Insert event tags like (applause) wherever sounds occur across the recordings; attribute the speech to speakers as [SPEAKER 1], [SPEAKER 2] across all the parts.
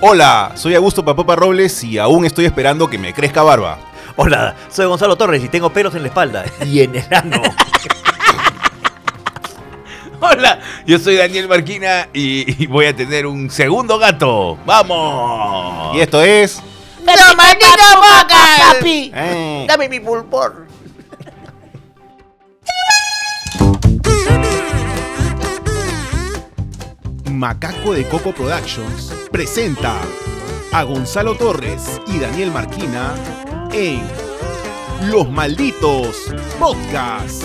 [SPEAKER 1] Hola, soy Augusto Papopa Robles y aún estoy esperando que me crezca barba.
[SPEAKER 2] Hola, soy Gonzalo Torres y tengo pelos en la espalda y en el ano.
[SPEAKER 3] (laughs) Hola, yo soy Daniel Marquina y, y voy a tener un segundo gato. ¡Vamos!
[SPEAKER 1] Y esto es.
[SPEAKER 4] ¡No, maldito boca! ¡Papi!
[SPEAKER 1] eh,
[SPEAKER 4] ¡Dame mi pulpor!
[SPEAKER 5] Macaco de Coco Productions presenta a Gonzalo Torres y Daniel Marquina en Los Malditos Podcast.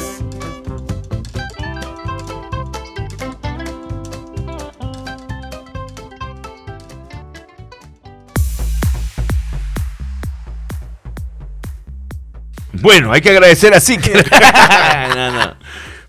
[SPEAKER 3] Bueno, hay que agradecer así que. (laughs) No, no.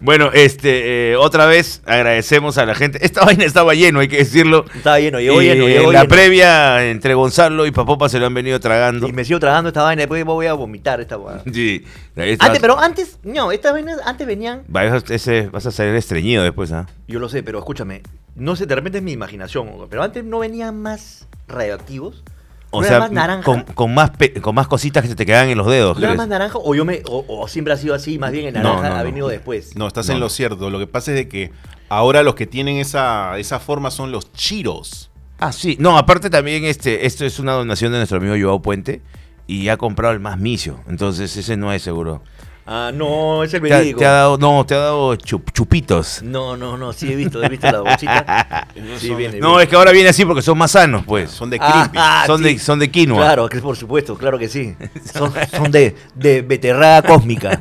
[SPEAKER 3] Bueno, este, eh, otra vez agradecemos a la gente. Esta (laughs) vaina estaba lleno, hay que decirlo.
[SPEAKER 2] Estaba lleno, llegó
[SPEAKER 3] Y
[SPEAKER 2] lleno, llegó
[SPEAKER 3] en la
[SPEAKER 2] lleno.
[SPEAKER 3] previa entre Gonzalo y Papopa se lo han venido tragando.
[SPEAKER 2] Y me sigo tragando esta vaina, después voy a vomitar esta
[SPEAKER 3] (laughs)
[SPEAKER 2] vaina.
[SPEAKER 3] Sí. Ahí estás.
[SPEAKER 2] Antes, Ah, pero antes, no, estas vainas antes venían,
[SPEAKER 3] Vas, a- ese- vas a salir estreñido después, ¿ah?
[SPEAKER 2] yo lo sé, pero escúchame, no sé, de repente es mi imaginación, pero antes no venían más radioactivos,
[SPEAKER 3] O
[SPEAKER 2] no
[SPEAKER 3] sea,
[SPEAKER 2] era más naranja,
[SPEAKER 3] Con, con más pe- con más cositas que se te quedan en los dedos.
[SPEAKER 2] no era
[SPEAKER 3] ¿crees?
[SPEAKER 2] más naranja, o yo me, o, o siempre ha sido así, más bien el
[SPEAKER 3] No,
[SPEAKER 2] naranja
[SPEAKER 3] no,
[SPEAKER 2] ha
[SPEAKER 3] no.
[SPEAKER 2] venido después.
[SPEAKER 1] No, estás
[SPEAKER 3] No.
[SPEAKER 1] en lo cierto. Lo que pasa es de que ahora los que tienen esa, esa forma son los chiros.
[SPEAKER 3] Ah, sí. No, aparte también, este, esto es una donación de nuestro amigo Joao Puente y ha comprado el más micio. Entonces, ese no es seguro.
[SPEAKER 2] Ah, no, es el
[SPEAKER 3] Te ha,
[SPEAKER 2] verídico.
[SPEAKER 3] te ha dado, no, te ha dado chup- chupitos.
[SPEAKER 2] No, no, no, sí he visto, he visto la
[SPEAKER 3] (laughs)
[SPEAKER 2] bolsita. Sí,
[SPEAKER 1] Son-
[SPEAKER 2] viene.
[SPEAKER 3] No, es que ahora viene así porque son más sanos, pues. Son,
[SPEAKER 1] Eh, Son de
[SPEAKER 2] Ah,
[SPEAKER 1] crimpy.
[SPEAKER 2] ah,
[SPEAKER 3] son
[SPEAKER 2] sí.
[SPEAKER 3] de, son de quinoa.
[SPEAKER 2] Claro, que por supuesto, claro que
[SPEAKER 3] (laughs)
[SPEAKER 2] sí. Son, son de, de beterraga cósmica.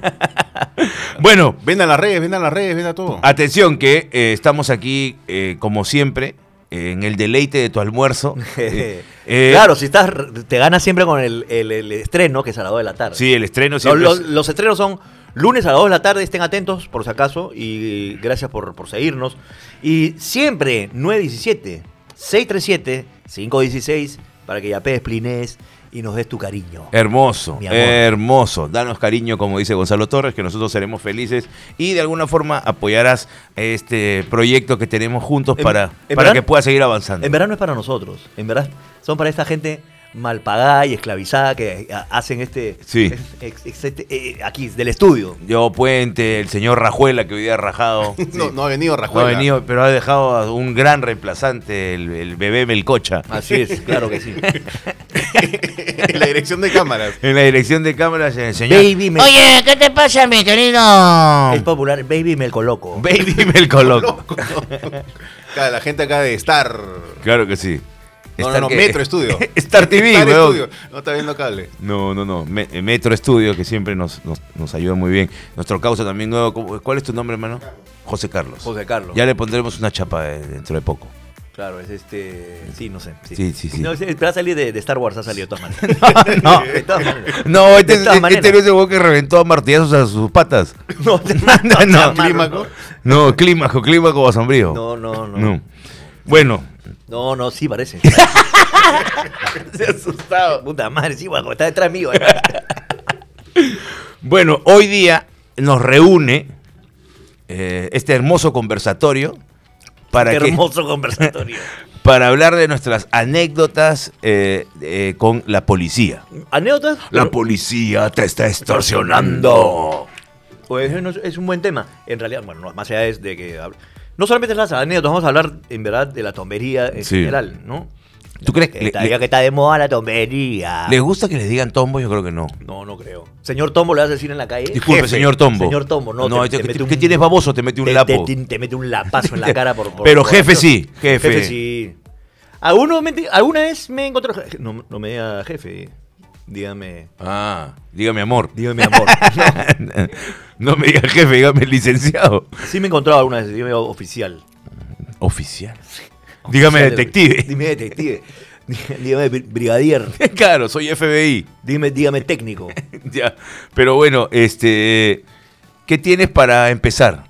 [SPEAKER 3] Bueno,
[SPEAKER 1] Vendan las redes, vendan las redes, vendan todo.
[SPEAKER 3] atención que eh, estamos aquí, eh, como siempre, eh, en el deleite de tu almuerzo. Eh, eh,
[SPEAKER 2] claro, si estás, te ganas siempre con el, el- el estreno, que es a las 2 de la tarde.
[SPEAKER 3] Sí, el estreno
[SPEAKER 2] Los,
[SPEAKER 3] siempre
[SPEAKER 2] los-
[SPEAKER 3] es-
[SPEAKER 2] los estrenos son lunes a las 2 de la tarde, estén atentos por si acaso y gracias por, por seguirnos. Y siempre 917-637-516 para que ya pegues, plines y nos des tu cariño.
[SPEAKER 3] Eh. Hermoso,
[SPEAKER 2] Mi amor.
[SPEAKER 3] hermoso. Danos cariño, como dice Gonzalo Torres, que nosotros seremos felices y de alguna forma apoyarás este proyecto que tenemos juntos
[SPEAKER 2] En-
[SPEAKER 3] para,
[SPEAKER 2] en
[SPEAKER 3] para
[SPEAKER 2] verdad-
[SPEAKER 3] que pueda seguir avanzando.
[SPEAKER 2] En verdad no es para nosotros, en verdad son para esta gente mal pagada y esclavizada que a- hacen este,
[SPEAKER 3] Sí.
[SPEAKER 2] ex- ex- este, eh, aquí del estudio.
[SPEAKER 3] Yo Puente, el señor Rajuela, que hoy día ha rajado. Sí.
[SPEAKER 1] (laughs) No, no ha venido
[SPEAKER 3] No ha
[SPEAKER 1] Rajuela.
[SPEAKER 3] venido, pero ha dejado a un gran reemplazante, el, el bebé Melcocha.
[SPEAKER 2] Así es, claro que sí.
[SPEAKER 1] en (laughs) la dirección de cámaras.
[SPEAKER 3] (laughs) (laughs) En la dirección de cámaras, el
[SPEAKER 2] (laughs)
[SPEAKER 3] señor
[SPEAKER 2] Baby me,
[SPEAKER 4] Oye, ¿qué te pasa, mi querido?
[SPEAKER 2] es popular, baby me el coloco.
[SPEAKER 3] Baby Melcoloco.
[SPEAKER 1] Loco. Claro, la gente acá de
[SPEAKER 3] (laughs)
[SPEAKER 1] Star.
[SPEAKER 3] Claro que sí.
[SPEAKER 1] No, no,
[SPEAKER 3] Star
[SPEAKER 1] no,
[SPEAKER 3] que-
[SPEAKER 1] Metro Estudio.
[SPEAKER 3] (laughs) Star TV,
[SPEAKER 1] Star
[SPEAKER 3] weón.
[SPEAKER 1] Studio. No está viendo cable.
[SPEAKER 3] No, no, no. Me- eh, Metro Estudio, que siempre nos, nos, nos ayuda muy bien. Nuestro causa también nuevo. ¿Cómo- ¿Cuál es tu nombre, hermano? José Carlos.
[SPEAKER 2] José Carlos.
[SPEAKER 3] Ya le pondremos una chapa eh, dentro de poco.
[SPEAKER 2] Claro, es este. Sí, no sé. Sí,
[SPEAKER 3] Sí, sí, sí.
[SPEAKER 2] No, es- es- va a salir de, de Star Wars, ha salido de
[SPEAKER 3] (laughs)
[SPEAKER 2] todas maneras.
[SPEAKER 3] no.
[SPEAKER 2] (laughs) De todas maneras.
[SPEAKER 3] No, este,
[SPEAKER 2] De todas
[SPEAKER 3] este,
[SPEAKER 2] maneras.
[SPEAKER 3] no es el huevón que reventó a martillazos a sus patas.
[SPEAKER 2] No,
[SPEAKER 3] (laughs) no, no.
[SPEAKER 2] no,
[SPEAKER 1] Clímaco.
[SPEAKER 3] No, clímaco, clímaco basombrío.
[SPEAKER 2] No, no, no.
[SPEAKER 3] No. Bueno,
[SPEAKER 2] No, no, sí
[SPEAKER 3] (laughs)
[SPEAKER 2] parece. Se ha asustado. Puta madre, sí, guaco, está detrás mío. ¿eh?
[SPEAKER 3] bueno, hoy día nos reúne eh, este hermoso conversatorio (laughs) para
[SPEAKER 2] Qué
[SPEAKER 3] que
[SPEAKER 2] hermoso conversatorio.
[SPEAKER 3] para hablar de nuestras anécdotas eh, eh, con la policía.
[SPEAKER 2] ¿Anécdotas?
[SPEAKER 3] La policía te está extorsionando.
[SPEAKER 2] Pues no es, es un buen tema. En realidad, bueno, no, más allá es de que. hab- No solamente las anécdotas, vamos a hablar en verdad de la tombería en
[SPEAKER 3] Sí.
[SPEAKER 2] general, ¿no?
[SPEAKER 3] ¿Tú crees que
[SPEAKER 2] que
[SPEAKER 3] le-
[SPEAKER 2] todavía
[SPEAKER 3] le-
[SPEAKER 2] que está de moda la tombería.
[SPEAKER 3] les gusta que les digan tombo? Yo creo que no.
[SPEAKER 2] No, no creo. Señor Tombo, ¿le vas a decir en la calle?
[SPEAKER 3] Disculpe,
[SPEAKER 2] Jefe.
[SPEAKER 3] señor Tombo.
[SPEAKER 2] Señor Tombo, no.
[SPEAKER 3] no
[SPEAKER 2] te-
[SPEAKER 3] ¿qué,
[SPEAKER 2] te mete
[SPEAKER 3] qué
[SPEAKER 2] un-
[SPEAKER 3] tienes baboso? Te mete un
[SPEAKER 2] te-
[SPEAKER 3] lapo.
[SPEAKER 2] Te, te mete un lapazo en la cara por... por-
[SPEAKER 3] Pero
[SPEAKER 2] por-
[SPEAKER 3] jefe sí, jefe.
[SPEAKER 2] sí. Alguno me- alguna vez me encontré... No, no me diga jefe. Dígame...
[SPEAKER 3] Ah, dígame amor.
[SPEAKER 2] Dígame
[SPEAKER 3] (laughs)
[SPEAKER 2] amor. No,
[SPEAKER 3] no me diga jefe, dígame licenciado.
[SPEAKER 2] sí me encontraba alguna vez. Dígame oficial.
[SPEAKER 3] Oficial. Dígame
[SPEAKER 2] Oficial de-
[SPEAKER 3] detective.
[SPEAKER 2] Dime detective. (laughs) Dígame bri- brigadier.
[SPEAKER 3] (laughs) claro, soy FBI.
[SPEAKER 2] Dime, dígame técnico.
[SPEAKER 3] (laughs) Ya. Pero bueno, este. ¿Qué tienes para empezar?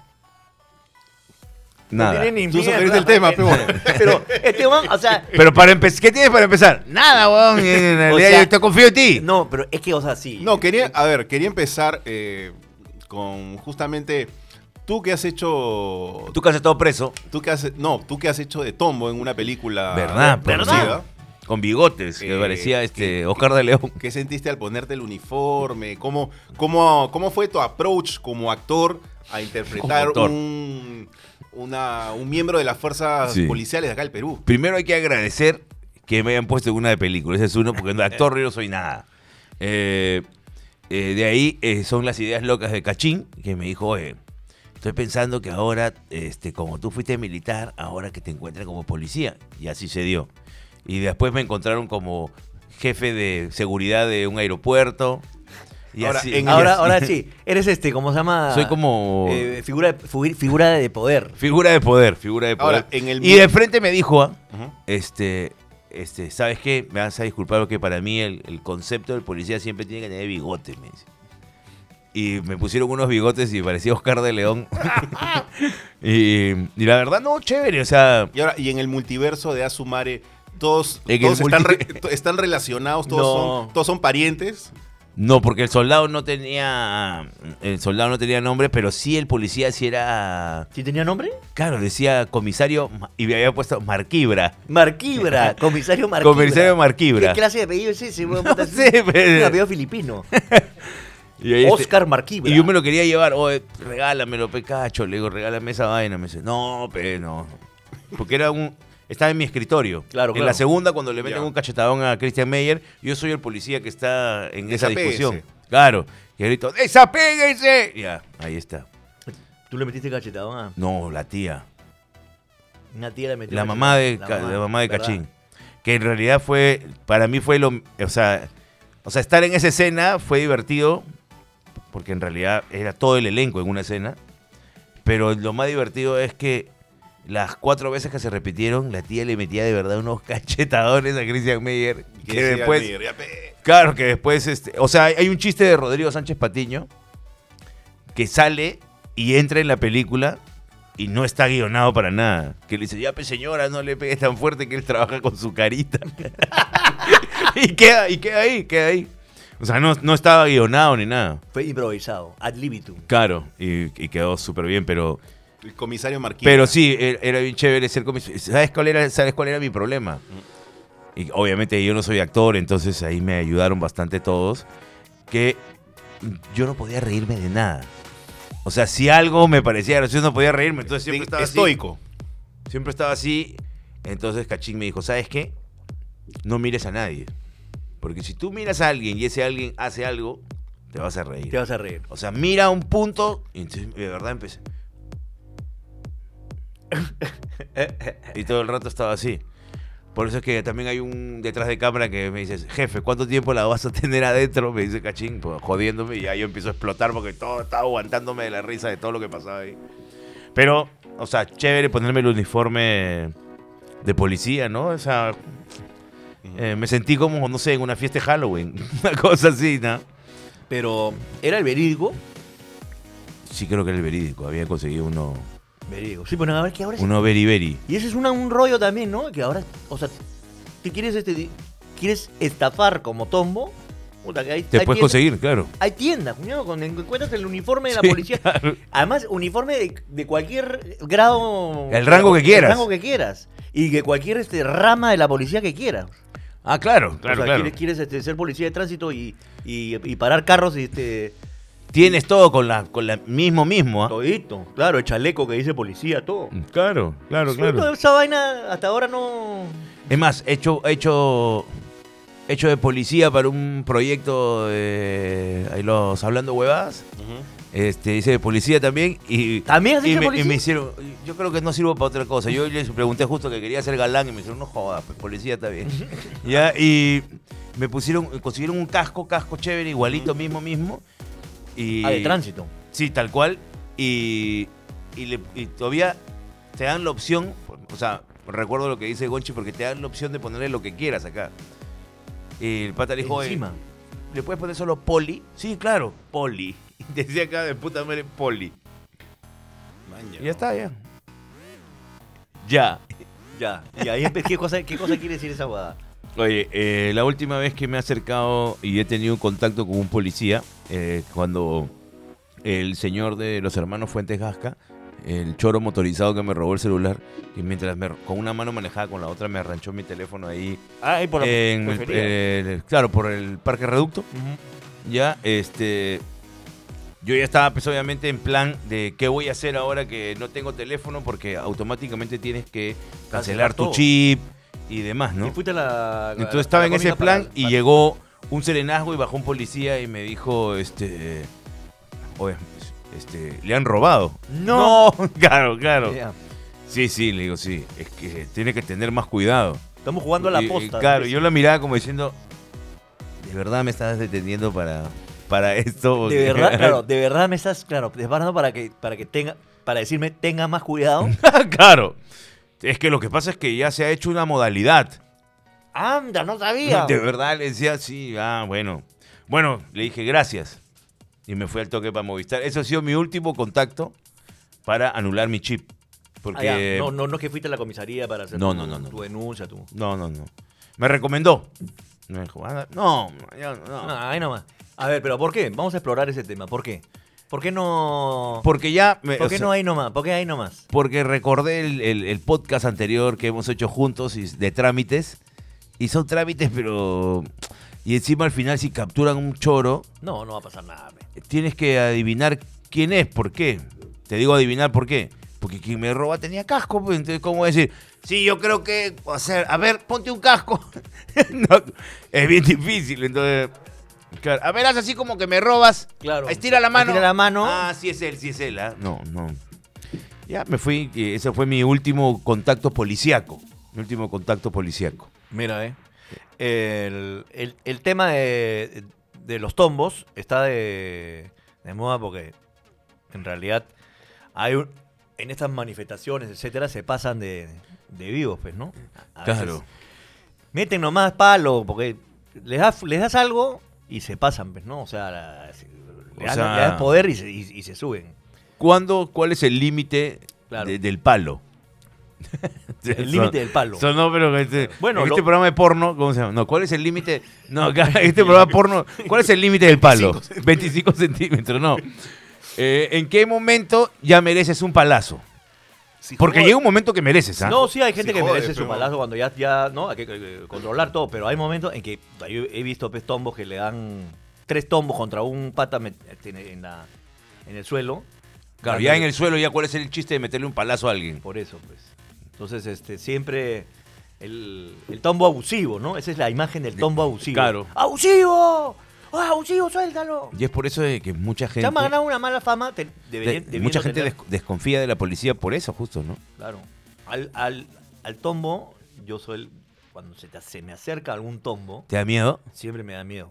[SPEAKER 3] Nada.
[SPEAKER 1] Tú sugeriste el tema, pero bueno.
[SPEAKER 2] Pero este man, o sea...
[SPEAKER 3] Pero para empezar, ¿qué tienes para empezar? Nada, weón. (laughs) En realidad
[SPEAKER 2] sea,
[SPEAKER 3] yo te confío en ti.
[SPEAKER 2] No, pero es que, o sea, sí.
[SPEAKER 1] No, quería, a ver, quería empezar eh, con justamente tú que has hecho, tú,
[SPEAKER 3] Tú que has estado preso.
[SPEAKER 1] que has, no, tú que has hecho de tombo en una película
[SPEAKER 3] Ah, Verdad,
[SPEAKER 1] conocida.
[SPEAKER 3] ¿verdad? Con bigotes, que
[SPEAKER 1] Eh,
[SPEAKER 3] parecía este
[SPEAKER 1] que-
[SPEAKER 3] Oscar de León.
[SPEAKER 1] ¿Qué sentiste al ponerte el uniforme? ¿Cómo, cómo, cómo fue tu approach como actor a interpretar
[SPEAKER 3] actor.
[SPEAKER 1] un, una- un miembro de las fuerzas
[SPEAKER 3] Sí.
[SPEAKER 1] policiales de acá del Perú?
[SPEAKER 3] Primero hay que agradecer que me hayan puesto en una de película. Ese es uno, porque de actor yo no soy nada. Eh, eh, de ahí eh, son las ideas locas de Cachín, que me dijo, oye, estoy pensando que ahora, este, como tú fuiste militar, ahora que te encuentren como policía. Y así se dio. Y después me encontraron como jefe de seguridad de un aeropuerto. Y
[SPEAKER 1] Ahora,
[SPEAKER 3] así,
[SPEAKER 1] en-
[SPEAKER 3] y
[SPEAKER 2] Ahora,
[SPEAKER 3] así.
[SPEAKER 2] ahora sí, eres este, ¿cómo se llama?
[SPEAKER 3] Soy como...
[SPEAKER 2] Eh, figura, fugi- figura de poder.
[SPEAKER 3] Figura de poder, figura de poder.
[SPEAKER 1] Ahora, en el
[SPEAKER 3] y
[SPEAKER 1] mu-
[SPEAKER 3] de frente me dijo, ah,
[SPEAKER 1] Ujú.
[SPEAKER 3] este, este, ¿sabes qué? Me vas a disculpar porque para mí el, el concepto del policía siempre tiene que tener bigote, me dice. Y me pusieron unos bigotes y parecía Oscar
[SPEAKER 1] (laughs)
[SPEAKER 3] de León. y, y la verdad, no, chévere, o sea...
[SPEAKER 1] Y ahora, y en el multiverso de Asumare, todos,
[SPEAKER 3] En
[SPEAKER 1] todos
[SPEAKER 3] el
[SPEAKER 1] están,
[SPEAKER 3] multi-
[SPEAKER 1] re- to- están relacionados, todos,
[SPEAKER 3] No.
[SPEAKER 1] son, todos son parientes.
[SPEAKER 3] No, porque el soldado no tenía... El soldado no tenía nombre, pero sí el policía sí era...
[SPEAKER 2] ¿Sí tenía nombre?
[SPEAKER 3] Claro, decía comisario Ma- y me había puesto Marquibra.
[SPEAKER 2] Marquibra, comisario Marquibra.
[SPEAKER 3] Comisario Marquibra.
[SPEAKER 2] ¿Qué clase de apellido es ese? huevón?
[SPEAKER 3] No sé, pero-
[SPEAKER 2] Un apellido
[SPEAKER 3] (laughs)
[SPEAKER 2] filipino.
[SPEAKER 3] Y ahí este-
[SPEAKER 2] Oscar Marquibra.
[SPEAKER 3] Y yo me lo quería llevar, oye, regálame pecacho, le digo, regálame esa vaina. Me dice, no, pero no. Porque era un. Estaba en mi escritorio.
[SPEAKER 2] Claro,
[SPEAKER 3] En
[SPEAKER 2] claro.
[SPEAKER 3] la segunda, cuando le meten
[SPEAKER 1] Ya.
[SPEAKER 3] un cachetadón a Christian Meyer, yo soy el policía que está en esa
[SPEAKER 1] Desapéguese.
[SPEAKER 3] discusión. Claro. Y grito, ¡desapéguense! Ya, ahí está.
[SPEAKER 2] Tú le metiste cachetadón a
[SPEAKER 3] No, la tía.
[SPEAKER 2] una tía, le metió
[SPEAKER 3] La
[SPEAKER 2] cachetadón.
[SPEAKER 3] mamá de, Ca- la mamá de
[SPEAKER 2] ¿verdad?
[SPEAKER 3] Cachín. Que en realidad fue, para mí fue lo, o sea, o sea, estar en esa escena fue divertido, porque en realidad era todo el elenco en una escena, pero lo más divertido es que las cuatro veces que se repitieron, la tía le metía de verdad unos (laughs) cachetadores a Christian Meyer, que,
[SPEAKER 1] decía,
[SPEAKER 3] después,
[SPEAKER 1] "Mira, ya pe-".
[SPEAKER 3] claro, que después, este, o sea, hay- hay un chiste de Rodrigo Sánchez Patiño que sale y entra en la película y no está guionado para nada. Que le dice, ya, pues señora, no le pegues tan fuerte que él trabaja con su carita. (laughs) y, queda, y queda ahí, queda ahí. O sea, no, no estaba guionado ni nada.
[SPEAKER 2] Fue improvisado, ad libitum.
[SPEAKER 3] Claro, y, y quedó súper bien, pero,
[SPEAKER 1] El comisario Marquín.
[SPEAKER 3] pero sí, era, era bien chévere ser comisario. ¿Sabes cuál era, ¿Sabes cuál era mi problema? Y obviamente yo no soy actor, entonces ahí me ayudaron bastante todos, que yo no podía reírme de nada. O sea, si algo me parecía gracioso, no podía reírme, entonces siempre estaba así.
[SPEAKER 1] estoico.
[SPEAKER 3] Siempre estaba así. Entonces Cachín me dijo, ¿sabes qué? No mires a nadie. Porque si tú miras a alguien y ese alguien hace algo, te vas a reír.
[SPEAKER 2] Te vas a reír.
[SPEAKER 3] O sea, mira un punto y entonces de verdad empecé. y todo el rato estaba así. Por eso es que también hay un detrás de cámara que me dices, jefe, ¿cuánto tiempo la vas a tener adentro? Me dice Cachín, pues, jodiéndome, y ya yo empiezo a explotar porque todo estaba aguantándome de la risa de todo lo que pasaba ahí. Pero, o sea, chévere ponerme el uniforme de policía, ¿no? O sea, eh, me sentí como, no sé, en una fiesta de Halloween, (laughs) una cosa así, ¿no?
[SPEAKER 2] Pero, ¿era el verídico?
[SPEAKER 3] Sí creo que era el verídico, había conseguido uno,
[SPEAKER 2] Verídico. Sí, bueno, a ver qué ahora es-
[SPEAKER 3] uno beriberi.
[SPEAKER 2] Y ese es una- un rollo también, ¿no? Que ahora, o sea, te quieres, este, di- quieres estafar como tombo. Puta, que hay,
[SPEAKER 3] Te
[SPEAKER 2] hay
[SPEAKER 3] puedes
[SPEAKER 2] tiendas-
[SPEAKER 3] conseguir, claro.
[SPEAKER 2] Hay tiendas, cuñado, cuando encuentras el uniforme de la
[SPEAKER 3] Sí,
[SPEAKER 2] policía.
[SPEAKER 3] claro.
[SPEAKER 2] Además, uniforme de, de cualquier grado.
[SPEAKER 3] El rango que quieras.
[SPEAKER 2] El rango que quieras. Y de cualquier este, rama de la policía que quieras.
[SPEAKER 3] Ah, claro, claro,
[SPEAKER 2] o sea,
[SPEAKER 3] claro.
[SPEAKER 2] quieres, quieres, este, ser policía de tránsito y, y- y parar carros y este,
[SPEAKER 3] Tienes todo con la, con la mismo mismo, ¿ah?
[SPEAKER 2] todito. Claro, el chaleco que dice policía, todo.
[SPEAKER 3] Mm, Claro, claro,
[SPEAKER 2] Sí, toda
[SPEAKER 3] claro.
[SPEAKER 2] Esa vaina hasta ahora no.
[SPEAKER 3] Es más, he hecho, he hecho, he hecho de policía para un proyecto de ahí los hablando huevadas. (laughs) Este, hice de policía también y
[SPEAKER 2] ¿También has
[SPEAKER 3] y
[SPEAKER 2] hecho de
[SPEAKER 3] me,
[SPEAKER 2] policía?
[SPEAKER 3] y me hicieron, yo creo que no sirvo para otra cosa. Yo les pregunté justo que quería ser galán y me dijeron, no jodas, pues policía
[SPEAKER 2] (laughs)
[SPEAKER 3] está bien. ya, y me pusieron, consiguieron un casco, casco chévere, igualito, mismo, mismo. Y,
[SPEAKER 2] Ah, de tránsito.
[SPEAKER 3] Sí, tal cual. Y, y le- y todavía te dan la opción, o sea, recuerdo lo que dice Gonchi, porque te dan la opción de ponerle lo que quieras acá. Y el pata le dijo, eh, "Oye,
[SPEAKER 2] Encima.
[SPEAKER 3] ¿le puedes poner solo poli? Sí, claro, poli. (laughs) Decía acá de puta madre, poli.
[SPEAKER 1] Maña.
[SPEAKER 3] Y ya está, ya. Ya.
[SPEAKER 2] Ya. (laughs) Y ahí empe- ¿qué cosa, qué cosa quiere decir esa guada?
[SPEAKER 3] Oye, eh, la última vez que me he acercado y he tenido un contacto con un policía, eh, cuando el señor de los hermanos Fuentes Gasca el choro motorizado que me robó el celular y mientras me, con una mano manejaba con la otra me arranchó mi teléfono ahí
[SPEAKER 6] Ah, y por la
[SPEAKER 3] en el- eh,
[SPEAKER 6] preferida.
[SPEAKER 3] el- claro por el parque reducto
[SPEAKER 6] Ujú.
[SPEAKER 3] ya este yo ya estaba pues obviamente en plan de qué voy a hacer ahora que no tengo teléfono porque automáticamente tienes que
[SPEAKER 2] Cancelar
[SPEAKER 3] cancelar tu
[SPEAKER 2] todo.
[SPEAKER 3] chip y demás no
[SPEAKER 2] Y fuiste a la- a la-
[SPEAKER 3] entonces estaba
[SPEAKER 2] a la
[SPEAKER 3] en ese
[SPEAKER 2] comida para-
[SPEAKER 3] plan y
[SPEAKER 2] para-
[SPEAKER 3] llegó un serenazgo y bajó un policía y me dijo, este, oye, este, le han robado. (laughs)
[SPEAKER 2] No.
[SPEAKER 3] claro, claro.
[SPEAKER 2] Ya.
[SPEAKER 3] Sí, sí, le digo, sí, es que tiene que tener más cuidado.
[SPEAKER 2] Estamos jugando a la
[SPEAKER 3] Y- y
[SPEAKER 2] posta.
[SPEAKER 3] claro,
[SPEAKER 2] ¿no?
[SPEAKER 3] yo la miraba como diciendo, de verdad me estás deteniendo para, para esto. (laughs)
[SPEAKER 2] De verdad, claro, de verdad me estás, claro, preparando para que, para que tenga, para decirme, tenga más
[SPEAKER 3] (laughs)
[SPEAKER 2] cuidado.
[SPEAKER 3] claro. Es que lo que pasa es que ya se ha hecho una modalidad.
[SPEAKER 2] Anda, no sabía.
[SPEAKER 3] De verdad le decía, sí, ah, bueno. Bueno, le dije gracias. Y me fui al toque para Movistar. Eso ha sido mi último contacto para anular mi chip.
[SPEAKER 2] Ah,
[SPEAKER 3] Porque.
[SPEAKER 2] ya. No, no, no es que fuiste a la comisaría para hacer
[SPEAKER 3] No,
[SPEAKER 2] tu,
[SPEAKER 3] no, no, no.
[SPEAKER 2] tu denuncia, tu.
[SPEAKER 3] no, no, no. Me recomendó. Me dijo, "Ah, no, ya no, no".
[SPEAKER 2] Ay, nomás. A ver, pero ¿por qué? Vamos a explorar ese tema. ¿Por qué? ¿Por qué no? ¿Por,
[SPEAKER 3] Porque ya. me- o
[SPEAKER 2] qué
[SPEAKER 3] sea,
[SPEAKER 2] no hay nomás? ¿Por qué hay nomás?
[SPEAKER 3] Porque recordé el, el- el podcast anterior que hemos hecho juntos y- de trámites. Y son trámites, pero. Y encima al final, si capturan un choro,
[SPEAKER 2] No, no va a pasar nada. pe.
[SPEAKER 3] tienes que adivinar quién es, por qué. Te digo adivinar por qué. Porque quien me roba tenía casco, pues entonces cómo decir, sí, yo creo que, o sea, a ver, ponte un casco. (laughs) No, es bien difícil, entonces, claro, a ver, haz así como que me robas,
[SPEAKER 2] Claro.
[SPEAKER 3] estira la mano.
[SPEAKER 2] Estira la mano.
[SPEAKER 3] Ah, sí es él, sí es él, ah. no, no. Ya me fui, y ese fue mi último contacto policíaco, mi último contacto policíaco.
[SPEAKER 2] Mira, eh. El, el- el tema de, de los tombos está de, de moda porque en realidad hay un- en estas manifestaciones, etcétera, se pasan de, de vivos, pues, ¿no? A veces meten nomás palo, porque les das, les das algo y se pasan, pues, ¿no? O sea, la- se- le, das,
[SPEAKER 3] sea-
[SPEAKER 2] le das poder y se, y- y se suben.
[SPEAKER 3] ¿Cuándo, cuál es el límite
[SPEAKER 2] Claro.
[SPEAKER 3] de- del palo?
[SPEAKER 2] (laughs) El límite del palo.
[SPEAKER 3] Son no, pero este,
[SPEAKER 2] Bueno,
[SPEAKER 3] en este
[SPEAKER 2] lo-
[SPEAKER 3] programa de porno, ¿cómo se llama? No, ¿cuál es el límite?
[SPEAKER 2] (laughs)
[SPEAKER 3] No, acá, en este programa de porno, ¿cuál es el límite del palo? 25 centímetros, no. Eh, ¿En qué momento ya mereces un palazo? Porque llega un momento que mereces, ¿ah?
[SPEAKER 2] No, sí, hay gente
[SPEAKER 1] Sí,
[SPEAKER 2] que
[SPEAKER 1] jode,
[SPEAKER 2] merece su
[SPEAKER 1] pero-
[SPEAKER 2] palazo cuando ya, ya, ¿no? Hay que eh, controlar todo, pero hay momentos en que yo he visto pues, tombos que le dan tres tombos contra un pata met- en, en la- en el suelo.
[SPEAKER 3] Claro, ya en el suelo, ya cuál es el chiste de meterle un palazo a alguien.
[SPEAKER 2] Por eso, pues. Entonces, este, siempre el, el tombo abusivo, ¿no? Esa es la imagen del tombo abusivo.
[SPEAKER 3] Claro.
[SPEAKER 2] ¡Abusivo! ¡Ah, abusivo, suéltalo!
[SPEAKER 3] Y es por eso de que mucha gente...
[SPEAKER 2] Ya me ha ganado una mala fama. te-
[SPEAKER 3] de-
[SPEAKER 2] deberían-
[SPEAKER 3] mucha
[SPEAKER 2] debiendo
[SPEAKER 3] gente
[SPEAKER 2] tener-
[SPEAKER 3] des- desconfía de la policía por eso, justo, ¿no?
[SPEAKER 2] Claro. Al, al, al tombo, yo soy el- Cuando se, te- se me acerca algún tombo,
[SPEAKER 3] ¿Te da miedo?
[SPEAKER 2] siempre me da miedo.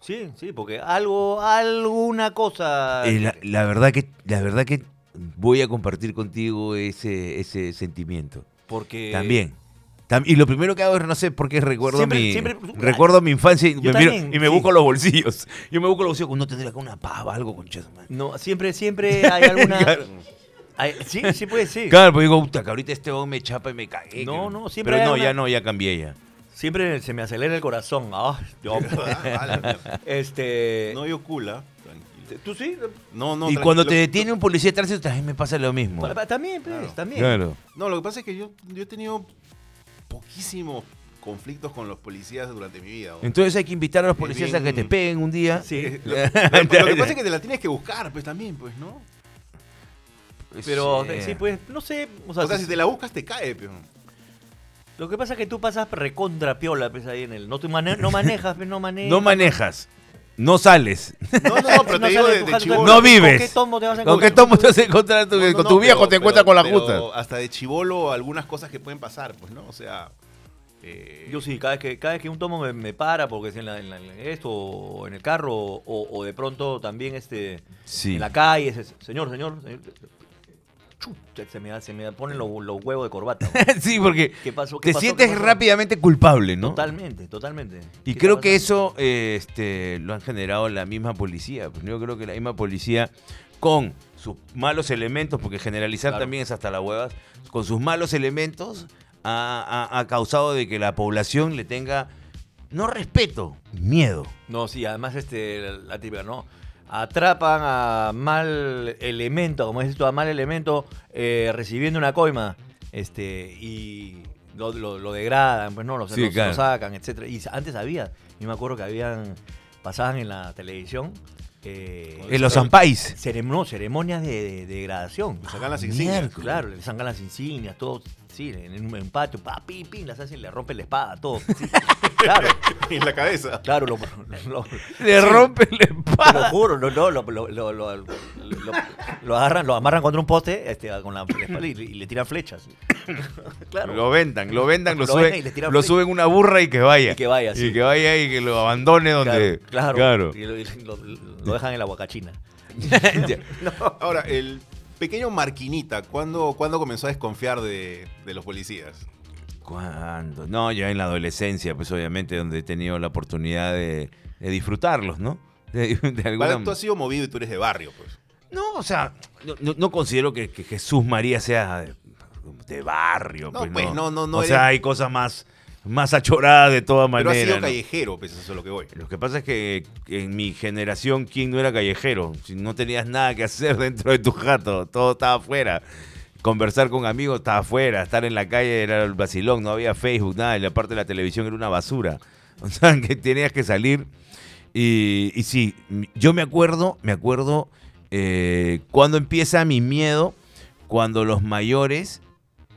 [SPEAKER 2] Sí, sí, porque algo, alguna cosa...
[SPEAKER 3] Eh, la, la verdad que, la verdad que voy a compartir contigo ese, ese sentimiento. Eh.
[SPEAKER 2] porque...
[SPEAKER 3] También. Tam- y lo primero que hago es, no sé por qué recuerdo
[SPEAKER 2] Siempre-
[SPEAKER 3] mi
[SPEAKER 2] siempre-
[SPEAKER 3] recuerdo mi infancia y me, miro-
[SPEAKER 2] también,
[SPEAKER 3] y me
[SPEAKER 2] sí.
[SPEAKER 3] busco los bolsillos. Yo me busco los bolsillos, no tendría acá una pava, algo con
[SPEAKER 2] No, siempre, siempre
[SPEAKER 3] (laughs)
[SPEAKER 2] hay alguna...
[SPEAKER 3] Claro.
[SPEAKER 2] hay- sí, sí puede ser.
[SPEAKER 3] Claro, pues digo, puta, que ahorita este hombre me chapa y me cagué.
[SPEAKER 2] No,
[SPEAKER 3] que-
[SPEAKER 2] no, siempre
[SPEAKER 3] Pero
[SPEAKER 2] hay
[SPEAKER 3] no,
[SPEAKER 2] una-
[SPEAKER 3] ya no, ya cambié ya.
[SPEAKER 2] Siempre se me acelera el corazón. Ah,
[SPEAKER 3] (laughs)
[SPEAKER 2] yo- este.
[SPEAKER 1] No dio cula. Tranquilo.
[SPEAKER 2] ¿Tú sí?
[SPEAKER 1] No, no.
[SPEAKER 3] y
[SPEAKER 1] tranquilo.
[SPEAKER 3] cuando te detiene un policía de tránsito, también me pasa lo mismo.
[SPEAKER 2] Pa- pa- También, pues, también.
[SPEAKER 3] Claro.
[SPEAKER 1] No, lo que pasa es que yo, yo he tenido poquísimos conflictos con los policías durante mi vida. ¿no?
[SPEAKER 3] Entonces hay que invitar a los policías a que
[SPEAKER 1] bien.
[SPEAKER 3] te peguen un día. (laughs)
[SPEAKER 2] Sí. eh,
[SPEAKER 1] Lo, lo que- lo que pasa es que te la tienes que buscar, pues también, pues, ¿no?
[SPEAKER 2] Pero
[SPEAKER 3] Sí.
[SPEAKER 2] eh, sí, pues, no sé. O sea,
[SPEAKER 1] O sea, si
[SPEAKER 2] si-
[SPEAKER 1] te la buscas, te cae,
[SPEAKER 3] (laughs)
[SPEAKER 1] pues.
[SPEAKER 2] lo que pasa es que tú pasas recontra piola, pues, ahí en el. No, te mane- no manejas, pues, no manejas.
[SPEAKER 3] No manejas, no sales.
[SPEAKER 1] No, no,
[SPEAKER 3] (laughs)
[SPEAKER 1] no, pero te digo
[SPEAKER 2] sabes
[SPEAKER 1] de, de
[SPEAKER 2] empujar tu
[SPEAKER 1] chibolo.
[SPEAKER 2] carro.
[SPEAKER 3] No
[SPEAKER 2] ¿Con
[SPEAKER 3] vives.
[SPEAKER 2] qué tombo te vas a
[SPEAKER 3] ¿Con qué
[SPEAKER 2] encontrar?
[SPEAKER 3] tomo te vas a encontrar tú?
[SPEAKER 1] No, no,
[SPEAKER 3] con
[SPEAKER 1] no,
[SPEAKER 3] tu viejo
[SPEAKER 1] pero-
[SPEAKER 3] te encuentras
[SPEAKER 1] pero-
[SPEAKER 3] con la
[SPEAKER 1] pero
[SPEAKER 3] justa.
[SPEAKER 1] Hasta de chivolo, algunas cosas que pueden pasar, pues, ¿no? O sea.
[SPEAKER 3] (laughs)
[SPEAKER 1] eh,
[SPEAKER 2] Yo sí, cada vez que, cada vez que un tomo me, me para, porque es en, la- en la- en esto, o en el carro, o, o de pronto también este,
[SPEAKER 3] Sí.
[SPEAKER 2] en la calle, se- señor, señor, señor. Chuta, se me, da- se me ponen los, los huevos de corbata. güey.
[SPEAKER 3] (laughs) sí, porque
[SPEAKER 2] ¿Qué pasó? ¿Qué
[SPEAKER 3] te
[SPEAKER 2] pasó?
[SPEAKER 3] sientes
[SPEAKER 2] ¿Qué pasó?
[SPEAKER 3] rápidamente culpable, ¿no?
[SPEAKER 2] Totalmente, totalmente.
[SPEAKER 3] Y
[SPEAKER 2] ¿Qué
[SPEAKER 3] creo
[SPEAKER 2] está
[SPEAKER 3] que
[SPEAKER 2] pasando?
[SPEAKER 3] eso eh, este, lo han generado la misma policía. Pues Yo creo que la misma policía, con sus malos elementos, porque generalizar
[SPEAKER 2] Claro.
[SPEAKER 3] también es hasta la huevas, con sus malos elementos ha, ha- ha causado de que la población le tenga, no respeto, miedo.
[SPEAKER 2] No, sí, además este, la, la típica, no. atrapan a mal elemento, como dices tú, a mal elemento eh, recibiendo una coima este y lo, lo- lo degradan, pues no, lo,
[SPEAKER 3] Sí,
[SPEAKER 2] lo- lo
[SPEAKER 3] claro.
[SPEAKER 2] sacan, etcétera. Y antes había, yo me acuerdo que habían, pasaban en la televisión eh,
[SPEAKER 3] En los Zampais.
[SPEAKER 2] cerem- no, ceremonias de, de- de degradación. Ah,
[SPEAKER 1] Le Ah, sacan las insignias.
[SPEAKER 2] miércoles, Claro, le sacan las insignias, todo, sí, en un en un patio, pa, pim, pim, las hacen, le rompen la espada,
[SPEAKER 1] (laughs)
[SPEAKER 2] todo. sí. claro,
[SPEAKER 1] en la cabeza.
[SPEAKER 2] claro, lo, lo-
[SPEAKER 3] Le rompen la
[SPEAKER 2] te
[SPEAKER 3] espada.
[SPEAKER 2] lo juro, no, no, lo, lo, lo, lo, lo- lo agarran, lo amarran contra un poste este, con la espalda y, le- y le tiran
[SPEAKER 3] (laughs)
[SPEAKER 2] flechas. claro.
[SPEAKER 3] Lo vendan, lo vendan, lo,
[SPEAKER 2] Lo
[SPEAKER 3] suben.
[SPEAKER 2] vendan y le tiran
[SPEAKER 3] lo
[SPEAKER 2] flecha.
[SPEAKER 3] suben una burra y que vaya.
[SPEAKER 2] Y que vaya,
[SPEAKER 3] Y
[SPEAKER 2] sí.
[SPEAKER 3] que vaya y que lo abandone donde.
[SPEAKER 2] claro, Y lo, y lo- lo dejan en la guacachina.
[SPEAKER 1] (laughs) Ahora, el pequeño Marquinita, ¿cuándo, cuándo comenzó a desconfiar de, de los policías?
[SPEAKER 3] ¿Cuándo? No, ya en la adolescencia, pues obviamente, donde he tenido la oportunidad de, de disfrutarlos, ¿no? De, de alguna-
[SPEAKER 1] Vale, tú has sido movido y tú eres de barrio, pues.
[SPEAKER 3] No, o sea, no, no- no considero que, que Jesús María sea de, de barrio.
[SPEAKER 1] No,
[SPEAKER 3] pues,
[SPEAKER 1] pues, no, no, no
[SPEAKER 3] O sea,
[SPEAKER 1] eres-
[SPEAKER 3] hay cosas más, más achoradas de todas
[SPEAKER 1] Pero has
[SPEAKER 3] maneras.
[SPEAKER 1] sido
[SPEAKER 3] ¿no?
[SPEAKER 1] callejero, pues eso es a lo que voy.
[SPEAKER 3] Lo que pasa es que en mi generación, ¿quién no era callejero? Si no tenías nada que hacer (laughs) dentro de tu jato, todo estaba afuera. Conversar con amigos estaba afuera, estar en la calle era el vacilón, no había Facebook, nada, y la parte de la televisión era una basura. (laughs) O sea, que tenías que salir. Y, y sí, m- yo me acuerdo, me acuerdo eh, cuando empieza mi miedo, cuando los mayores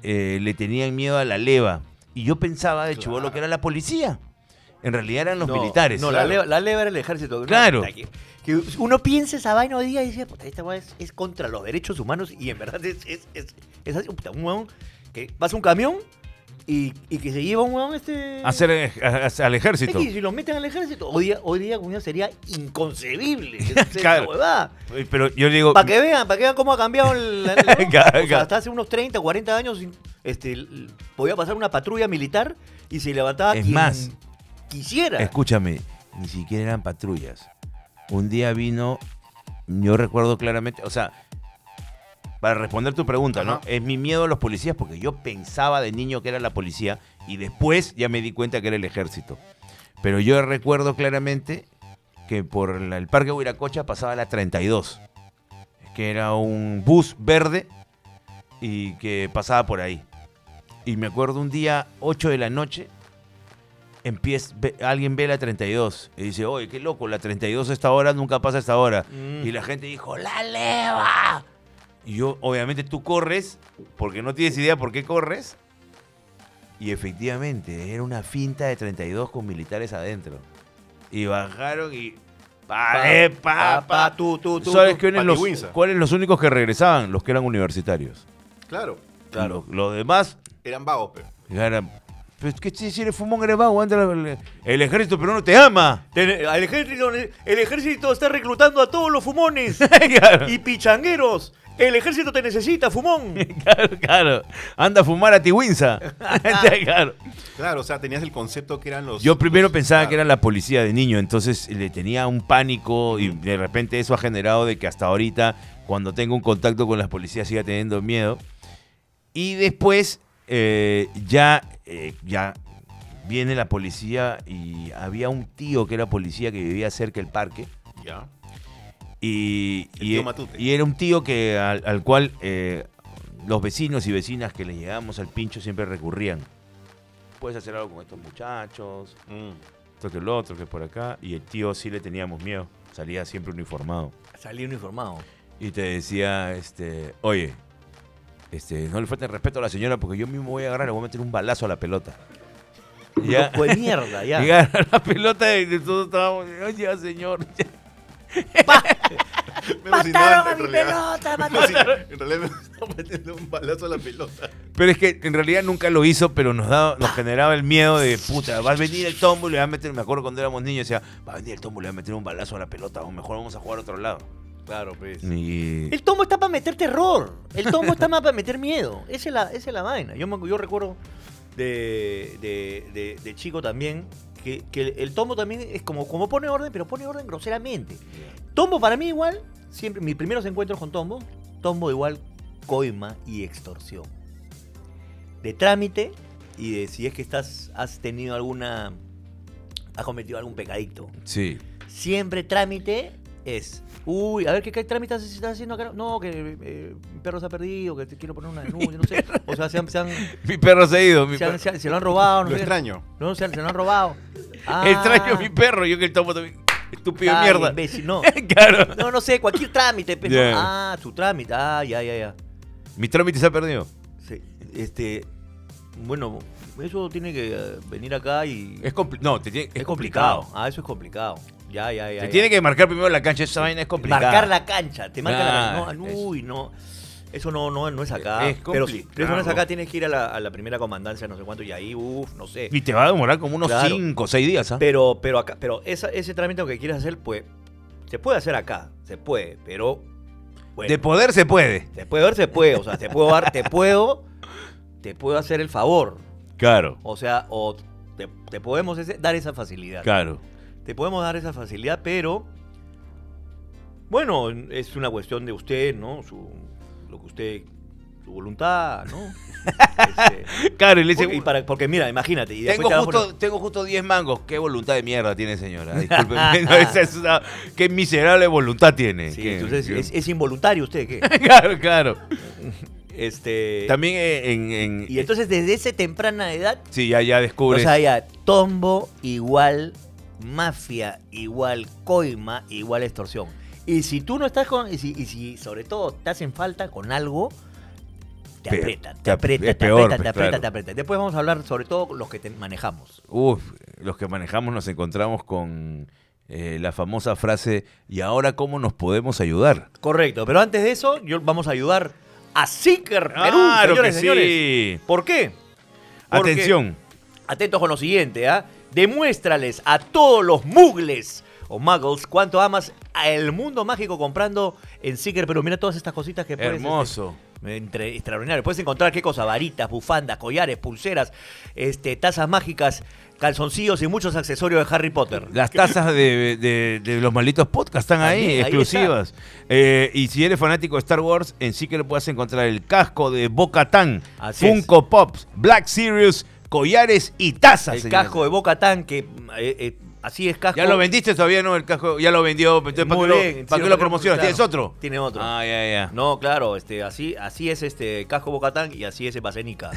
[SPEAKER 3] eh, le tenían miedo a la leva. Y yo pensaba de chivolo que era la policía. En realidad eran los
[SPEAKER 2] No,
[SPEAKER 3] militares.
[SPEAKER 2] No, la, leva, la leva era el ejército.
[SPEAKER 3] Claro.
[SPEAKER 2] Que, que uno piensa esa vaina hoy día y dice, puta, esta vaina es, es contra los derechos humanos y en verdad es, es, es, es así, puta, un huevón que pasa un camión y, y que se lleva un huevón este...
[SPEAKER 3] Hacer ej- a- a- al
[SPEAKER 2] Es
[SPEAKER 3] ejército.
[SPEAKER 2] que si lo meten al ejército, hoy día, hoy día coño, sería
[SPEAKER 3] (laughs)
[SPEAKER 2] inconcebible.
[SPEAKER 3] Claro. Pues Oye, Eh, Pero yo digo,
[SPEAKER 2] Para que vean, para que vean cómo ha cambiado el...
[SPEAKER 3] (laughs)
[SPEAKER 2] la- la- ¿no?
[SPEAKER 3] Claro,
[SPEAKER 2] O sea,
[SPEAKER 3] claro.
[SPEAKER 2] hasta hace unos 30, 40 años este, l- podía pasar una patrulla militar y se levantaba
[SPEAKER 3] Es
[SPEAKER 2] quien
[SPEAKER 3] más,
[SPEAKER 2] quisiera.
[SPEAKER 3] escúchame, ni siquiera eran patrullas. Un día vino, yo recuerdo claramente, o sea, para responder tu pregunta, ¿no?
[SPEAKER 1] Ajá.
[SPEAKER 3] Es mi miedo a los policías porque yo pensaba de niño que era la policía y después ya me di cuenta que era el ejército. Pero yo recuerdo claramente que por la- el Parque Huiracocha pasaba la 32, que era un bus verde y que pasaba por ahí. Y me acuerdo un día, 8 de la noche, empieza, ve- alguien ve la 32 y dice, oye, qué loco, la 32 a esta hora nunca pasa a esta hora. Y la gente dijo, la leva. Y yo, obviamente tú corres, porque no tienes idea por qué corres. Y efectivamente, era una finta de 32 con militares adentro. Y bajaron y... Pa, eh, pa,
[SPEAKER 2] pa,
[SPEAKER 3] pa.
[SPEAKER 2] pa, tú, tú, tú,
[SPEAKER 3] ¿Sabes
[SPEAKER 2] tú.
[SPEAKER 3] quiénes los,
[SPEAKER 1] Patigüinza.
[SPEAKER 3] cuáles los únicos que regresaban? Los que eran universitarios.
[SPEAKER 1] Claro,
[SPEAKER 3] Claro. Los, demás
[SPEAKER 1] eran vagos, pues. pero.
[SPEAKER 3] eran... Pero es que si si eres fumón, eres vago, anda la- la- el ejército pero no te ama. (laughs)
[SPEAKER 2] Ten- El ejército, el ejército está reclutando a todos los fumones
[SPEAKER 3] (laughs) Claro.
[SPEAKER 2] y pichangueros. El ejército te necesita,
[SPEAKER 3] (laughs)
[SPEAKER 2] fumón.
[SPEAKER 3] Claro, claro. Anda a fumar a (laughs) Tiwinza. Claro.
[SPEAKER 1] Claro, o sea, tenías el concepto que eran los.
[SPEAKER 3] Yo primero
[SPEAKER 1] los-
[SPEAKER 3] pensaba
[SPEAKER 1] claro.
[SPEAKER 3] que era la policía de niño, entonces le tenía un pánico y de repente eso ha generado de que hasta ahorita, cuando tengo un contacto con las policías, siga teniendo miedo. Y después eh, ya, eh, ya viene la policía y había un tío que era policía que vivía cerca del parque.
[SPEAKER 1] Ya.
[SPEAKER 3] Y,
[SPEAKER 1] El
[SPEAKER 3] y- e-,
[SPEAKER 1] tío Matute.
[SPEAKER 3] y era un tío que al, al cual eh, los vecinos y vecinas que le llegábamos al pincho siempre recurrían. Puedes hacer algo con estos muchachos,
[SPEAKER 1] Mm.
[SPEAKER 3] esto que el otro, que por acá. Y el tío sí le teníamos miedo. Salía siempre uniformado.
[SPEAKER 2] Salí uniformado.
[SPEAKER 3] Y te decía, este, oye, este, no le falten respeto a la señora porque yo mismo voy a agarrar, le voy a meter un balazo a la pelota. Y ya-
[SPEAKER 2] Loco de mierda,
[SPEAKER 3] (laughs)
[SPEAKER 2] ya.
[SPEAKER 3] y agarra la pelota y nosotros estábamos, oye, señor.
[SPEAKER 1] Me
[SPEAKER 4] ¡Mataron
[SPEAKER 1] emocionaba,
[SPEAKER 4] a
[SPEAKER 1] en
[SPEAKER 4] mi
[SPEAKER 1] realidad. (laughs)
[SPEAKER 4] pelota!
[SPEAKER 1] Me emocionaba, En realidad me (laughs) estaba metiendo un balazo a la pelota.
[SPEAKER 3] Pero es que en realidad nunca lo hizo, pero nos daba, nos generaba el miedo de puta, va a venir el tombo y le va a meter, me acuerdo cuando éramos niños, decía, va a venir el tombo y le va a meter un balazo a la pelota, o mejor vamos a jugar a otro lado.
[SPEAKER 2] Claro, pues.
[SPEAKER 3] Y
[SPEAKER 2] El tomo está para meter terror. El tomo está más para meter miedo. Esa es la, esa es la vaina. Yo, me- yo recuerdo de, de- de- de chico también que, que el tomo también es como, como pone orden, pero pone orden groseramente. Tombo para mí igual, siempre mis primeros encuentros con tombo, tombo igual coima y extorsión. De trámite y de si es que estás has tenido alguna has cometido algún pecadito.
[SPEAKER 3] sí.
[SPEAKER 2] Siempre trámite es, uy, a ver qué, qué trámite se está haciendo acá. No, que eh, mi perro se ha perdido, que te quiero poner una denuncia, no sé. O sea, se, han, se, han-
[SPEAKER 3] Mi perro se ha ido. Mi
[SPEAKER 2] se, han-
[SPEAKER 3] perro.
[SPEAKER 2] se han- se lo han robado. No
[SPEAKER 1] Lo
[SPEAKER 2] sé.
[SPEAKER 1] extraño.
[SPEAKER 2] No, se, han- se lo han robado. Ah,
[SPEAKER 3] (laughs) Extraño a mi perro. Yo que el tomo también. Estúpido de
[SPEAKER 2] ay,
[SPEAKER 3] mierda.
[SPEAKER 2] imbécil, no.
[SPEAKER 3] (laughs) claro.
[SPEAKER 2] No, no sé, cualquier trámite. pe, no.
[SPEAKER 3] Ya.
[SPEAKER 2] Ah, tu trámite. Ah, ya, ya, ya.
[SPEAKER 3] Mi trámite se ha perdido.
[SPEAKER 2] Sí, este, bueno, eso tiene que eh, venir acá y...
[SPEAKER 3] Es compli- no, te tiene- es,
[SPEAKER 2] es
[SPEAKER 3] complicado.
[SPEAKER 2] Ah, eso es complicado. Ya, ya, ya.
[SPEAKER 3] Te
[SPEAKER 2] ya.
[SPEAKER 3] tiene que marcar primero la cancha. Esa vaina es complicada.
[SPEAKER 2] Marcar la cancha, te marca
[SPEAKER 3] Claro,
[SPEAKER 2] la cancha. No,
[SPEAKER 3] es-
[SPEAKER 2] uy, no. Eso no, no, no es acá.
[SPEAKER 3] Es
[SPEAKER 2] pero, si- pero eso no es acá,
[SPEAKER 3] complicado.
[SPEAKER 2] tienes que ir a la, a la primera comandancia, no sé cuánto, y ahí, uff, no sé.
[SPEAKER 3] Y te va a demorar como unos
[SPEAKER 2] Claro.
[SPEAKER 3] 5 o 6 días. ¿ah?
[SPEAKER 2] Pero, pero acá, pero esa- ese trámite que quieres hacer, pues, se puede hacer acá, se puede, pero bueno,
[SPEAKER 3] De poder se puede.
[SPEAKER 2] se puede ver, se puede. O sea, te puedo dar, te puedo, te puedo hacer el favor.
[SPEAKER 3] Claro,
[SPEAKER 2] O sea, o te, te podemos ese- dar esa facilidad.
[SPEAKER 3] claro.
[SPEAKER 2] Te podemos dar esa facilidad, pero. Bueno, es una cuestión de usted, ¿no? Su, lo que usted. Su voluntad,
[SPEAKER 3] (laughs)
[SPEAKER 2] ¿no? Este,
[SPEAKER 3] Claro, y le dice,
[SPEAKER 2] porque, y para- porque mira, imagínate. Y después
[SPEAKER 3] tengo
[SPEAKER 2] te va a
[SPEAKER 3] justo,
[SPEAKER 2] poner-
[SPEAKER 3] tengo justo 10 mangos. Qué voluntad de mierda tiene, señora.
[SPEAKER 2] (laughs)
[SPEAKER 3] Discúlpeme. (laughs) No, esa es una- qué miserable voluntad tiene.
[SPEAKER 2] Sí,
[SPEAKER 3] Qué-
[SPEAKER 2] entonces
[SPEAKER 3] qué- (laughs)
[SPEAKER 2] es, es involuntario usted, ¿qué?
[SPEAKER 3] Claro, claro.
[SPEAKER 2] Este,
[SPEAKER 3] También eh, en... en-
[SPEAKER 2] y entonces desde esa temprana edad,
[SPEAKER 3] sí, ya, ya
[SPEAKER 2] o
[SPEAKER 3] descubres.
[SPEAKER 2] sea, ya, tombo igual mafia, igual coima, igual extorsión. Y si tú no estás con, y si, y si sobre todo estás en falta con algo, te
[SPEAKER 3] Pe-
[SPEAKER 2] aprietan,
[SPEAKER 3] te
[SPEAKER 2] te
[SPEAKER 3] ap-
[SPEAKER 2] aprietan,
[SPEAKER 3] es
[SPEAKER 2] te
[SPEAKER 3] peor,
[SPEAKER 2] aprietan,
[SPEAKER 3] pues,
[SPEAKER 2] te aprietan,
[SPEAKER 3] claro.
[SPEAKER 2] te aprietan. Después vamos a hablar sobre todo los que te manejamos.
[SPEAKER 3] Uf, los que manejamos nos encontramos con eh, la famosa frase, ¿y ahora cómo nos podemos ayudar?
[SPEAKER 2] Correcto, pero antes de eso, yo, vamos a ayudar a Seeker Perú,
[SPEAKER 3] Claro
[SPEAKER 2] señores,
[SPEAKER 3] que
[SPEAKER 2] señores.
[SPEAKER 3] sí.
[SPEAKER 2] ¿Por qué? Porque-
[SPEAKER 3] Atención.
[SPEAKER 2] Atentos con lo siguiente, ¿ah? Demuéstrales a todos los mugles o muggles cuánto amas al mundo mágico comprando en Seeker Perú. Mira todas estas cositas que puedes...
[SPEAKER 3] Hermoso.
[SPEAKER 2] este, entre, extraordinario. Puedes encontrar qué cosa, varitas, bufandas, collares, pulseras, este, tazas mágicas, calzoncillos y muchos accesorios de Harry Potter.
[SPEAKER 3] Las tazas de, de- de los malditos podcasts están ahí,
[SPEAKER 2] También, ahí
[SPEAKER 3] exclusivas. Eh, y si eres fanático de Star Wars, en Seeker puedes encontrar el casco de Boca Tan,
[SPEAKER 2] Así es.
[SPEAKER 3] Funko Pops, Black Sirius, collares y tazas.
[SPEAKER 2] El
[SPEAKER 3] señores.
[SPEAKER 2] casco de Boca Tan, que eh, eh, así es casco.
[SPEAKER 3] ¿Ya lo vendiste todavía? No, el casco ya lo vendió. Entonces, ¿para
[SPEAKER 2] Muy
[SPEAKER 3] qué lo,
[SPEAKER 2] bien,
[SPEAKER 3] para
[SPEAKER 2] sí,
[SPEAKER 3] qué
[SPEAKER 2] lo
[SPEAKER 3] lo promocionas?
[SPEAKER 2] claro.
[SPEAKER 3] ¿Tienes otro?
[SPEAKER 2] Tiene otro.
[SPEAKER 3] Ah, ya, ya.
[SPEAKER 2] No, claro, este, así, así es este casco Bocatán y así es el
[SPEAKER 3] (laughs)
[SPEAKER 2] Basenica.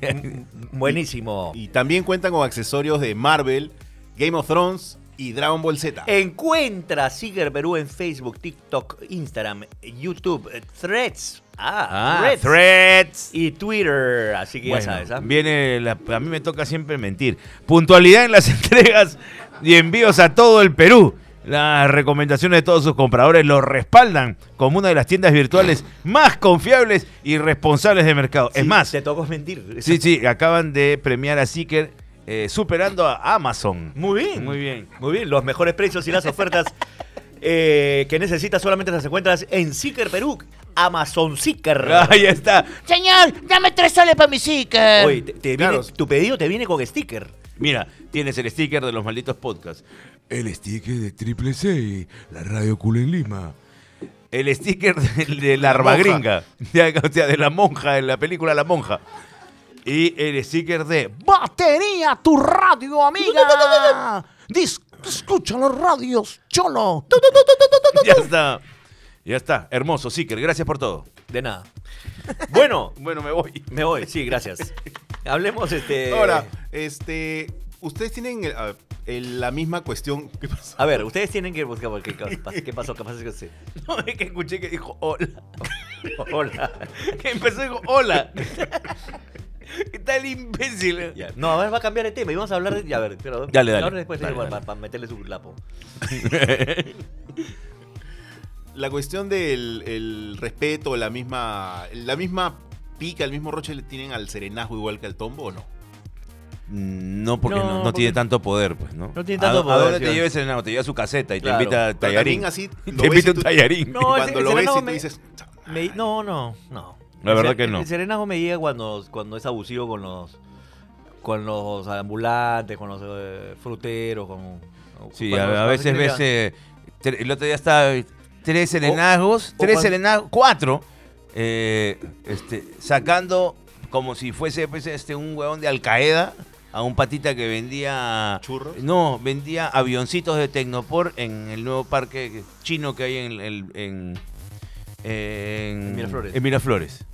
[SPEAKER 2] Mm, Buenísimo.
[SPEAKER 1] Y también cuentan con accesorios de Marvel, Game of Thrones y Dragon Ball Z.
[SPEAKER 3] Eh,
[SPEAKER 2] Encuentra a Seeker Perú en Facebook, TikTok, Instagram, YouTube, eh, Threads. Ah,
[SPEAKER 3] Ah,
[SPEAKER 2] Threads.
[SPEAKER 3] threads.
[SPEAKER 2] Y Twitter, así que
[SPEAKER 3] Bueno,
[SPEAKER 2] ya sabes. ¿ah?
[SPEAKER 3] Viene la- a mí me toca siempre mentir. Puntualidad en las (laughs) entregas y envíos a todo el Perú. Las recomendaciones de todos sus compradores lo respaldan como una de las tiendas virtuales más confiables y responsables de mercado. es
[SPEAKER 2] Sí,
[SPEAKER 3] más,
[SPEAKER 2] Te tocó mentir.
[SPEAKER 3] sí, sí, acaban de premiar a Seeker eh, superando a Amazon.
[SPEAKER 2] Muy bien.
[SPEAKER 3] Muy bien.
[SPEAKER 2] Muy bien, los mejores precios y las
[SPEAKER 3] (laughs)
[SPEAKER 2] ofertas eh, que necesitas solamente las encuentras en Seeker Perú, Amazon Seeker.
[SPEAKER 3] (laughs) Ahí está.
[SPEAKER 4] Señor, dame tres soles para mi zika.
[SPEAKER 2] Oye, te- te
[SPEAKER 1] Claro.
[SPEAKER 2] viene- tu pedido te viene con sticker.
[SPEAKER 3] Mira, tienes el sticker de los malditos podcasts.
[SPEAKER 6] El sticker de Triple C, la radio cool en Lima.
[SPEAKER 3] El
[SPEAKER 6] (laughs)
[SPEAKER 3] sticker de, de la arbagringa. Ya, O sea, de la monja, en la película La Monja. Y el sticker de
[SPEAKER 6] Batería, tu radio, amiga. (laughs) Dis- escucha los radios, cholo.
[SPEAKER 3] (laughs) Ya está. Ya está. Hermoso, Seeker. Gracias por todo.
[SPEAKER 2] De nada. Bueno,
[SPEAKER 3] Bueno, me voy.
[SPEAKER 2] me voy, sí, gracias. Hablemos este.
[SPEAKER 1] Ahora, Eh. este, ustedes tienen el- a- el- la misma cuestión. (laughs) ¿Qué pasó?
[SPEAKER 2] A ver, ustedes tienen que buscar porque- qué, pasó, qué pasó, qué pasó, qué sé.
[SPEAKER 3] (laughs) No, es que escuché que dijo hola.
[SPEAKER 2] (laughs) Hola.
[SPEAKER 3] Que empezó y dijo hola. (laughs) ¿Qué tal imbécil?
[SPEAKER 2] Ya. No, a ver, va a cambiar el tema y vamos a hablar de. ya, a ver, pero.
[SPEAKER 3] Dale, dale.
[SPEAKER 2] Ahora después
[SPEAKER 3] Dale,
[SPEAKER 2] para,
[SPEAKER 3] dale.
[SPEAKER 2] para meterle su lapo.
[SPEAKER 1] La cuestión del el respeto, la misma, la misma pica, el mismo roche le tienen al serenazgo igual que al tombo o no.
[SPEAKER 3] Mm, No, porque no,
[SPEAKER 2] No,
[SPEAKER 3] no
[SPEAKER 2] porque-
[SPEAKER 3] tiene tanto poder, pues, ¿no?
[SPEAKER 2] No tiene
[SPEAKER 3] ¿A-
[SPEAKER 2] tanto
[SPEAKER 3] ¿A
[SPEAKER 2] poder,
[SPEAKER 3] dónde te
[SPEAKER 2] sí.
[SPEAKER 3] lleves el enano? Te lleva a su caseta y
[SPEAKER 2] Claro.
[SPEAKER 3] te invita a
[SPEAKER 1] Pero
[SPEAKER 3] Ah, tallarín.
[SPEAKER 1] también así
[SPEAKER 3] (laughs)
[SPEAKER 1] lo ves (laughs)
[SPEAKER 3] Te
[SPEAKER 1] y
[SPEAKER 3] invita
[SPEAKER 1] tú-
[SPEAKER 3] un tallarín.
[SPEAKER 2] No, ese-
[SPEAKER 1] cuando
[SPEAKER 2] el
[SPEAKER 1] lo ves y
[SPEAKER 2] serenazgo
[SPEAKER 1] tú
[SPEAKER 2] me-
[SPEAKER 1] dices,
[SPEAKER 2] Me- no, no, no.
[SPEAKER 3] La verdad
[SPEAKER 2] El-
[SPEAKER 3] que no.
[SPEAKER 2] El serenazgo me llega cuando, cuando es abusivo con los. Con los ambulantes, con los eh, fruteros, con.
[SPEAKER 3] Sí,
[SPEAKER 2] cuando-
[SPEAKER 3] a, a
[SPEAKER 2] cuando se
[SPEAKER 3] veces ves.
[SPEAKER 2] tiene-
[SPEAKER 3] eh, tre- el otro día estaba. eh, Tres serenazgos. tres
[SPEAKER 2] cuando-
[SPEAKER 3] serenazgos. Cuatro. eh, este, sacando como si fuese pues, este, un huevón de Al Qaeda. a un patita que vendía.
[SPEAKER 1] ¿Churros?
[SPEAKER 3] No, vendía avioncitos de Tecnopor en el nuevo parque chino que hay en. el- en, en,
[SPEAKER 2] Miraflores.
[SPEAKER 3] en Miraflores.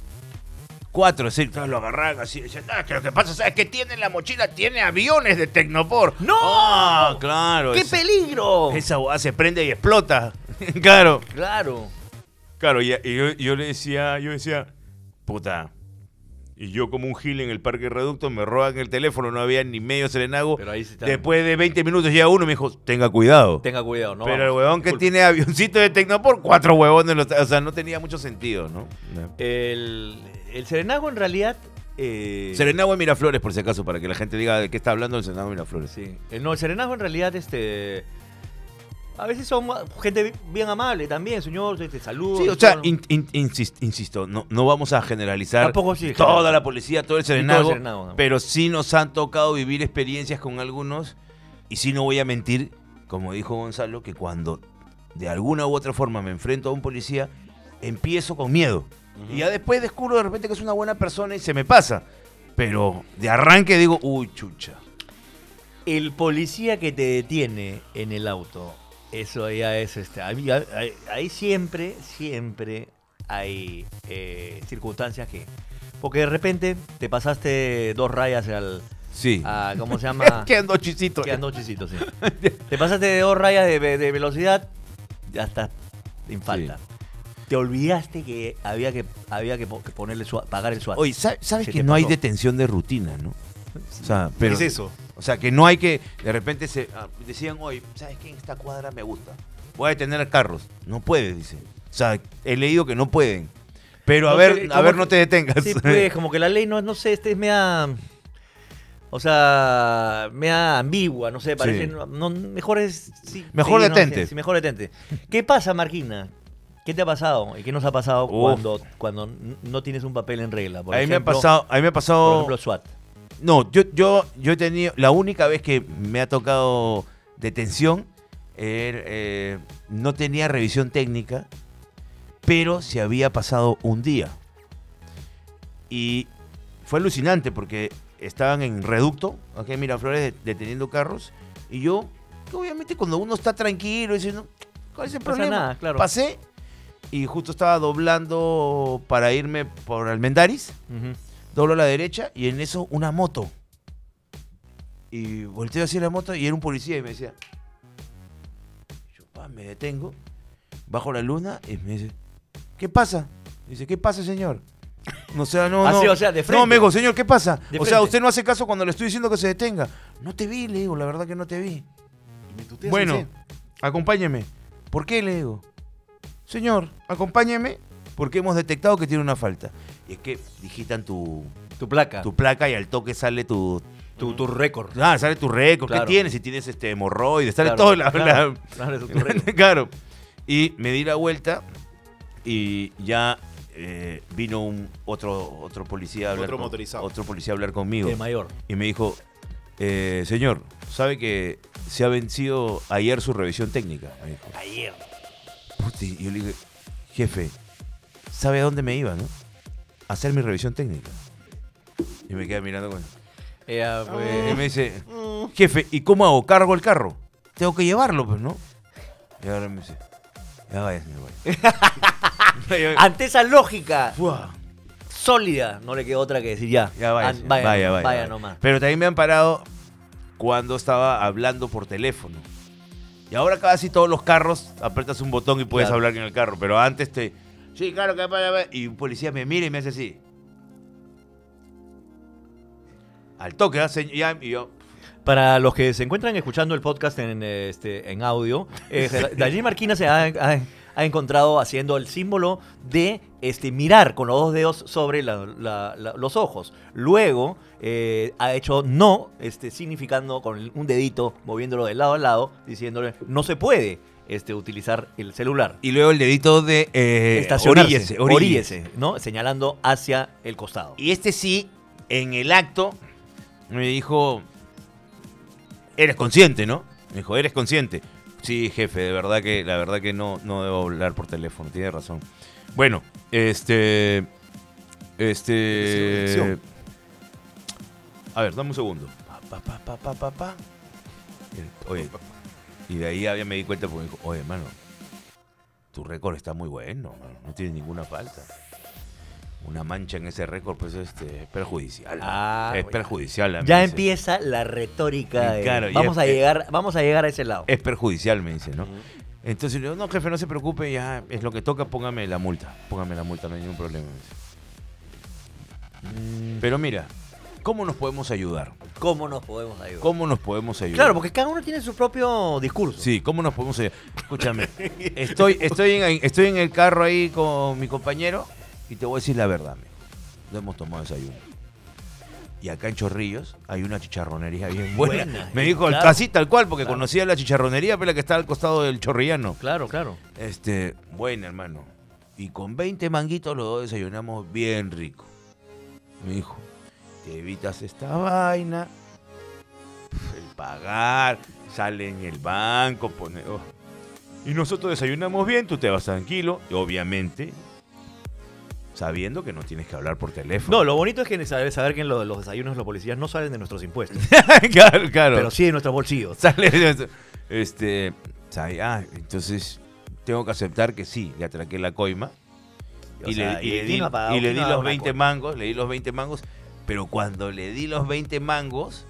[SPEAKER 3] Cuatro, sí, todos lo agarraban así. Decían, "Ah, que lo que pasa ¿sabes? es que tiene en la mochila, tiene aviones de Tecnopor.
[SPEAKER 2] ¡No!
[SPEAKER 3] Ah, claro.
[SPEAKER 2] ¡Qué
[SPEAKER 3] esa-
[SPEAKER 2] peligro!
[SPEAKER 3] Esa hueá se prende y explota. claro.
[SPEAKER 2] (laughs) Claro.
[SPEAKER 3] Claro, y, y yo, yo le decía, yo decía, puta. Y yo como un gil en el parque reducto, me roban el teléfono, no había ni medio serenago.
[SPEAKER 2] Pero ahí sí está.
[SPEAKER 3] Después de 20 minutos llega uno y me dijo, tenga cuidado.
[SPEAKER 2] Tenga cuidado, ¿no?
[SPEAKER 3] Pero el
[SPEAKER 2] vamos.
[SPEAKER 3] huevón que
[SPEAKER 2] Disculpe.
[SPEAKER 3] tiene avioncito de Tecnopor, cuatro huevones, lo tra- o sea, no tenía mucho sentido, ¿no?
[SPEAKER 2] El, el serenazgo en realidad. eh,
[SPEAKER 3] Serenagua de Miraflores, por si acaso, para que la gente diga de qué está hablando el Serenagua de Miraflores.
[SPEAKER 2] Sí. Eh, No, el serenazgo en realidad, este. A veces son gente bi- bien amable también, señor, este, te, te saludo.
[SPEAKER 3] Sí, o sea,
[SPEAKER 2] son-
[SPEAKER 3] in- in- insis- insisto, no, no vamos a generalizar
[SPEAKER 2] Tampoco sí,
[SPEAKER 3] toda
[SPEAKER 2] claro.
[SPEAKER 3] la policía, todo el serenago,
[SPEAKER 2] serenago, ¿no?
[SPEAKER 3] pero sí nos han tocado vivir experiencias con algunos y sí no voy a mentir, como dijo Gonzalo, que cuando de alguna u otra forma me enfrento a un policía, empiezo con miedo. Y ya después descubro de repente que es una buena persona y se me pasa. Pero de arranque digo, uy, chucha.
[SPEAKER 2] El policía que te detiene en el auto, eso ya es este. Ahí, ahí- ahí siempre, siempre hay eh, circunstancias que. Porque de repente te pasaste dos rayas al.
[SPEAKER 3] (laughs) Sí.
[SPEAKER 2] a- ¿Cómo se
[SPEAKER 3] (laughs)
[SPEAKER 2] llama?
[SPEAKER 3] Quedan dos chisitos.
[SPEAKER 2] Quedan dos chisitos,
[SPEAKER 3] (laughs)
[SPEAKER 2] sí. Te pasaste de dos rayas de, ve- de velocidad, ya está, sin falta. Te olvidaste que había que, había que po- que ponerle su, pagar el SWAT.
[SPEAKER 3] Oye, sa- ¿sabes
[SPEAKER 2] Se
[SPEAKER 3] que
[SPEAKER 2] te
[SPEAKER 3] no hay
[SPEAKER 2] pasó.
[SPEAKER 3] detención de rutina, no? O sea, pero...
[SPEAKER 1] es eso?
[SPEAKER 3] O sea, que no hay que. De repente se ah, decían hoy, ¿sabes qué? En esta cuadra me gusta. Voy a detener carros. No puedes, dice. O sea, he leído que no pueden. Pero a
[SPEAKER 2] No,
[SPEAKER 3] ver,
[SPEAKER 2] que-
[SPEAKER 3] a
[SPEAKER 2] como
[SPEAKER 3] ver,
[SPEAKER 2] que-
[SPEAKER 3] no te detengas.
[SPEAKER 2] Sí,
[SPEAKER 3] (laughs)
[SPEAKER 2] pues, como que la ley no, no sé, este es media. O sea, media ambigua, no sé, parece.
[SPEAKER 3] Sí.
[SPEAKER 2] no- no, mejor es. sí,
[SPEAKER 3] Mejor
[SPEAKER 2] sí, no
[SPEAKER 3] detente.
[SPEAKER 2] sé, sí, mejor detente. ¿Qué pasa, Marquina? ¿Qué te ha pasado? ¿Y qué nos ha pasado
[SPEAKER 3] Uf.
[SPEAKER 2] cuando, cuando n- no tienes un papel en regla? Por
[SPEAKER 3] a mí me ha
[SPEAKER 2] ejemplo-
[SPEAKER 3] pasado. A mí me ha pasado.
[SPEAKER 2] Por ejemplo, SWAT.
[SPEAKER 3] No, yo, yo, yo he tenido. La única vez que me ha tocado detención, er, eh, no tenía revisión técnica, pero se había pasado un día. Y fue alucinante porque estaban en reducto, aquí en Miraflores, de- deteniendo carros. Y yo, que obviamente, cuando uno está tranquilo, dice, "No, ¿cuál es el
[SPEAKER 2] No pasa
[SPEAKER 3] problema?
[SPEAKER 2] nada, claro.
[SPEAKER 3] Pasé y justo estaba doblando para irme por Almendaris
[SPEAKER 2] Ujú.
[SPEAKER 3] doblo a la derecha y en eso una moto. Y volteo hacia la moto y era un policía y me decía, yo pa, me detengo, bajo la luna y me dice, ¿qué pasa? Dice, ¿qué pasa, señor? No,
[SPEAKER 2] (laughs)
[SPEAKER 3] o sea, no,
[SPEAKER 2] Ah,
[SPEAKER 3] no.
[SPEAKER 2] sí, o sea, de
[SPEAKER 3] No,
[SPEAKER 2] frente.
[SPEAKER 3] me dijo, señor, ¿qué pasa?
[SPEAKER 2] De
[SPEAKER 3] o sea,
[SPEAKER 2] frente.
[SPEAKER 3] usted no hace caso cuando le estoy diciendo que se detenga. No te vi, le digo, la verdad que no te vi. Bueno, acompáñeme. ¿Por qué le digo? Señor, acompáñeme porque hemos detectado que tiene una falta. Y es que digitan tu,
[SPEAKER 2] Tu placa.
[SPEAKER 3] tu placa y al toque sale tu.
[SPEAKER 2] tu, tu récord.
[SPEAKER 3] Ah, sale tu récord.
[SPEAKER 2] Claro.
[SPEAKER 3] ¿Qué tienes? Si tienes este hemorroides, sale
[SPEAKER 2] Claro,
[SPEAKER 3] todo la.
[SPEAKER 2] claro,
[SPEAKER 3] la-
[SPEAKER 2] claro, tu
[SPEAKER 3] (laughs)
[SPEAKER 2] récord.
[SPEAKER 3] Claro. Y me di la vuelta y ya eh, vino un otro, otro policía a hablar.
[SPEAKER 1] Otro
[SPEAKER 3] con-
[SPEAKER 1] motorizado.
[SPEAKER 3] Otro policía a hablar conmigo.
[SPEAKER 2] De mayor.
[SPEAKER 3] Y me dijo, eh, señor, ¿sabe que se ha vencido ayer su revisión técnica? Me dijo. Ayer. y yo le dije, jefe, ¿sabe a dónde me iba, no? A hacer mi revisión técnica. Y me queda mirando con
[SPEAKER 2] Ella,
[SPEAKER 3] Ah. y
[SPEAKER 2] pues,
[SPEAKER 3] me dice, jefe, ¿y cómo hago? ¿Cargo el carro? Tengo que llevarlo, pues, ¿no? Y ahora me dice, ya vaya, (laughs) señor, vaya. Y yo,
[SPEAKER 2] Ante esa lógica
[SPEAKER 3] "Fua".
[SPEAKER 2] sólida, no le quedó otra que decir ya.
[SPEAKER 3] Ya vaya,
[SPEAKER 2] Ah,
[SPEAKER 3] señor,
[SPEAKER 2] vaya,
[SPEAKER 3] vaya, vaya,
[SPEAKER 2] vaya
[SPEAKER 3] vaya.
[SPEAKER 2] nomás.
[SPEAKER 3] Pero también me han parado cuando estaba hablando por teléfono. Y ahora casi todos los carros apretas un botón y puedes
[SPEAKER 2] Claro.
[SPEAKER 3] hablar en el carro. Pero antes te. Sí, claro, que para, para". Y un policía me mira y me hace así. Al toque, ¿ah, señor? Ya, y yo.
[SPEAKER 2] Para los que se encuentran escuchando el podcast en, eh, este, en audio,
[SPEAKER 3] (laughs)
[SPEAKER 2] eh, Gerard- Daniel Marquina se ha, ha- ha encontrado haciendo el símbolo de este, mirar con los dos dedos sobre la- la- la- los ojos. Luego eh, ha hecho no, este, significando con el- un dedito, moviéndolo de lado a lado, diciéndole no se puede este, utilizar el celular.
[SPEAKER 3] Y luego el dedito de. Eh,
[SPEAKER 2] Estacionarse,
[SPEAKER 3] oríllese,
[SPEAKER 2] oríllese, ¿no? Señalando hacia el costado.
[SPEAKER 3] Y este sí, en el acto, me dijo, eres consciente, ¿no? Me dijo, eres consciente. Sí, jefe, de verdad que, la verdad que no, no debo hablar por teléfono, tiene razón. Bueno, este, este,
[SPEAKER 1] Jurisdicción.
[SPEAKER 3] A ver, dame un segundo. Pa, pa, pa, pa, pa, pa, pa. El- Oye, y de ahí ya me di cuenta porque me dijo, oye, hermano, tu récord está muy bueno, mano, no tienes ninguna falta. Una mancha en ese récord, pues este, es perjudicial.
[SPEAKER 2] Ah,
[SPEAKER 3] es
[SPEAKER 2] bueno.
[SPEAKER 3] perjudicial. me
[SPEAKER 2] Ya
[SPEAKER 3] dice.
[SPEAKER 2] empieza la retórica.
[SPEAKER 3] Y
[SPEAKER 2] de,
[SPEAKER 3] claro, y
[SPEAKER 2] vamos,
[SPEAKER 3] es-
[SPEAKER 2] a
[SPEAKER 3] es-
[SPEAKER 2] llegar, vamos a llegar a ese lado.
[SPEAKER 3] Es perjudicial, me dice, ¿no? Entonces yo, no, jefe, no se preocupe, ya es lo que toca, póngame la multa. Póngame la multa, no hay ningún problema. me dice.
[SPEAKER 2] Mm.
[SPEAKER 3] Pero mira, ¿cómo nos podemos ayudar?
[SPEAKER 2] ¿Cómo nos podemos ayudar?
[SPEAKER 3] ¿Cómo nos podemos ayudar?
[SPEAKER 2] Claro, porque cada uno tiene su propio discurso.
[SPEAKER 3] Sí, ¿cómo nos podemos ayudar?
[SPEAKER 2] (laughs)
[SPEAKER 3] Escúchame, estoy, estoy, en, estoy en el carro ahí con mi compañero y te voy a decir la verdad, amigo. No hemos tomado desayuno. Y acá en Chorrillos hay una chicharronería bien buena.
[SPEAKER 2] Buena,
[SPEAKER 3] Me
[SPEAKER 2] sí,
[SPEAKER 3] dijo
[SPEAKER 2] claro.
[SPEAKER 3] casi tal cual, porque
[SPEAKER 2] Claro.
[SPEAKER 3] conocía la chicharronería, pero la que está al costado del chorrillano.
[SPEAKER 2] Claro, claro.
[SPEAKER 3] Este, bueno, hermano. Y con 20 manguitos los dos desayunamos bien rico. Me dijo, te evitas esta vaina, el pagar, sale en el banco, pone... oh. Y nosotros desayunamos bien, tú te vas tranquilo, y obviamente, sabiendo que no tienes que hablar por teléfono.
[SPEAKER 2] No, lo bonito es que saber, saber que los, los desayunos de los policías no salen de nuestros impuestos,
[SPEAKER 3] (laughs) claro, claro.
[SPEAKER 2] pero sí de nuestros bolsillos.
[SPEAKER 3] Sale de eso. Este. sabe, Ah, entonces tengo que aceptar que sí, le atraqué la coima.
[SPEAKER 2] O
[SPEAKER 3] Y,
[SPEAKER 2] sea,
[SPEAKER 3] le, y
[SPEAKER 2] y
[SPEAKER 3] le
[SPEAKER 2] ¿quién
[SPEAKER 3] di,
[SPEAKER 2] no ha pagado?
[SPEAKER 3] y le
[SPEAKER 2] ¿Quién
[SPEAKER 3] di
[SPEAKER 2] no ha dado
[SPEAKER 3] los
[SPEAKER 2] una
[SPEAKER 3] 20
[SPEAKER 2] coima?
[SPEAKER 3] mangos, le di los 20 mangos, pero cuando le di los 20 mangos,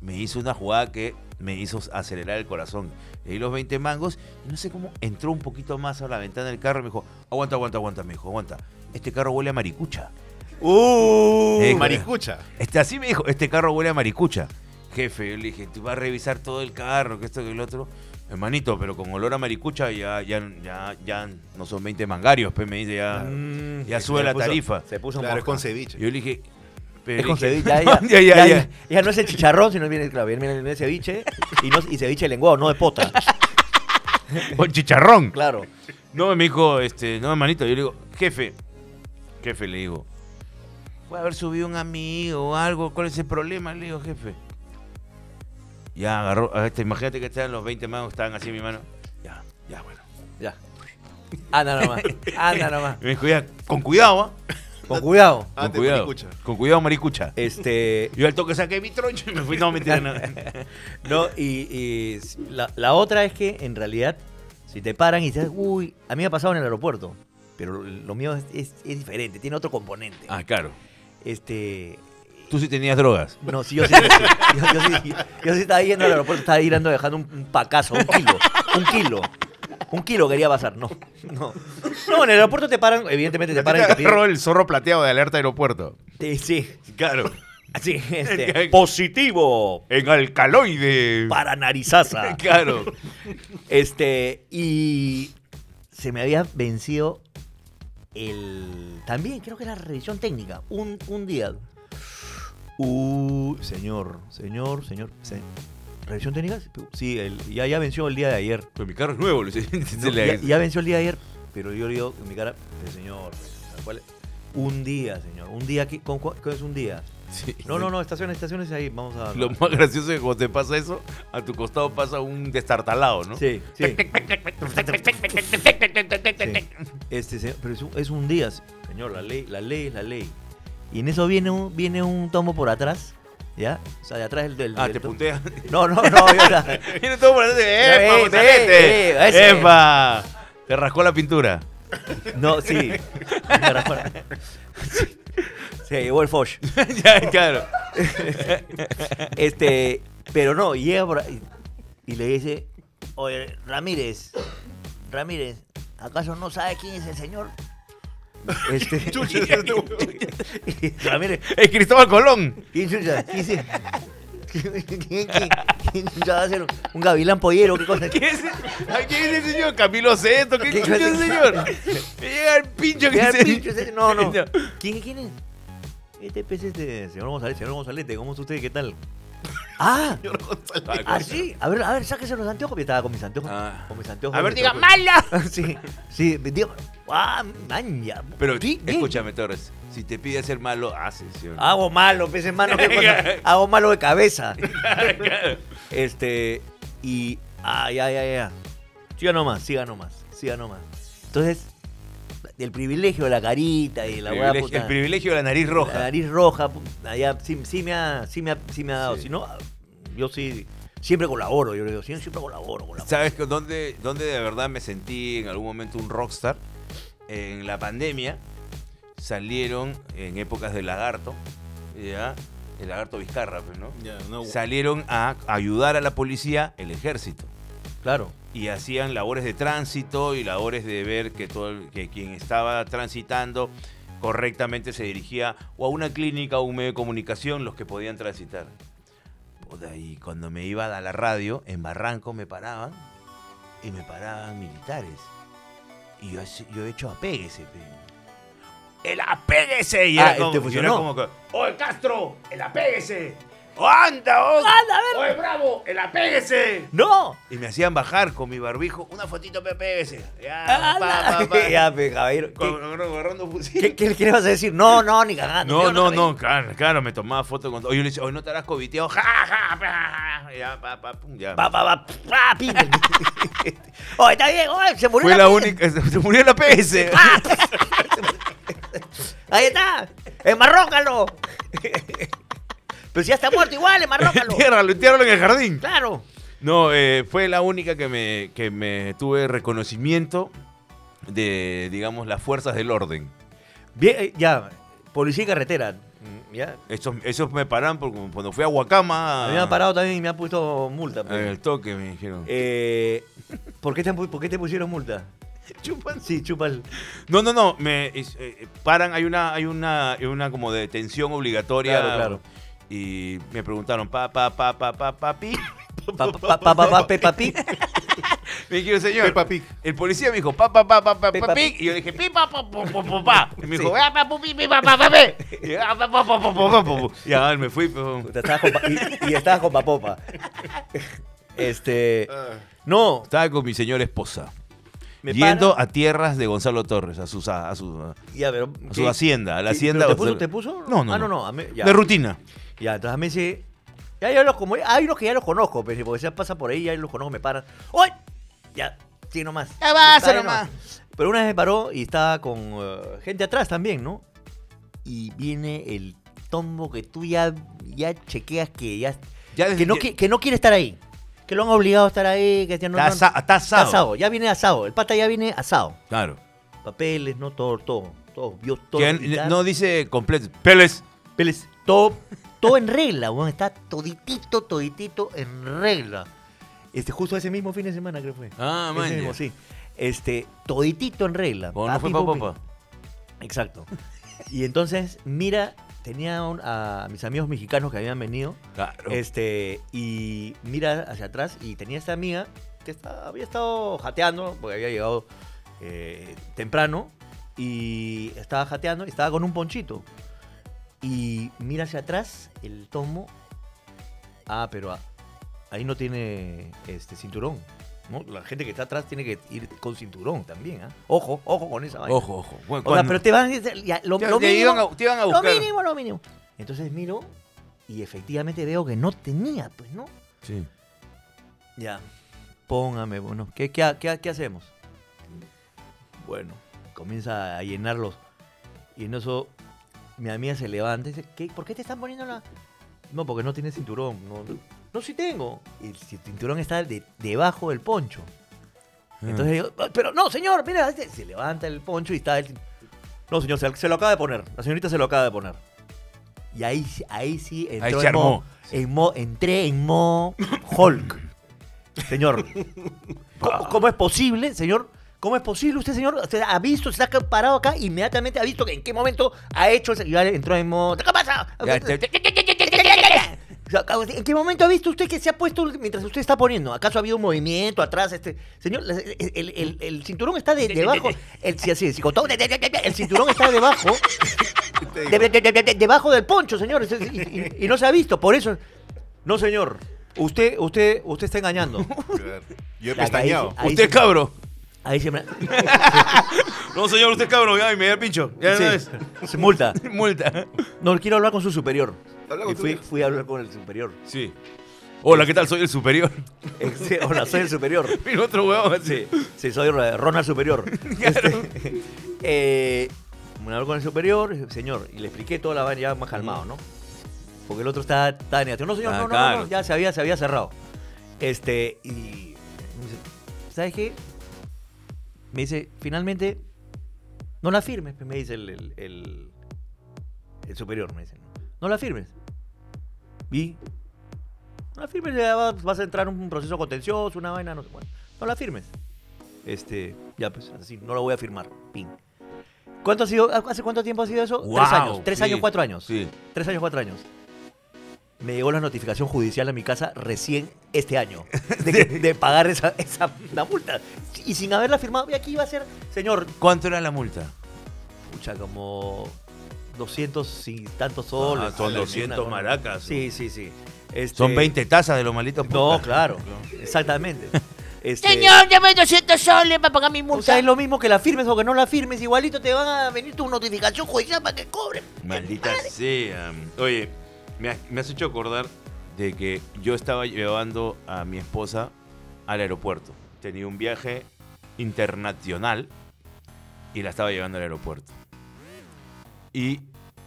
[SPEAKER 3] me hizo una jugada que me hizo acelerar el corazón. Le di los 20 mangos y no sé cómo entró un poquito más a la ventana del carro y me dijo, aguanta, aguanta, aguanta, me dijo, aguanta. Este carro huele a maricucha.
[SPEAKER 1] ¡Uh!
[SPEAKER 3] Eh,
[SPEAKER 1] maricucha.
[SPEAKER 3] Este, así me dijo, este carro huele a maricucha. Jefe, yo le dije, tú vas a revisar todo el carro, que esto, que el otro. Hermanito, pero con olor a maricucha ya, ya, ya, ya no son 20 mangarios, pues me dice, ya,
[SPEAKER 2] Mm,
[SPEAKER 3] ya
[SPEAKER 2] se
[SPEAKER 3] sube la
[SPEAKER 2] puso-
[SPEAKER 3] tarifa.
[SPEAKER 2] Se puso
[SPEAKER 1] Claro, es
[SPEAKER 2] mosca.
[SPEAKER 1] con ceviche. (laughs)
[SPEAKER 3] Yo le dije, pero
[SPEAKER 2] Es
[SPEAKER 3] le
[SPEAKER 2] con
[SPEAKER 3] dije,
[SPEAKER 2] ceviche,
[SPEAKER 3] (laughs)
[SPEAKER 2] ya, ya, ya, ya, ya no es el chicharrón, sino viene, claro, viene, viene el ceviche y, no, y ceviche lenguado, no de pota.
[SPEAKER 3] con chicharrón.
[SPEAKER 2] Claro.
[SPEAKER 3] No, me dijo, este, no, hermanito, yo le digo, jefe, jefe, le digo, puede haber subido un amigo o algo, ¿cuál es el problema? Le digo, jefe. Ya agarró, a este, imagínate que estaban los 20 mangos, estaban así en mi mano. Ya, ya, bueno.
[SPEAKER 2] Ya. Anda nomás. Anda nomás.
[SPEAKER 3] Me dijo, ya, con cuidado, ¿ah?
[SPEAKER 2] Con cuidado.
[SPEAKER 1] Ah,
[SPEAKER 3] con
[SPEAKER 1] te-
[SPEAKER 3] cuidado.
[SPEAKER 1] maricucha.
[SPEAKER 3] Con cuidado, maricucha.
[SPEAKER 2] Este.
[SPEAKER 3] Yo al toque saqué mi troncho y me fui. No, mentira, no.
[SPEAKER 2] No, y, y s- la, la otra es que en realidad, si te paran y dices, uy, a mí me ha pasado en el aeropuerto, pero lo mío es, es- es diferente, tiene otro componente.
[SPEAKER 3] Ah, claro.
[SPEAKER 2] Este.
[SPEAKER 3] Tú sí tenías drogas.
[SPEAKER 2] No, sí, yo sí. (laughs) yo, yo sí yo sí estaba yendo al aeropuerto, estaba yendo dejando un, un pacazo, un kilo. Un kilo. Un kilo quería pasar, no. No, no en el aeropuerto te paran, evidentemente te paran y te piden-
[SPEAKER 3] el zorro plateado de alerta aeropuerto.
[SPEAKER 2] Sí, sí.
[SPEAKER 3] Claro.
[SPEAKER 2] Así, este. Positivo
[SPEAKER 3] En alcaloide.
[SPEAKER 2] para Narizaza.
[SPEAKER 3] Claro.
[SPEAKER 2] Este, y se me había vencido el. También creo que era revisión técnica. Un, un día. Uh, señor, señor, señor. se- ¿Revisión técnica? Sí, el- ya, ya venció el día de ayer.
[SPEAKER 3] Pero mi carro es nuevo, Luis. (laughs)
[SPEAKER 2] No, ya, ya venció el día de ayer, pero yo le digo en mi cara, "Pero, señor, ¿cuál es? un día, señor, un día aquí, ¿con cu- ¿qué es un día? No, no, no, estaciones, estaciones ahí, vamos a...
[SPEAKER 3] Lo más gracioso es que cuando te pasa eso, a tu costado pasa un destartalado, ¿no?
[SPEAKER 2] Sí, sí. Sí. Este, se- pero es un, es un día, señor, la ley, la ley es la ley. Y en eso viene un, viene un tomo por atrás, ¿ya? O sea, de atrás del... del
[SPEAKER 3] Ah,
[SPEAKER 2] del
[SPEAKER 3] te
[SPEAKER 2] to- (laughs)
[SPEAKER 3] puntean.
[SPEAKER 2] No, no, no, yo la-
[SPEAKER 3] Viene todo por atrás.
[SPEAKER 2] Ya,
[SPEAKER 3] ¡Epa,
[SPEAKER 2] ve,
[SPEAKER 3] mozalete!
[SPEAKER 2] ve, ve, ese.
[SPEAKER 3] ¡Epa! Te rascó la pintura. (laughs)
[SPEAKER 2] No, sí. Sí. Se llevó el fosh.
[SPEAKER 3] ya, claro.
[SPEAKER 2] Este, pero no, llega por ahí y le dice, oye, Ramírez, Ramírez, ¿acaso no sabe quién es el
[SPEAKER 3] (laughs)
[SPEAKER 2] señor? Este, (laughs) y Ramírez,
[SPEAKER 3] Es Cristóbal Colón.
[SPEAKER 2] ¿quién chucha? ¿Quién se- quién- quién- quién chucha va a ser un gavilán pollero? ¿Qué cosa?
[SPEAKER 3] ¿Quién es, ¿A quién es el señor? Camilo Seto, ¿qué
[SPEAKER 2] ¿Qué
[SPEAKER 3] es el
[SPEAKER 2] clase-
[SPEAKER 3] señor? Me llega el pincho que
[SPEAKER 2] Mira,
[SPEAKER 3] dice-
[SPEAKER 2] pinche, ese- No,
[SPEAKER 3] (laughs)
[SPEAKER 2] no. ¿Quién, quién es? Este pez es de señor González, señor González, ¿cómo está usted? ¿Qué tal? ¡Ah!
[SPEAKER 1] (laughs)
[SPEAKER 3] Ah,
[SPEAKER 2] Así, a ver, a ver, sáquese los anteojos. porque estaba con mis anteojos.
[SPEAKER 3] Ah.
[SPEAKER 2] Con mis anteojos. pues.
[SPEAKER 3] A ver,
[SPEAKER 4] Diga, mala.
[SPEAKER 2] sí, sí, digo, ah, maña.
[SPEAKER 3] Pero
[SPEAKER 2] Sí, bien.
[SPEAKER 3] escúchame, Torres, si te pide hacer malo, haces. ¿sí o (laughs) no?
[SPEAKER 2] Hago malo, pues hermano, ¿qué cosa?
[SPEAKER 3] (laughs)
[SPEAKER 2] Hago malo de cabeza. este, y, ah, ya, ya, ya. Siga nomás, siga nomás, siga nomás. Entonces, del privilegio de la carita y de la hueá
[SPEAKER 3] Privilegio-
[SPEAKER 2] puta.
[SPEAKER 3] el privilegio de la nariz roja.
[SPEAKER 2] La nariz roja, pu- allá sí, sí me ha, sí me ha, sí me ha dado.
[SPEAKER 3] Sí.
[SPEAKER 2] Si no, yo sí, siempre colaboro, yo le digo, siempre colaboro, colaboro.
[SPEAKER 3] ¿Sabes con dónde, dónde de verdad me sentí en algún momento un rockstar? En la pandemia salieron en épocas de lagarto, ¿ya? El lagarto Vizcarra, pues, ¿no?
[SPEAKER 1] Ya, no,
[SPEAKER 3] Salieron a ayudar a la policía el ejército.
[SPEAKER 2] Claro.
[SPEAKER 3] y hacían labores de tránsito y labores de ver que todo el- que quien estaba transitando correctamente se dirigía o a una clínica o un medio de comunicación los que podían transitar. Puta, y cuando me iba a la radio en Barranco me paraban y me paraban militares. Y yo, así- yo he hecho apéguese, pe. El apéguese y
[SPEAKER 2] Ah,
[SPEAKER 3] era como,
[SPEAKER 2] ¿te
[SPEAKER 3] y era
[SPEAKER 2] funcionó?
[SPEAKER 3] como que, "Oye, Castro, el apéguese. ¡Oh, anda, oh! ¡Anda, ¡Oye, bravo, el apéguese!
[SPEAKER 2] ¡No!
[SPEAKER 3] Y me hacían bajar con mi barbijo una fotito PPS. Ya,
[SPEAKER 2] (laughs)
[SPEAKER 3] pa, pa, pa.
[SPEAKER 2] Ah, Ya, pe, caballero.
[SPEAKER 3] Con-
[SPEAKER 2] ¿Qué,
[SPEAKER 3] con- agarrando fusil.
[SPEAKER 2] qué, qué- qué le vas a decir? No, no, ni cagando.
[SPEAKER 3] No,
[SPEAKER 2] yo
[SPEAKER 3] no,
[SPEAKER 2] caballero.
[SPEAKER 3] no, claro, claro, me tomaba foto con. Oye, yo le decía, hoy no estarás coviteado. (laughs) Ja, ja, pa, ja, ja. Ya, pa, pa, pum, ya.
[SPEAKER 2] Pa, pa, pa, pa, pim. (laughs) Oye, está bien, oye, se murió
[SPEAKER 3] Fue la
[SPEAKER 2] pila.
[SPEAKER 3] única. (laughs) Se murió
[SPEAKER 2] (laughs)
[SPEAKER 3] la PS.
[SPEAKER 2] Ah,
[SPEAKER 3] (laughs)
[SPEAKER 2] Ahí está, enmarrócalo. Pero si ya está muerto igual, (laughs) enmarrócalo.
[SPEAKER 3] Entiérralo, entiérralo en el jardín.
[SPEAKER 2] Claro.
[SPEAKER 3] No, eh, fue la única que me, que me tuve reconocimiento de, digamos, las fuerzas del orden.
[SPEAKER 2] Bien, eh, ya, policía y carretera. Mm, Ya.
[SPEAKER 3] Esos, esos me paran por, cuando fui a Huacama.
[SPEAKER 2] A mí me han parado también y me han puesto multa.
[SPEAKER 3] En
[SPEAKER 2] pe.
[SPEAKER 3] Ah. el toque me dijeron.
[SPEAKER 2] Eh, ¿por, qué te, han pu- por qué te pusieron multa? Chupan. Sí,
[SPEAKER 3] (laughs)
[SPEAKER 2] chupan.
[SPEAKER 3] No, no, no. Me es- eh, paran, hay una, hay una, hay una como detención obligatoria.
[SPEAKER 2] Claro, claro.
[SPEAKER 3] Y me preguntaron, pa, pa, pa, pa, pa, papi.
[SPEAKER 2] Pa, pa, pa, pa, pa, Peppa Pig.
[SPEAKER 3] Me dijeron, señor.
[SPEAKER 1] Peppa Pig.
[SPEAKER 3] El policía me dijo, pa, pa, pa, pa, pa,
[SPEAKER 2] Peppa
[SPEAKER 3] pa, Pig. Y yo le dije, pipa, pa, pa, pa, pa, pa. Y me dijo,
[SPEAKER 2] Sí.
[SPEAKER 3] ah, pa, pu, pi, pi, pa, pa, pa, pe. Y ah, pa, pa, pa, pa, pa, pa, pa, pa. Y ah, me fui. pero-
[SPEAKER 2] Puta, estabas con pa- y, y estabas con papopa. Este.
[SPEAKER 3] Ah,
[SPEAKER 2] No.
[SPEAKER 3] Estaba con mi señora esposa.
[SPEAKER 2] me
[SPEAKER 3] yendo
[SPEAKER 2] paran.
[SPEAKER 3] a tierras de Gonzalo Torres, a sus, a, a su, a
[SPEAKER 2] Ya, pero.
[SPEAKER 3] su
[SPEAKER 2] ¿qué?
[SPEAKER 3] hacienda, a la
[SPEAKER 2] Sí,
[SPEAKER 3] hacienda.
[SPEAKER 2] ¿pero
[SPEAKER 3] de
[SPEAKER 2] ¿Te puso?
[SPEAKER 3] Gonzalo-
[SPEAKER 2] ¿Te puso?
[SPEAKER 3] No, no,
[SPEAKER 2] Ah, no,
[SPEAKER 3] no.
[SPEAKER 2] no. a mí- ya.
[SPEAKER 3] De rutina.
[SPEAKER 2] Ya, entonces a mí sí. Ya yo los como. Hay unos que ya los conozco, pero porque ya pasa por ahí, ya los conozco, me paran. ¡Uy! Ya, sí nomás.
[SPEAKER 4] Ya va,
[SPEAKER 2] Está ahí
[SPEAKER 4] sí nomás.
[SPEAKER 2] Pero una vez me paró y estaba con eh, gente atrás también, ¿no? Y viene el tombo que tú ya, ya chequeas que ya.
[SPEAKER 3] Ya desde-
[SPEAKER 2] que, no, qui- que no quiere estar ahí. Que lo han obligado a estar ahí, que ya no.
[SPEAKER 3] Está
[SPEAKER 2] no-
[SPEAKER 3] asa- está
[SPEAKER 2] está
[SPEAKER 3] asado.
[SPEAKER 2] asado. Ya viene asado. El pata ya viene asado.
[SPEAKER 3] Claro.
[SPEAKER 2] Papeles, no todo, todo. Todo. Vio todo.
[SPEAKER 3] Que
[SPEAKER 2] militar.
[SPEAKER 3] n- no dice completo. Peles.
[SPEAKER 2] Peles, todo, todo en regla, weón. Está toditito, toditito en regla. Este, justo ese mismo fin de semana creo que fue.
[SPEAKER 3] Ah,
[SPEAKER 2] Ese
[SPEAKER 3] man,
[SPEAKER 2] mismo,
[SPEAKER 3] ya.
[SPEAKER 2] sí. Este, toditito en regla.
[SPEAKER 3] Como no fue pues.
[SPEAKER 2] Papi,
[SPEAKER 3] pa'
[SPEAKER 2] pupi.
[SPEAKER 3] popa.
[SPEAKER 2] Exacto. Y entonces, mira, tenía un- a mis amigos mexicanos que habían venido.
[SPEAKER 3] Claro.
[SPEAKER 2] Este, y mira hacia atrás y tenía esta amiga que estaba- había estado jateando, porque había llegado eh, temprano, y estaba jateando y estaba con un ponchito. Y mira hacia atrás el tomo. Ah, pero a- ahí no tiene este cinturón. ¿no? La gente que está atrás tiene que ir con cinturón también. ¿ah? Ojo, ojo con esa vaina.
[SPEAKER 3] Ojo, ojo. Bueno,
[SPEAKER 2] O sea,
[SPEAKER 3] cuando-
[SPEAKER 2] pero te van ya, lo,
[SPEAKER 3] te,
[SPEAKER 2] lo
[SPEAKER 3] te
[SPEAKER 2] mínimo-
[SPEAKER 3] iban a, te iban
[SPEAKER 2] lo
[SPEAKER 3] a buscar.
[SPEAKER 2] mínimo, lo mínimo. Entonces miro y efectivamente veo que no tenía, pues, ¿no?
[SPEAKER 3] Sí.
[SPEAKER 2] Ya. Póngame, bueno, ¿qué, qué, qué- qué hacemos? Bueno, comienza a llenarlos. Y en eso mi amiga se levanta y dice, ¿Qué, ¿por qué te están poniendo la...? No, porque no tiene cinturón. No, no sí tengo. El cinturón está de- debajo del poncho. Entonces digo, "Ah, pero no, señor, mira, este-". se levanta el poncho y está el... No, señor, se, se lo acaba de poner. La señorita se lo acaba de poner. Y ahí, sí- ahí sí entró
[SPEAKER 3] se
[SPEAKER 2] en mo-
[SPEAKER 3] armó.
[SPEAKER 2] en mo- entré en mo Hulk. Señor, ¿cómo,
[SPEAKER 3] Ah.
[SPEAKER 2] cómo es posible, señor? ¿Cómo es posible usted, señor? Usted ha visto, se ha parado acá, inmediatamente ha visto que en qué momento ha hecho ese... Y ya entró en modo... ¿Qué pasa?
[SPEAKER 3] Ah. Ya, este, te- te-
[SPEAKER 2] O sea, ¿En qué momento ha visto usted que se ha puesto mientras usted está poniendo? ¿Acaso ha habido un movimiento atrás? Este, señor, la- el, el- el- el cinturón está de- debajo. El, sí, así, sí, con todo, el cinturón está debajo. de- de- de- de- debajo del poncho, señor. Y, y- y no se ha visto, por eso. No, señor. Usted, usted, usted está engañando.
[SPEAKER 1] Claro. Yo he
[SPEAKER 2] La
[SPEAKER 1] pestañado.
[SPEAKER 2] caída- ahí
[SPEAKER 3] usted
[SPEAKER 2] sí.
[SPEAKER 3] es cabro.
[SPEAKER 2] (laughs) Ahí se me.
[SPEAKER 3] No, señor, usted es cabro. Ya, y me da pincho. Ya no
[SPEAKER 2] sí, se multa.
[SPEAKER 3] es. (laughs) Multa.
[SPEAKER 2] No, quiero hablar con su superior.
[SPEAKER 1] Habla con
[SPEAKER 2] Y
[SPEAKER 1] tu
[SPEAKER 2] fui,
[SPEAKER 1] superior.
[SPEAKER 2] fui a hablar con el superior. (laughs)
[SPEAKER 3] Sí. Hola, ¿qué tal? Soy el superior. (laughs)
[SPEAKER 2] Este, hola, soy el superior.
[SPEAKER 3] Y el otro huevón así.
[SPEAKER 2] (laughs) Sí, sí, soy Ra- Ronald
[SPEAKER 3] (laughs)
[SPEAKER 2] Superior. Este, (laughs) eh, me habló con el superior, señor, y le expliqué toda la vaina ya más calmado, ¿no? Porque el otro estaba, estaba negativo. No, señor,
[SPEAKER 3] Ah,
[SPEAKER 2] no, no, no,
[SPEAKER 3] claro.
[SPEAKER 2] no, ya se había, se había cerrado. Este, y me dice, ¿sabes qué? Me dice, finalmente, no la firmes, me dice el, el- el- el superior, me dice. No la firmes. Vi. No la firmes, ya va- vas, a entrar en un proceso contencioso, una vaina, no sé cuál. No la firmes. Este, ya pues, así, no la voy a firmar. Pin. ¿Cuánto ha sido, ¿Hace cuánto tiempo ha sido eso? tres
[SPEAKER 3] Guau,
[SPEAKER 2] años, tres
[SPEAKER 3] sí,
[SPEAKER 2] años, cuatro años.
[SPEAKER 3] Sí.
[SPEAKER 2] Tres años, cuatro años. Me llegó la notificación judicial a mi casa recién este
[SPEAKER 3] (laughs)
[SPEAKER 2] año de, que- de pagar esa, esa la multa. Y sin haberla firmado, y aquí iba a ser, señor,
[SPEAKER 3] ¿Cuánto era la multa?
[SPEAKER 2] pucha, como 200 y tantos soles.
[SPEAKER 3] Ah, son 200 maracas.
[SPEAKER 2] Sí, sí, sí. Este-
[SPEAKER 3] Son 20 tazas de los malitos.
[SPEAKER 2] No, (laughs)
[SPEAKER 3] putas.
[SPEAKER 2] claro, exactamente. Este,
[SPEAKER 4] Señor, dame 200 soles para pagar mi
[SPEAKER 2] O sea,
[SPEAKER 4] multa.
[SPEAKER 2] es lo mismo que la firmes o que no la firmes, igualito te van a venir tu notificación judicial para que cobren.
[SPEAKER 3] Maldita sea. Oye, me has, me has hecho acordar de que yo estaba llevando a mi esposa al aeropuerto. Tenía un viaje internacional y la estaba llevando al aeropuerto. Y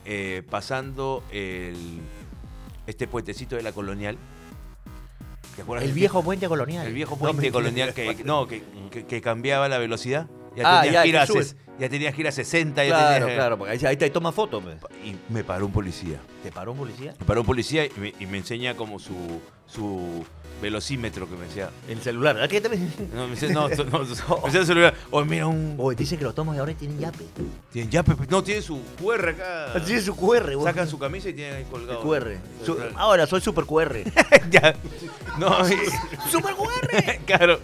[SPEAKER 3] eh, pasando el, este puentecito de la colonial. ¿te acuerdas
[SPEAKER 2] El
[SPEAKER 3] del
[SPEAKER 2] viejo puente colonial.
[SPEAKER 3] El viejo puente colonial que, no, que, que- que cambiaba la velocidad. Ya
[SPEAKER 2] Ah,
[SPEAKER 3] tenías,
[SPEAKER 2] ya,
[SPEAKER 3] que ir
[SPEAKER 2] que
[SPEAKER 3] a
[SPEAKER 2] subes.
[SPEAKER 3] ses- ya tenías que ir a 60. ya
[SPEAKER 2] Claro,
[SPEAKER 3] tenías- eh,
[SPEAKER 2] claro, porque ahí, ahí te toma foto. pues.
[SPEAKER 3] Y me paró un policía.
[SPEAKER 2] ¿Te paró un policía?
[SPEAKER 3] Me paró un policía y me, y me enseña como su, su velocímetro que me decía.
[SPEAKER 2] El celular. ¿A qué (laughs) te...
[SPEAKER 3] No, me dice, no, no, no,
[SPEAKER 2] (laughs)
[SPEAKER 3] me decía el celular. Oye, mira un.
[SPEAKER 2] Oye, dicen que los tomos de ahora tienen yape.
[SPEAKER 3] tiene- ya, Pepe, no, tiene su QR acá.
[SPEAKER 2] Tiene Ah. su QR, güey.
[SPEAKER 3] Sacan su camisa y tienen ahí
[SPEAKER 2] El
[SPEAKER 3] colgado.
[SPEAKER 2] QR. Su-
[SPEAKER 3] Claro.
[SPEAKER 2] ahora soy super QR.
[SPEAKER 3] (laughs) Ya. No,
[SPEAKER 2] (laughs)
[SPEAKER 3] y-
[SPEAKER 2] ¡Super QR!
[SPEAKER 3] (laughs) claro.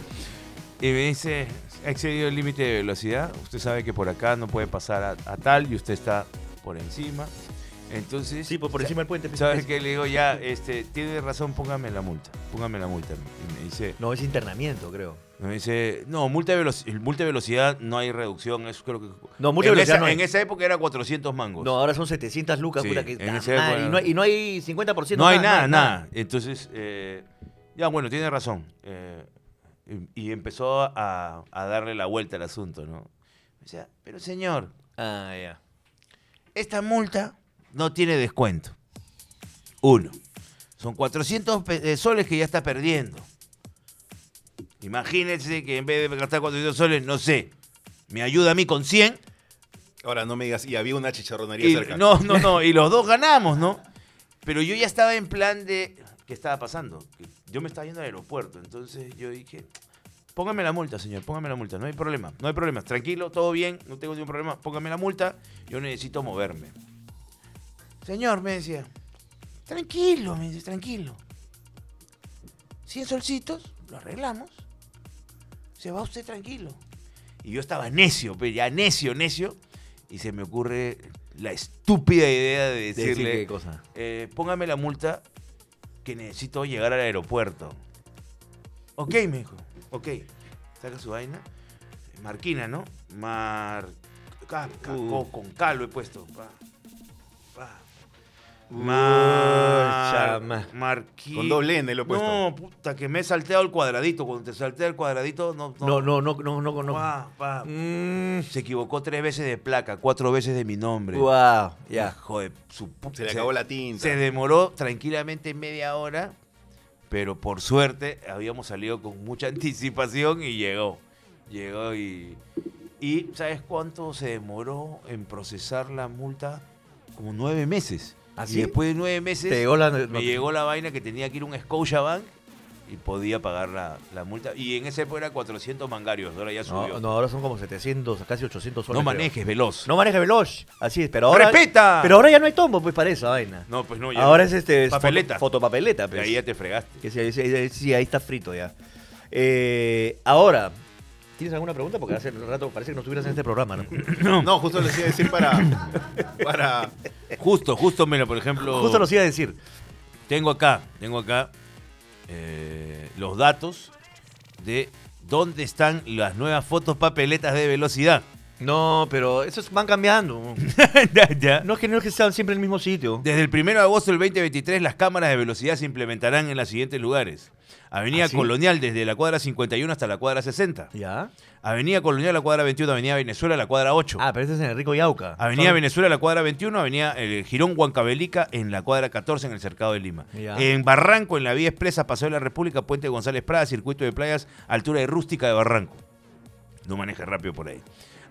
[SPEAKER 3] Y me dice, ha excedido el límite de velocidad. Usted sabe que por acá no puede pasar a, a tal y usted está por encima. Entonces.
[SPEAKER 2] Sí, pues por encima del puente.
[SPEAKER 3] ¿Sabes qué? Le digo, ya, este, tiene razón, póngame la multa. Póngame la multa. Y me dice,
[SPEAKER 2] No, es internamiento, creo.
[SPEAKER 3] Me dice, no, multa de, veloci- el multa de velocidad no hay reducción, eso creo que...
[SPEAKER 2] No, multa de
[SPEAKER 3] en
[SPEAKER 2] velocidad
[SPEAKER 3] esa,
[SPEAKER 2] no hay.
[SPEAKER 3] En esa época era 400 mangos.
[SPEAKER 2] No, ahora son 700 lucas,
[SPEAKER 3] Sí,
[SPEAKER 2] puta, que
[SPEAKER 3] en
[SPEAKER 2] está
[SPEAKER 3] ese
[SPEAKER 2] mal,
[SPEAKER 3] época-
[SPEAKER 2] y, no, hay- y no hay 50%
[SPEAKER 3] No hay
[SPEAKER 2] más,
[SPEAKER 3] nada, nada. Entonces, eh, ya, bueno, tiene razón. Eh, y, y empezó a, a darle la vuelta al asunto, ¿no? O sea, pero señor,
[SPEAKER 2] Ah, ya.
[SPEAKER 3] esta multa no tiene descuento. Uno. Son 400 pe- eh, soles que ya está perdiendo. Imagínense que en vez de gastar 400 soles, no sé, me ayuda a mí con 100.
[SPEAKER 1] Ahora no me digas, y había una chicharronería
[SPEAKER 3] Y-
[SPEAKER 1] cerca.
[SPEAKER 3] no, no, no. Y los dos ganamos, ¿no? Pero yo ya estaba en plan de. ¿Qué estaba pasando? Que Yo me estaba yendo al aeropuerto. Entonces yo dije. Póngame la multa, señor, póngame la multa, no hay problema, no hay problema, tranquilo, todo bien, no tengo ningún problema, póngame la multa, yo necesito moverme. Señor, me decía, tranquilo, me dice, tranquilo. 100 solcitos, lo arreglamos, se va usted tranquilo. Y yo estaba necio, pero ya necio, necio, y se me ocurre la estúpida idea de decirle,
[SPEAKER 2] Decirle qué cosa.
[SPEAKER 3] eh, póngame la multa que necesito llegar al aeropuerto. Ok, me dijo. Ok. Saca su vaina. Marquina, ¿no? Mar... ca- ca- co- con calo he puesto. Pa. Pa. Mar...
[SPEAKER 2] chama.
[SPEAKER 3] Marqui-
[SPEAKER 1] Con doble N lo he puesto.
[SPEAKER 3] No, puta, que me he salteado el cuadradito. Cuando te saltea el cuadradito, no...
[SPEAKER 2] No, no, no, no, no. no.
[SPEAKER 3] Pa, pa.
[SPEAKER 2] Mm,
[SPEAKER 3] Se equivocó tres veces de placa, cuatro veces de mi nombre.
[SPEAKER 2] wow, ya.
[SPEAKER 3] Hijo de su puta.
[SPEAKER 1] Se le acabó la tinta.
[SPEAKER 3] Se demoró tranquilamente media hora, pero por suerte habíamos salido con mucha (laughs) anticipación y llegó. Llegó y. ¿Y sabes cuánto se demoró en procesar la multa? Como nueve meses.
[SPEAKER 2] ¿Ah,
[SPEAKER 3] Y
[SPEAKER 2] sí?
[SPEAKER 3] después de nueve meses
[SPEAKER 2] Te llegó la
[SPEAKER 3] me
[SPEAKER 2] noti-
[SPEAKER 3] llegó la vaina que tenía que ir a un Scotiabank y podía pagar la, la multa. Y en ese época era 400 mangarios, ahora ya
[SPEAKER 2] No,
[SPEAKER 3] subió. No,
[SPEAKER 2] no, ahora son como 700, casi 800 soles. creo.
[SPEAKER 3] manejes veloz.
[SPEAKER 2] No manejes veloz. Así es, pero ahora.
[SPEAKER 3] ¡Respeta!
[SPEAKER 2] Pero ahora ya no hay tombo, pues, para esa vaina.
[SPEAKER 3] No, pues no. ya
[SPEAKER 2] ahora
[SPEAKER 3] no.
[SPEAKER 2] es este. es
[SPEAKER 3] Papeleta.
[SPEAKER 2] foto- fotopapeleta,
[SPEAKER 3] Y
[SPEAKER 2] pues.
[SPEAKER 3] ahí ya te fregaste.
[SPEAKER 2] Que sí, ahí- sí, ahí- sí, ahí está frito ya. Eh, ahora, ¿tienes alguna pregunta? Porque hace rato parece que no estuvieras en este programa, ¿no?
[SPEAKER 1] No, justo les iba a decir para. para
[SPEAKER 3] Justo, justo, mira, por ejemplo.
[SPEAKER 2] Justo los iba a decir.
[SPEAKER 3] Tengo acá, tengo acá eh,
[SPEAKER 2] (laughs)
[SPEAKER 3] los datos de dónde están las nuevas fotos papeletas de velocidad.
[SPEAKER 2] No, pero esos van cambiando.
[SPEAKER 3] Ya, ya.
[SPEAKER 2] No es que no es que sean siempre en el mismo sitio.
[SPEAKER 3] Desde el 1 de agosto del 2023, las cámaras de velocidad se implementarán en los siguientes lugares. Avenida
[SPEAKER 2] ¿Ah, sí?
[SPEAKER 3] Colonial, desde la cuadra 51 hasta la cuadra 60.
[SPEAKER 2] ¿Ya?
[SPEAKER 3] Avenida Colonial, la cuadra 21. Avenida Venezuela, la cuadra 8.
[SPEAKER 2] Ah, pero este es en el Rico Yauca.
[SPEAKER 3] Avenida
[SPEAKER 2] Son-
[SPEAKER 3] Venezuela, la cuadra 21. Avenida eh, Girón Huancabelica, en la cuadra 14, en el cercado de Lima.
[SPEAKER 2] Ya.
[SPEAKER 3] En Barranco, en la vía expresa, Paseo de la República, Puente de González Prada, Circuito de Playas, altura de Rústica de Barranco. No manejes rápido por ahí.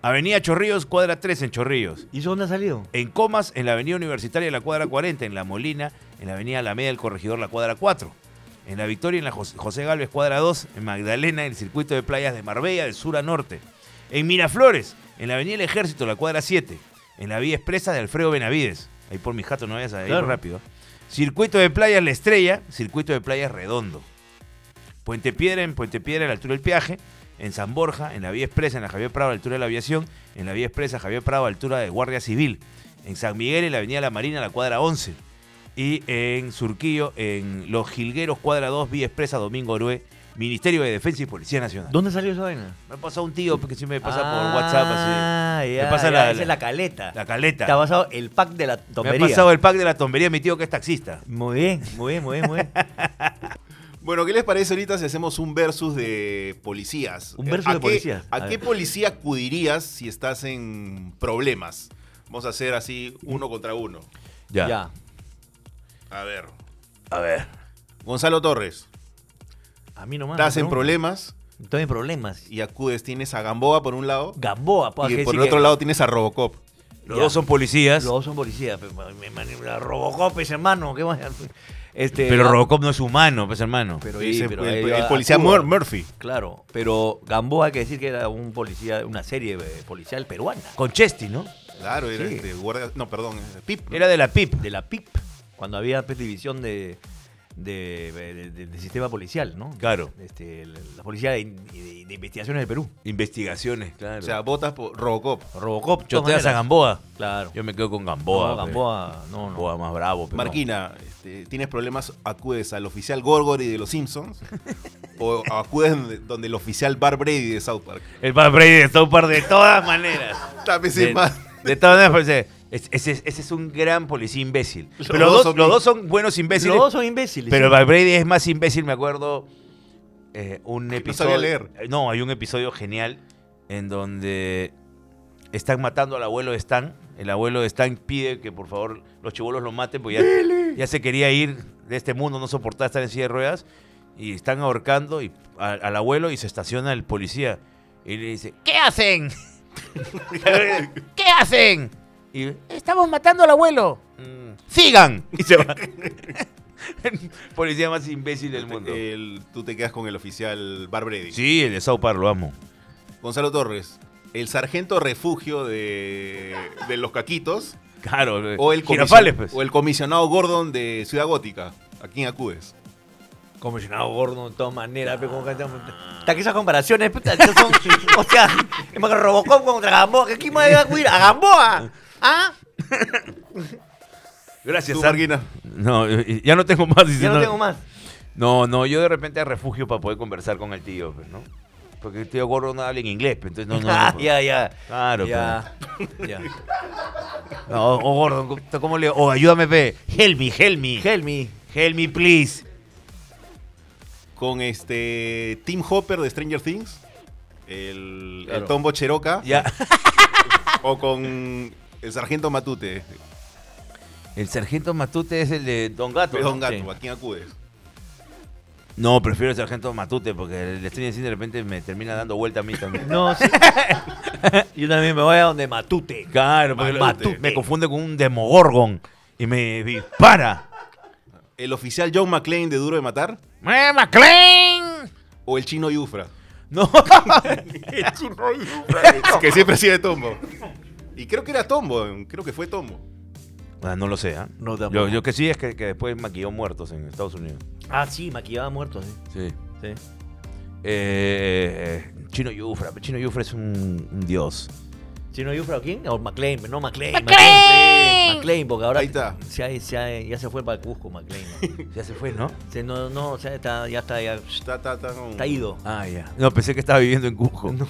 [SPEAKER 3] Avenida Chorrillos, cuadra 3 en Chorrillos.
[SPEAKER 2] ¿Y eso dónde ha salido?
[SPEAKER 3] En Comas, en la Avenida Universitaria, en la cuadra 40. En La Molina, en la Avenida Alameda del Corregidor, la cuadra 4. En La Victoria, en la Jos- José Galvez, cuadra 2. En Magdalena, en el circuito de playas de Marbella, de sur a norte. En Miraflores, en la Avenida del Ejército, la cuadra 7. En la Vía Expresa de Alfredo Benavides. Ahí por mi jato no vayas a ir
[SPEAKER 2] Claro.
[SPEAKER 3] rápido. Circuito de playas La Estrella, circuito de playas Redondo. Puente Piedra, en Puente Piedra, a la altura del peaje. En San Borja, en la Vía Expresa, en la Javier Prado, a la altura de la aviación. En la Vía Expresa, Javier Prado, a la altura de Guardia Civil. En San Miguel, en la Avenida La Marina, a la cuadra 11. Y en Surquillo, en Los Jilgueros, cuadra 2, Vía Expresa, Domingo Orue, Ministerio de Defensa y Policía Nacional.
[SPEAKER 2] ¿Dónde salió esa vaina?
[SPEAKER 3] Me ha pasado un tío que siempre me pasa
[SPEAKER 2] Ah,
[SPEAKER 3] por WhatsApp así.
[SPEAKER 2] ya,
[SPEAKER 3] Me pasa
[SPEAKER 2] ya,
[SPEAKER 3] la-
[SPEAKER 2] esa
[SPEAKER 3] la-
[SPEAKER 2] es la caleta.
[SPEAKER 3] La caleta.
[SPEAKER 2] Te ha pasado el pack de la
[SPEAKER 3] Me ha
[SPEAKER 2] tombería.
[SPEAKER 3] pasado el pack de la tombería de mi tío que es taxista.
[SPEAKER 2] Muy bien, muy bien, muy bien, muy bien.
[SPEAKER 1] Bueno, ¿qué les parece ahorita si hacemos un versus de policías?
[SPEAKER 2] Un
[SPEAKER 1] Eh,
[SPEAKER 2] versus
[SPEAKER 1] ¿a
[SPEAKER 2] de
[SPEAKER 1] qué-
[SPEAKER 2] policías.
[SPEAKER 1] ¿A,
[SPEAKER 2] A
[SPEAKER 1] qué
[SPEAKER 2] ver.
[SPEAKER 1] policía acudirías si estás en problemas? Vamos a hacer así uno contra uno.
[SPEAKER 2] ya.
[SPEAKER 1] A ver.
[SPEAKER 3] A ver.
[SPEAKER 1] Gonzalo Torres,
[SPEAKER 2] A mí nomás.
[SPEAKER 1] estás
[SPEAKER 2] no,
[SPEAKER 1] en problemas
[SPEAKER 2] no Estoy en problemas.
[SPEAKER 1] y acudes, tienes a Gamboa por un lado
[SPEAKER 2] Gamboa, puedo
[SPEAKER 1] y
[SPEAKER 2] decir
[SPEAKER 1] por el
[SPEAKER 2] que
[SPEAKER 1] otro lado tienes a Robocop.
[SPEAKER 3] Los
[SPEAKER 2] Ya.
[SPEAKER 3] dos son policías,
[SPEAKER 2] Los dos son policías. pero me- me- me- la Robocop, ese hermano. ¿qué más? Este,
[SPEAKER 3] pero
[SPEAKER 2] Ga-
[SPEAKER 3] Robocop no es humano, pues hermano.
[SPEAKER 2] Pero,
[SPEAKER 1] Ese-
[SPEAKER 2] sí, pero
[SPEAKER 1] el,
[SPEAKER 2] ahí
[SPEAKER 1] el
[SPEAKER 2] va-
[SPEAKER 1] policía
[SPEAKER 2] actúa.
[SPEAKER 1] Mur- Murphy.
[SPEAKER 2] Claro, pero Gamboa hay que decir que era un policía, una serie eh, policial peruana.
[SPEAKER 3] Con Chesty, ¿no?
[SPEAKER 1] Claro, era
[SPEAKER 2] Sí.
[SPEAKER 1] este, guardia- No, perdón, es Pip. ¿no?
[SPEAKER 3] Era de la PIP.
[SPEAKER 2] de la PIP, cuando había pues, división de, de, de- de- de sistema policial, ¿no?
[SPEAKER 3] Claro.
[SPEAKER 2] Este, la la policía de, de- de investigaciones del Perú.
[SPEAKER 3] Investigaciones, claro.
[SPEAKER 1] O sea, votas por Robocop.
[SPEAKER 2] Robocop, de todas
[SPEAKER 3] Choteas a
[SPEAKER 2] maneras.
[SPEAKER 3] Gamboa.
[SPEAKER 2] Claro.
[SPEAKER 3] Yo me quedo con Gamboa.
[SPEAKER 2] Gamboa, no,
[SPEAKER 3] pe.
[SPEAKER 2] Gamboa, no, no.
[SPEAKER 3] Gamboa más bravo. pe,
[SPEAKER 1] Marquina, este, ¿tienes problemas? ¿Acudes al oficial Gorgory de los
[SPEAKER 3] (laughs)
[SPEAKER 1] Simpsons? ¿O acudes donde, donde el oficial Bar Brady de South Park?
[SPEAKER 3] no. El Pat Brady de South Park de todas maneras.
[SPEAKER 1] También
[SPEAKER 3] de,
[SPEAKER 1] sin más.
[SPEAKER 3] de todas maneras. pues, eh, es- Ese es, ese es un gran policía imbécil. Pero Los,
[SPEAKER 1] dos
[SPEAKER 3] dos,
[SPEAKER 1] son-
[SPEAKER 3] los dos son buenos imbéciles.
[SPEAKER 2] Los dos son imbéciles.
[SPEAKER 3] Pero
[SPEAKER 2] sí.
[SPEAKER 3] Pat Brady es más imbécil, me acuerdo. eh, un episodio.
[SPEAKER 1] Ah, sabía leer.
[SPEAKER 3] eh, No, hay un episodio genial en donde están matando al abuelo de Stan. El abuelo de Stan pide que por favor los chibolos lo maten, porque ya, ya se quería ir de este mundo, no soportaba estar en silla de ruedas. Y están ahorcando y, a- al abuelo y se estaciona el policía. Y le dice:
[SPEAKER 1] (laughs)
[SPEAKER 3] ¿Qué hacen? (laughs) ¿Qué hacen? Y
[SPEAKER 4] Estamos matando al abuelo.
[SPEAKER 3] "Mm, ¡Sigan! (laughs) Y se va. El policía más imbécil del mundo.
[SPEAKER 1] El- tú te quedas con el oficial Bar Brady.
[SPEAKER 3] Eh, Sí, el de South Park lo amo.
[SPEAKER 1] Gonzalo Torres, ¿el sargento refugio de, de los caquitos?
[SPEAKER 3] Claro, eh,
[SPEAKER 1] ¿O el, comision-
[SPEAKER 3] Girafales, pues.
[SPEAKER 1] ¿O el comisionado Gordon de Ciudad Gótica? ¿A quién acudes?
[SPEAKER 2] Comisionado Gordon, de todas maneras. pero como que- Hasta que esas comparaciones, puta, esas (laughs) son. o sea, es más que Robocop contra Gamboa. ¿Qué quién más va a acudir? ¡A (laughs) Gamboa! ¿Ah?
[SPEAKER 3] Gracias,
[SPEAKER 1] Tú,
[SPEAKER 3] Sargui.
[SPEAKER 1] Marquina.
[SPEAKER 3] No, eh, ya no tengo más. dice,
[SPEAKER 2] Ya no tengo más.
[SPEAKER 3] No, no, yo de repente a refugio para poder conversar con el tío, pues, ¿no? Porque el tío gordo no habla en inglés, pues, entonces (laughs) no, no.
[SPEAKER 2] Ah,
[SPEAKER 3] no, pues.
[SPEAKER 2] ya, ya.
[SPEAKER 3] Claro,
[SPEAKER 2] ya. ya.
[SPEAKER 3] pues. No, o gordo, ¿cómo- ¿cómo le.? O ayúdame, pe. Help me, help me.
[SPEAKER 2] Help me.
[SPEAKER 3] Help me, please.
[SPEAKER 1] Con este Tim Hopper de Stranger Things, el, el
[SPEAKER 2] Claro.
[SPEAKER 1] tombo Cheroca,
[SPEAKER 3] Ya.
[SPEAKER 1] o con el sargento Matute
[SPEAKER 3] El sargento Matute es el de Don Gato.
[SPEAKER 1] de Don
[SPEAKER 3] ¿no?
[SPEAKER 1] Gato.
[SPEAKER 3] Sí.
[SPEAKER 1] ¿A quién acudes?
[SPEAKER 3] No, prefiero el sargento Matute porque el Stranger Things de repente me termina dando vuelta a mí también.
[SPEAKER 2] (laughs) No, sí. Yo también me voy a donde Matute.
[SPEAKER 3] Claro, porque lo-
[SPEAKER 2] Matute.
[SPEAKER 3] me confunde con un demogorgon y me dispara.
[SPEAKER 1] ¿El oficial John McClane de Duro de Matar?
[SPEAKER 3] ¡Eh, McLean!
[SPEAKER 1] ¿O el chino Yufra?
[SPEAKER 3] No,
[SPEAKER 1] (laughs) que siempre sigue tombo. Y creo que era tombo, creo que fue tombo.
[SPEAKER 3] Ah, no lo sé, ¿ah?
[SPEAKER 2] No, tampoco.
[SPEAKER 3] Lo, lo que sí es que, que después maquilló muertos en Estados Unidos.
[SPEAKER 2] Ah, sí, maquillaba muertos. Sí.
[SPEAKER 3] Sí.
[SPEAKER 2] sí.
[SPEAKER 3] Eh, Chino Yufra. Chino Yufra es un, un dios.
[SPEAKER 2] Si no, Yufra, ¿quién? O McLean, no McLean.
[SPEAKER 4] ¡McLean!
[SPEAKER 2] McLean, porque ahora
[SPEAKER 1] Ahí está.
[SPEAKER 2] Se, ha- se ha- ya se fue para Cusco, McLean.
[SPEAKER 1] (laughs)
[SPEAKER 3] Ya se fue, ¿no?
[SPEAKER 2] Se- no, no, o sea, está- ya está, ya
[SPEAKER 1] Está, está, está,
[SPEAKER 2] está ido.
[SPEAKER 3] Ah, ya. No, pensé que estaba viviendo en Cusco.
[SPEAKER 2] No.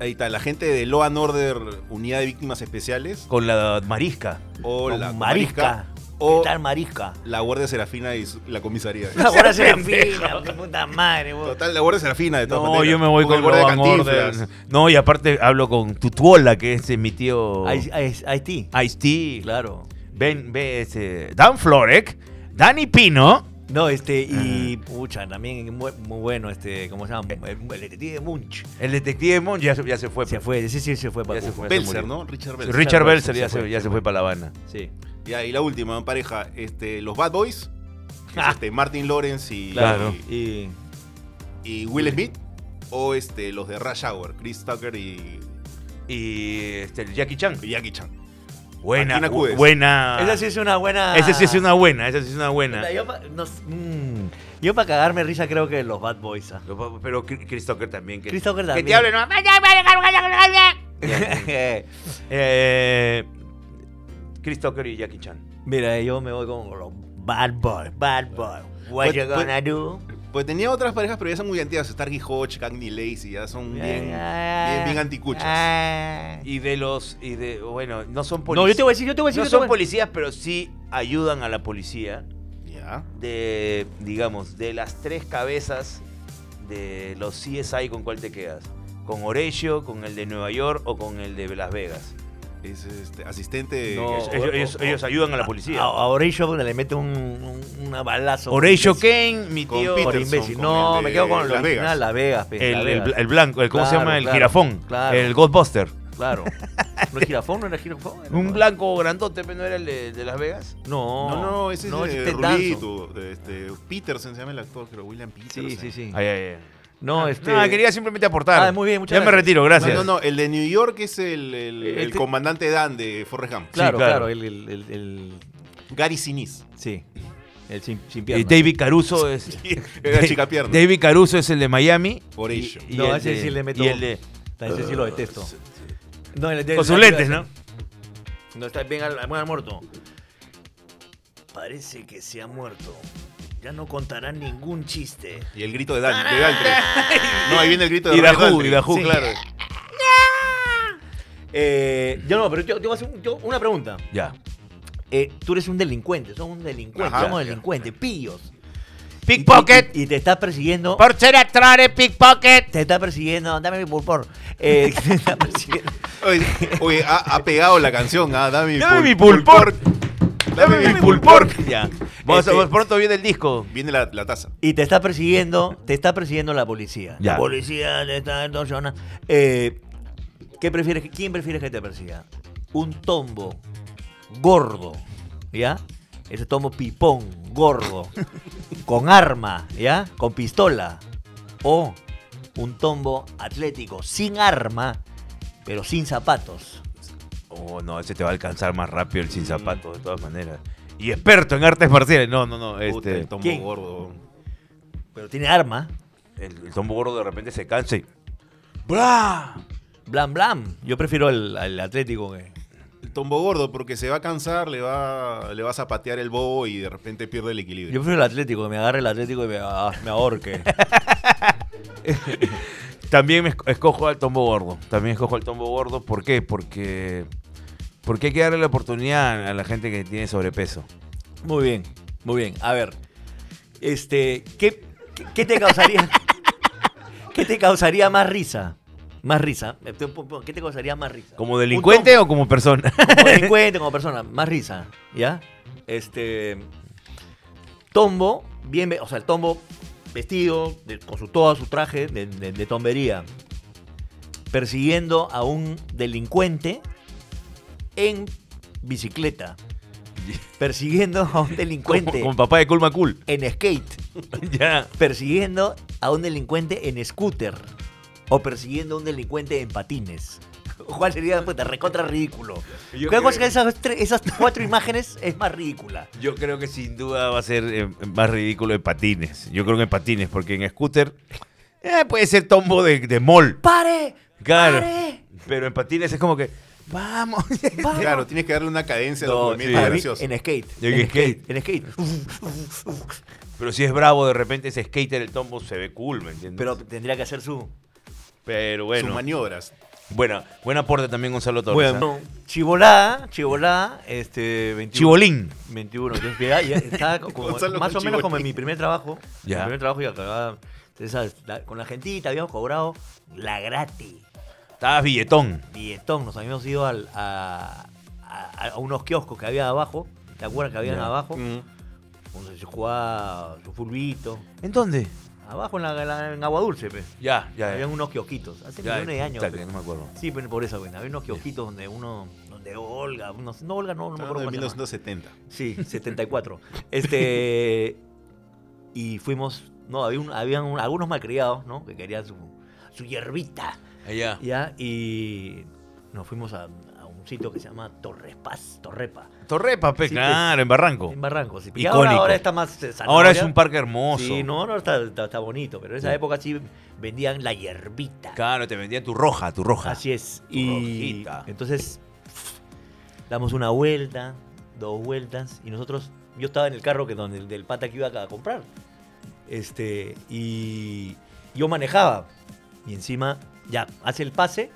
[SPEAKER 1] Ahí está, la gente de Law and Order, Unidad de Víctimas Especiales.
[SPEAKER 3] Con la marisca.
[SPEAKER 1] O la
[SPEAKER 2] marisca.
[SPEAKER 1] O
[SPEAKER 2] ¿Qué tal (laughs) marisca?
[SPEAKER 1] la Guardia Serafina y su- la
[SPEAKER 2] (laughs)
[SPEAKER 1] comisaría.
[SPEAKER 2] Ahora se fina, qué puta madre, vos.
[SPEAKER 1] Total, la Guardia Serafina de todas
[SPEAKER 3] No,
[SPEAKER 1] maneras.
[SPEAKER 3] yo me voy
[SPEAKER 1] Porque
[SPEAKER 3] con
[SPEAKER 1] el Guardia
[SPEAKER 3] Logan
[SPEAKER 1] Cantinflas.
[SPEAKER 3] Order. No, y aparte hablo con Tutuola, que es eh, mi tío
[SPEAKER 2] Ice- Ice- Ice-T,
[SPEAKER 3] Ice-T.
[SPEAKER 2] claro.
[SPEAKER 3] Ben, ve ese- Dan Florek, Danny Pino.
[SPEAKER 2] No, este, y pucha, también muy, muy bueno, este, ¿cómo se llama?
[SPEAKER 3] Eh.
[SPEAKER 2] El, el detective de Munch.
[SPEAKER 3] El detective Mon ya, se- ya se fue.
[SPEAKER 2] Se fue, sí, sí, se fue para
[SPEAKER 3] Ya se fue.
[SPEAKER 1] Belzer,
[SPEAKER 3] murió.
[SPEAKER 1] ¿no? Richard Belzer.
[SPEAKER 3] Richard Belzer ya
[SPEAKER 2] Se
[SPEAKER 3] se,
[SPEAKER 2] fue,
[SPEAKER 3] ya se fue para La Habana.
[SPEAKER 2] Sí.
[SPEAKER 1] Ya, y la última pareja, este, los Bad Boys, que es, este, Martin Lawrence y,
[SPEAKER 3] Ah. Claro.
[SPEAKER 1] y-
[SPEAKER 2] Y
[SPEAKER 1] y Will Smith, o este, los de Rush Hour, Chris Tucker y,
[SPEAKER 3] Y este, el Jackie Chan.
[SPEAKER 1] y Jackie Chan.
[SPEAKER 3] Buena.
[SPEAKER 1] Martina Cudes.
[SPEAKER 3] Buena.
[SPEAKER 2] esa sí es una buena.
[SPEAKER 3] Ah. Esa sí es una buena. Esa sí es una buena.
[SPEAKER 2] Yo para mm. cagarme risa creo que los Bad Boys. ah.
[SPEAKER 3] Lo pa- Pero Cri- Chris Tucker también. Que,
[SPEAKER 2] Chris Tucker
[SPEAKER 3] Que te
[SPEAKER 2] también.
[SPEAKER 3] hable, ¿no? Eh, Chris Tucker y Jackie Chan.
[SPEAKER 2] (laughs) Mira, yo me voy con los Bad Boys, Bad Boys. What
[SPEAKER 1] Pues-
[SPEAKER 2] you gonna do?
[SPEAKER 1] Pues tenía otras parejas, pero ya son muy antiguas. Stargy Hodge, Cagney Lacey, ya son bien, bien, bien anticuchas.
[SPEAKER 2] Ah.
[SPEAKER 3] Y de los. Y de, bueno, no son policías.
[SPEAKER 2] No, yo te voy a decir, yo te voy a decir.
[SPEAKER 3] No
[SPEAKER 2] Pues yo te
[SPEAKER 3] son
[SPEAKER 2] voy a-
[SPEAKER 3] policías, pero sí ayudan a la policía.
[SPEAKER 1] Ya.
[SPEAKER 3] De, digamos, de las tres cabezas de los CSI, ¿con cuál te quedas? ¿Con Horatio, con el de Nueva York o con el de Las Vegas?
[SPEAKER 1] Es este, asistente.
[SPEAKER 3] No, Ah,
[SPEAKER 1] es-
[SPEAKER 3] ellos, ellos- ellos ayudan a la
[SPEAKER 2] A,
[SPEAKER 3] policía.
[SPEAKER 2] a Horatio le mete un, un- una balazo.
[SPEAKER 3] Horatio Kane, mi
[SPEAKER 1] Con
[SPEAKER 3] tío.
[SPEAKER 1] Peter
[SPEAKER 2] Por imbécil.
[SPEAKER 1] Peterson, con
[SPEAKER 2] No,
[SPEAKER 1] el
[SPEAKER 2] me
[SPEAKER 1] de
[SPEAKER 2] quedo con
[SPEAKER 1] Las
[SPEAKER 2] Las Vegas.
[SPEAKER 1] Vegas.
[SPEAKER 2] Las Vegas,
[SPEAKER 3] El,
[SPEAKER 2] pe, Las
[SPEAKER 3] el-
[SPEAKER 2] Vegas.
[SPEAKER 3] el blanco, el- ¿cómo se
[SPEAKER 2] Claro,
[SPEAKER 3] llama? El
[SPEAKER 2] claro,
[SPEAKER 3] jirafón.
[SPEAKER 2] claro.
[SPEAKER 3] El Ghostbuster.
[SPEAKER 2] Claro. ¿No es girafón? ¿No era girafón? Era-
[SPEAKER 3] Un blanco grandote, pero ¿no era el de, de Las Vegas?
[SPEAKER 2] No.
[SPEAKER 1] No, no, ese es
[SPEAKER 2] ese
[SPEAKER 1] eh,
[SPEAKER 2] es Ted Danson.
[SPEAKER 1] Rulito, de este, Peterson se llama el actor, creo, William Peterson.
[SPEAKER 2] Sí, sí, sí.
[SPEAKER 3] Ay, ay, ay.
[SPEAKER 2] No, este.
[SPEAKER 3] No, quería simplemente aportar.
[SPEAKER 2] Ah, muy bien, muchas
[SPEAKER 3] ya me
[SPEAKER 2] gracias.
[SPEAKER 3] retiro, gracias. Eh,
[SPEAKER 1] No, no, no, el de New York es el, el- el
[SPEAKER 2] Este-
[SPEAKER 1] comandante Dan de Forrest Gump.
[SPEAKER 2] Claro,
[SPEAKER 3] claro.
[SPEAKER 2] claro. El, el, el, el-
[SPEAKER 1] Gary
[SPEAKER 3] (laughs)
[SPEAKER 1] Sinise.
[SPEAKER 2] Sí. El sin, sin
[SPEAKER 3] Eh,
[SPEAKER 2] pierna.
[SPEAKER 3] David Caruso es.
[SPEAKER 1] Era chica pierna.
[SPEAKER 3] David Caruso es el de Miami.
[SPEAKER 1] Horatio.
[SPEAKER 3] Y- y
[SPEAKER 2] No,
[SPEAKER 3] el
[SPEAKER 2] ese
[SPEAKER 3] de-
[SPEAKER 2] sí le meto-
[SPEAKER 3] Y el de,
[SPEAKER 2] Ah, Ese sí lo detesto. No, el- el-
[SPEAKER 3] con sus
[SPEAKER 2] el-
[SPEAKER 3] lentes, ¿no?
[SPEAKER 2] No está bien al, muy al muerto. Parece que se ha muerto. Ya no contará ningún chiste.
[SPEAKER 1] Y el grito de Dan, de Daltrey.
[SPEAKER 3] (laughs)
[SPEAKER 1] No, ahí viene el grito de
[SPEAKER 3] Y
[SPEAKER 1] Robert
[SPEAKER 3] Dajú,
[SPEAKER 1] Daltrey.
[SPEAKER 3] y Dajú,
[SPEAKER 1] Sí.
[SPEAKER 3] claro.
[SPEAKER 2] Eh, yo no, pero yo, yo voy a hacer un- yo una pregunta.
[SPEAKER 3] Ya.
[SPEAKER 2] Eh, tú eres un delincuente, somos un delincuente,
[SPEAKER 1] Ajá.
[SPEAKER 2] somos delincuentes, pillos.
[SPEAKER 3] Pickpocket.
[SPEAKER 2] Y, y- y te está persiguiendo.
[SPEAKER 4] Porcera trare pickpocket.
[SPEAKER 2] Te está persiguiendo. Dame mi pulpor. Eh, (laughs) te está persiguiendo.
[SPEAKER 1] Oye, oye, ha, ha pegado la canción, ah, dame mi,
[SPEAKER 3] Dame
[SPEAKER 1] pul-
[SPEAKER 3] mi pulpor.
[SPEAKER 1] Dame mi pulpor.
[SPEAKER 3] pulpor.
[SPEAKER 2] (laughs)
[SPEAKER 3] Ya. Vamos a-
[SPEAKER 1] Este-
[SPEAKER 3] pronto viene el disco.
[SPEAKER 1] Viene la, la taza.
[SPEAKER 2] Y te está persiguiendo, te está persiguiendo la policía.
[SPEAKER 3] Ya.
[SPEAKER 2] La policía te está extorsionando. Eh, ¿qué prefieres, que- ¿Quién prefieres que te persiga? Un tombo gordo, ¿ya? Ese tombo pipón, gordo, con arma, ¿ya? Con pistola. O un tombo atlético, sin arma, pero sin zapatos.
[SPEAKER 3] Oh, no, ese te va a alcanzar más rápido el sin zapatos, de todas maneras. Y experto en artes marciales. No, no, no.
[SPEAKER 1] Puta,
[SPEAKER 3] Este,
[SPEAKER 1] el tombo
[SPEAKER 2] ¿Quién?
[SPEAKER 1] gordo.
[SPEAKER 2] Pero tiene arma,
[SPEAKER 3] el, el tombo gordo de repente se cansa y.
[SPEAKER 2] blam, blam. Yo prefiero el, al atlético que...
[SPEAKER 1] El tombo gordo porque se va a cansar, le va, le va a zapatear el bobo y de repente pierde el
[SPEAKER 2] Yo
[SPEAKER 1] equilibrio.
[SPEAKER 2] prefiero el Atlético, que me agarre el Atlético y me, ah, me ahorque.
[SPEAKER 3] También me esco- escojo al tombo gordo. También escojo al tombo gordo. ¿Por qué? Porque, porque hay que darle la oportunidad a la gente que tiene sobrepeso.
[SPEAKER 2] Muy bien, muy bien. A ver, este, ¿qué, qué- qué te causaría? ¿Qué te causaría más risa? Más risa. ¿Qué te causaría más risa?
[SPEAKER 3] ¿Como delincuente o como persona?
[SPEAKER 2] Un tom- Como delincuente, como persona. Más risa, ¿ya? Este, tombo, bien, ve- o sea, el tombo vestido, de- con su, todo su traje de, de- de tombería, persiguiendo a un delincuente en bicicleta. Persiguiendo a un
[SPEAKER 3] (laughs) como,
[SPEAKER 2] delincuente
[SPEAKER 3] como papá de Kulma Cool.
[SPEAKER 2] en skate,
[SPEAKER 3] (laughs) ya.
[SPEAKER 2] persiguiendo a un delincuente en scooter o persiguiendo a un delincuente en patines. (laughs) ¿Cuál sería puta, recontra ridículo?
[SPEAKER 3] Yo
[SPEAKER 2] Creo
[SPEAKER 3] creo-
[SPEAKER 2] que esas, tres- esas cuatro imágenes es más ridícula.
[SPEAKER 3] Yo creo que sin duda va a ser eh, más ridículo en patines. Yo creo que en patines, porque en scooter eh, puede ser tombo de, de mall.
[SPEAKER 2] ¡Pare!
[SPEAKER 3] Claro.
[SPEAKER 2] ¡Pare!
[SPEAKER 3] Pero en patines es como que, vamos.
[SPEAKER 2] ¡Pare!
[SPEAKER 1] Claro, tienes que darle una cadencia a los
[SPEAKER 3] No,
[SPEAKER 1] movimientos
[SPEAKER 3] sí.
[SPEAKER 2] Para mí,
[SPEAKER 1] graciosos.
[SPEAKER 2] en skate.
[SPEAKER 3] En skate.
[SPEAKER 2] En skate.
[SPEAKER 3] Pero si es bravo, de repente ese skater, el tombo se ve cool, ¿me entiendes?
[SPEAKER 2] Pero tendría que hacer su.
[SPEAKER 3] Pero
[SPEAKER 1] Sus
[SPEAKER 3] bueno.
[SPEAKER 1] maniobras.
[SPEAKER 3] Buena, buen aporte también Gonzalo Torres. ¿ah?
[SPEAKER 2] Bueno, chivolada, chivolada, este, 21.
[SPEAKER 3] Chibolín.
[SPEAKER 2] 21, yo ya, ya
[SPEAKER 3] (laughs)
[SPEAKER 2] estaba co- como-
[SPEAKER 1] Gonzalo
[SPEAKER 2] más o
[SPEAKER 1] con
[SPEAKER 2] menos como
[SPEAKER 1] chibolín.
[SPEAKER 2] en mi primer trabajo.
[SPEAKER 3] Ya.
[SPEAKER 2] Mi primer trabajo y acababa, esas- la- con la gentita habíamos cobrado la gratis,
[SPEAKER 3] Estabas billetón.
[SPEAKER 2] billetón, nos habíamos ido al- a, a- a unos kioscos que había abajo, ¿te acuerdas que habían
[SPEAKER 3] Mm.
[SPEAKER 2] abajo? Donde se jugaba su fulbito,
[SPEAKER 3] ¿En dónde?
[SPEAKER 2] abajo en, la, en la- en Agua Dulce, pe.
[SPEAKER 3] Ya, ya.
[SPEAKER 2] habían unos kiosquitos, hace
[SPEAKER 3] Eh. ya,
[SPEAKER 2] millones de años.
[SPEAKER 3] puta,
[SPEAKER 2] pe.
[SPEAKER 3] que No me acuerdo.
[SPEAKER 2] Sí, pero por eso, bueno, había unos kiosquitos donde uno, donde Olga, unos- no Olga,
[SPEAKER 3] Ah,
[SPEAKER 2] no, no me
[SPEAKER 1] Estamos
[SPEAKER 2] acuerdo
[SPEAKER 1] en
[SPEAKER 2] cómo se llama.
[SPEAKER 1] 1970.
[SPEAKER 2] Sí,
[SPEAKER 3] (laughs)
[SPEAKER 2] 74. Este. Y fuimos. No, había un- habían un- algunos malcriados, ¿no? Que querían su, su hierbita.
[SPEAKER 3] Allá.
[SPEAKER 2] ¿Ya? Y nos fuimos a, a un sitio que se llama Torres Paz, Torrepa,
[SPEAKER 3] Torrepa, pe,
[SPEAKER 2] Sí,
[SPEAKER 3] claro, en Barranco.
[SPEAKER 2] en Barranco. sí. Y
[SPEAKER 3] Oh. Icónico.
[SPEAKER 2] ahora, ahora está más. eh, zanahoria.
[SPEAKER 3] Ahora es un parque hermoso.
[SPEAKER 2] Sí, no, ahora está, está- está bonito, pero en esa época sí vendían la hierbita.
[SPEAKER 3] Claro, te vendían tu roja, tu roja.
[SPEAKER 2] Así es. Y
[SPEAKER 3] Rojita.
[SPEAKER 2] entonces damos una vuelta, dos vueltas, y nosotros, yo estaba en el carro que donde del pata que iba a comprar. Este, y yo manejaba. Y encima, ya, hace el pase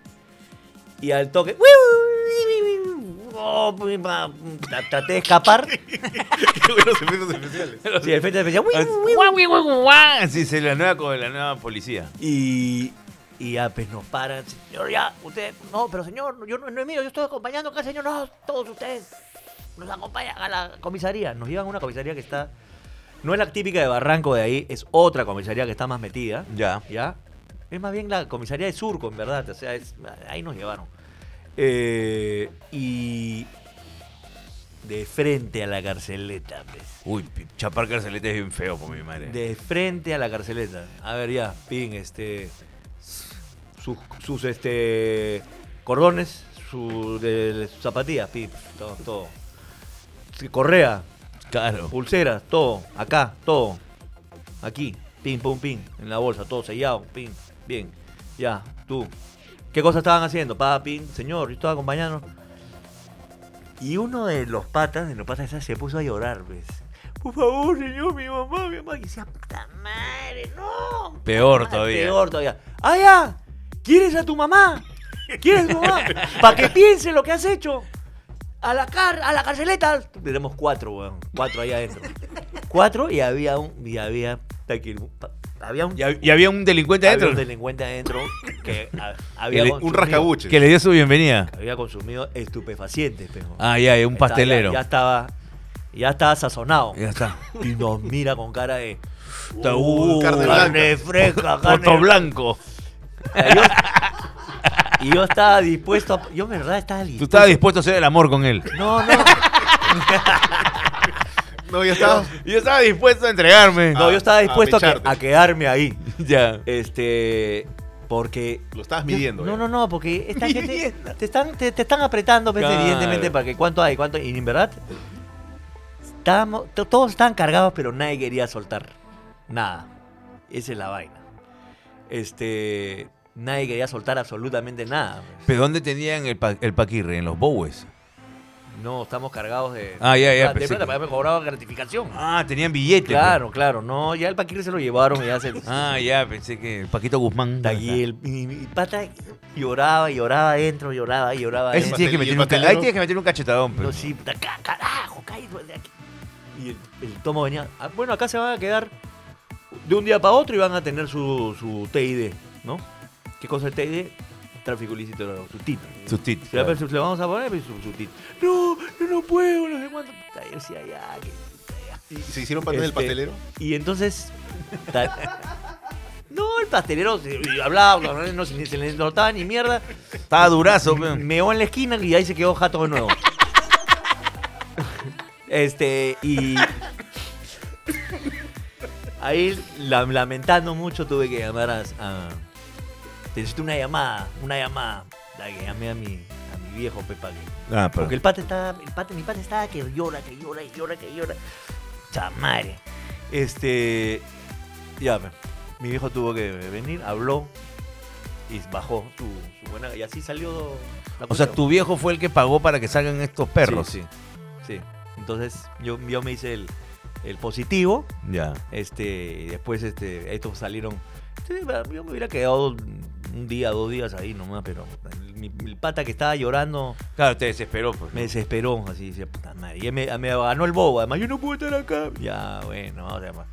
[SPEAKER 2] y al toque. Oh, puta, Traté de
[SPEAKER 3] (laughs)
[SPEAKER 2] escapar.
[SPEAKER 1] Qué buenos efectos especiales.
[SPEAKER 2] y de frente decía, "Wiu, wiu, wiu".
[SPEAKER 3] Así se la nueva, con la nueva policía.
[SPEAKER 2] Y, y ya, pues nos paran. Señor, ya, usted. No, pero señor, yo no, no es mío, yo estoy acompañando acá, señor. No, todos ustedes nos acompañan a la comisaría. Nos llevan a una comisaría que está. No es la típica de Barranco de ahí, es otra comisaría que está más metida.
[SPEAKER 3] Ya.
[SPEAKER 2] ¿Ya? Es más bien la comisaría de Surco, en verdad. O sea, es- ahí nos llevaron. Eh, y. De frente a la carceleta, pues.
[SPEAKER 3] Uy, pi- chapar carcelete es bien feo por mi madre.
[SPEAKER 2] De frente a la carceleta. A ver, ya, pin, este. Sus, sus este. Cordones, su, de- sus zapatillas, pin, todo, todo. Sí, Correa,
[SPEAKER 3] Claro.
[SPEAKER 2] pulseras, todo. Acá, todo. Aquí, pin, pum, pin. En la bolsa, todo sellado, pin. Bien, ya, tú. ¿Qué cosas estaban haciendo? Pa, pin, señor, yo estaba acompañando. Y uno de los patas, de los patas esas, se puso a llorar, ¿ves? Por favor, señor, mi mamá, mi mamá. Y decía, puta madre, no.
[SPEAKER 3] Peor
[SPEAKER 2] Madre,
[SPEAKER 3] todavía.
[SPEAKER 2] Peor todavía. ¡Ah, ya! ¿Quieres a tu mamá? ¿Quieres a tu
[SPEAKER 3] (laughs)
[SPEAKER 2] mamá? Para que piense lo que has hecho. A la, car a la carceleta. Tenemos cuatro, weón. Cuatro ahí adentro. Cuatro y había un. Y había. aquí, pa- Había un.
[SPEAKER 3] Y, hab- y había un delincuente
[SPEAKER 2] había
[SPEAKER 3] adentro
[SPEAKER 2] un delincuente adentro
[SPEAKER 3] (laughs)
[SPEAKER 2] que ha-
[SPEAKER 3] Que
[SPEAKER 2] había.
[SPEAKER 3] le-
[SPEAKER 2] consumido-
[SPEAKER 1] Un rascabuche.
[SPEAKER 3] que le dio su bienvenida.
[SPEAKER 2] Había consumido estupefacientes, pejo.
[SPEAKER 3] Ah, ya, ya, un
[SPEAKER 2] Estaba-
[SPEAKER 3] pastelero.
[SPEAKER 2] Ya, ya estaba. Ya estaba sazonado.
[SPEAKER 3] Ya está.
[SPEAKER 2] Y nos mira con cara de.
[SPEAKER 3] Está-
[SPEAKER 1] Uh, carne
[SPEAKER 2] carne fresca,
[SPEAKER 3] Otro
[SPEAKER 2] carne
[SPEAKER 3] blanco.
[SPEAKER 2] Y yo estaba dispuesto a- Yo en verdad estaba
[SPEAKER 3] Tú
[SPEAKER 2] dispuesto.
[SPEAKER 3] estabas dispuesto a hacer el amor con él.
[SPEAKER 2] No, no.
[SPEAKER 1] No, ya estaba.
[SPEAKER 3] (laughs) Yo estaba dispuesto a entregarme.
[SPEAKER 2] No,
[SPEAKER 1] Ah,
[SPEAKER 2] yo estaba
[SPEAKER 1] a
[SPEAKER 2] dispuesto a, que-
[SPEAKER 1] pecharte.
[SPEAKER 2] a quedarme ahí.
[SPEAKER 3] (laughs) Ya.
[SPEAKER 2] Este. Porque.
[SPEAKER 1] Lo estabas midiendo. eh.
[SPEAKER 2] No,
[SPEAKER 1] ya.
[SPEAKER 2] no, no, porque
[SPEAKER 3] (laughs)
[SPEAKER 2] esta gente te están, te, te están apretando, pues,
[SPEAKER 3] Claro.
[SPEAKER 2] evidentemente, para que cuánto hay, cuánto. Y en verdad, estábamos- to- todos estaban cargados, pero nadie quería soltar. Nada. Esa es la vaina. Este. Nadie quería soltar absolutamente nada. pues.
[SPEAKER 3] ¿Pero dónde tenían el, pa- el paquirre? ¿En los bowes?
[SPEAKER 2] No, estamos cargados de.
[SPEAKER 3] Ah, ya, ya,
[SPEAKER 2] De
[SPEAKER 3] pensé
[SPEAKER 2] plata,
[SPEAKER 3] que-
[SPEAKER 2] para haberme cobrado gratificación.
[SPEAKER 3] Ah, tenían billetes.
[SPEAKER 2] Claro, claro, no, ya el Paquirri se lo llevaron y ya se...
[SPEAKER 3] pues. Ah, ya, pensé que el Paquito Guzmán.
[SPEAKER 2] Y el y, y pata lloraba, lloraba adentro, lloraba, lloraba
[SPEAKER 3] Ese
[SPEAKER 2] adentro.
[SPEAKER 3] tiene que
[SPEAKER 1] pastel- y el
[SPEAKER 3] meter un ca-
[SPEAKER 1] pastelero.
[SPEAKER 3] Ahí tienes que meter un cachetadón. pero.
[SPEAKER 2] No, sí, puta, ca- carajo, caído de aquí. Y el, el tomo venía, "Ah, bueno, acá se van a quedar de un día para otro y van a tener su, su TID, ¿no? ¿Qué cosa es TID? Tráfico ilícito, no, su TIT.
[SPEAKER 3] Sus tit,
[SPEAKER 2] Se la-
[SPEAKER 3] claro.
[SPEAKER 2] se- le vamos a poner pues, su, su TIT. No, yo no puedo, no sé cuánto. Puta, Yo decía, ya, que...
[SPEAKER 1] ¿Y ¿Se hicieron parte del
[SPEAKER 2] Este,
[SPEAKER 1] pastelero?
[SPEAKER 2] Y entonces. ta- no, el pastelero se- y hablaba, hablaba, no se, se le notaba ni mierda.
[SPEAKER 3] Estaba durazo, pe.
[SPEAKER 2] Meó en la esquina y ahí se quedó jato de nuevo. este, y. Ahí, la- lamentando mucho, tuve que llamar a. a te necesito una llamada, una llamada. La que llamé a mi, a mi viejo Pepa. que-
[SPEAKER 3] Ah, pero-
[SPEAKER 2] porque el pata estaba, el pata, mi pata estaba que llora, que llora, que llora, que llora. Chamare. Este, ya, pe. mi viejo tuvo que venir, habló y bajó su, su buena. Y así salió. la
[SPEAKER 3] O sea,
[SPEAKER 2] cuestión.
[SPEAKER 3] tu viejo fue el que pagó para que salgan estos perros.
[SPEAKER 2] Sí, sí. sí. Entonces yo, yo me hice el, el positivo.
[SPEAKER 3] Ya.
[SPEAKER 2] Este, y después este, estos salieron. Sí, Yo me hubiera quedado un día, dos días ahí nomás, pero mi, mi pata que estaba llorando
[SPEAKER 3] Claro, te desesperó. Pues.
[SPEAKER 2] me desesperó, así, decía, puta madre. Y me, me ganó el bobo, además, yo no puedo estar acá. Ya, bueno, o sea, pues.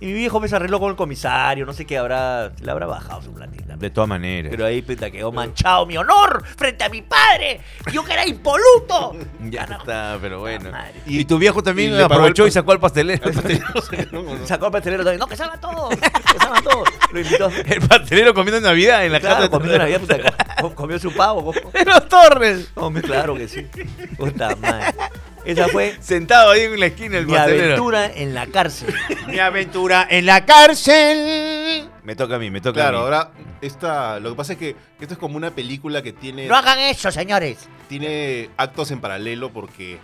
[SPEAKER 2] Y mi viejo me se arregló con el comisario, no sé qué habrá, le habrá bajado su platita.
[SPEAKER 3] De todas maneras.
[SPEAKER 2] Pero ahí puta, quedó manchado mi honor frente a mi padre. Yo que era impoluto.
[SPEAKER 3] (laughs) ya está, pero bueno.
[SPEAKER 2] madre.
[SPEAKER 3] Y, tu viejo
[SPEAKER 1] y
[SPEAKER 3] también
[SPEAKER 1] le paró el
[SPEAKER 3] aprovechó y
[SPEAKER 1] pas-
[SPEAKER 3] sacó al pastelero. (laughs)
[SPEAKER 2] Sacó al pastelero también. No, que salgan todos. Que salgan todos. Lo
[SPEAKER 3] (laughs)
[SPEAKER 2] invitó.
[SPEAKER 3] el pastelero comiendo en Navidad en la
[SPEAKER 2] Claro,
[SPEAKER 3] casa.
[SPEAKER 2] comió, una vida, puta, co- comió su pavo.
[SPEAKER 3] (laughs)
[SPEAKER 2] co-
[SPEAKER 3] los Torres.
[SPEAKER 2] comió- claro que sí. Puta madre. Esa fue
[SPEAKER 3] Sentado ahí en la esquina el
[SPEAKER 2] mi
[SPEAKER 3] pastelero.
[SPEAKER 2] aventura en la cárcel.
[SPEAKER 3] Mi aventura en
[SPEAKER 4] La cárcel.
[SPEAKER 3] Me toca a mí, me toca
[SPEAKER 1] Claro,
[SPEAKER 3] a mí.
[SPEAKER 1] ahora esta, lo que pasa es que esto es como una película que tiene,
[SPEAKER 7] No hagan eso, señores.
[SPEAKER 1] tiene actos en paralelo porque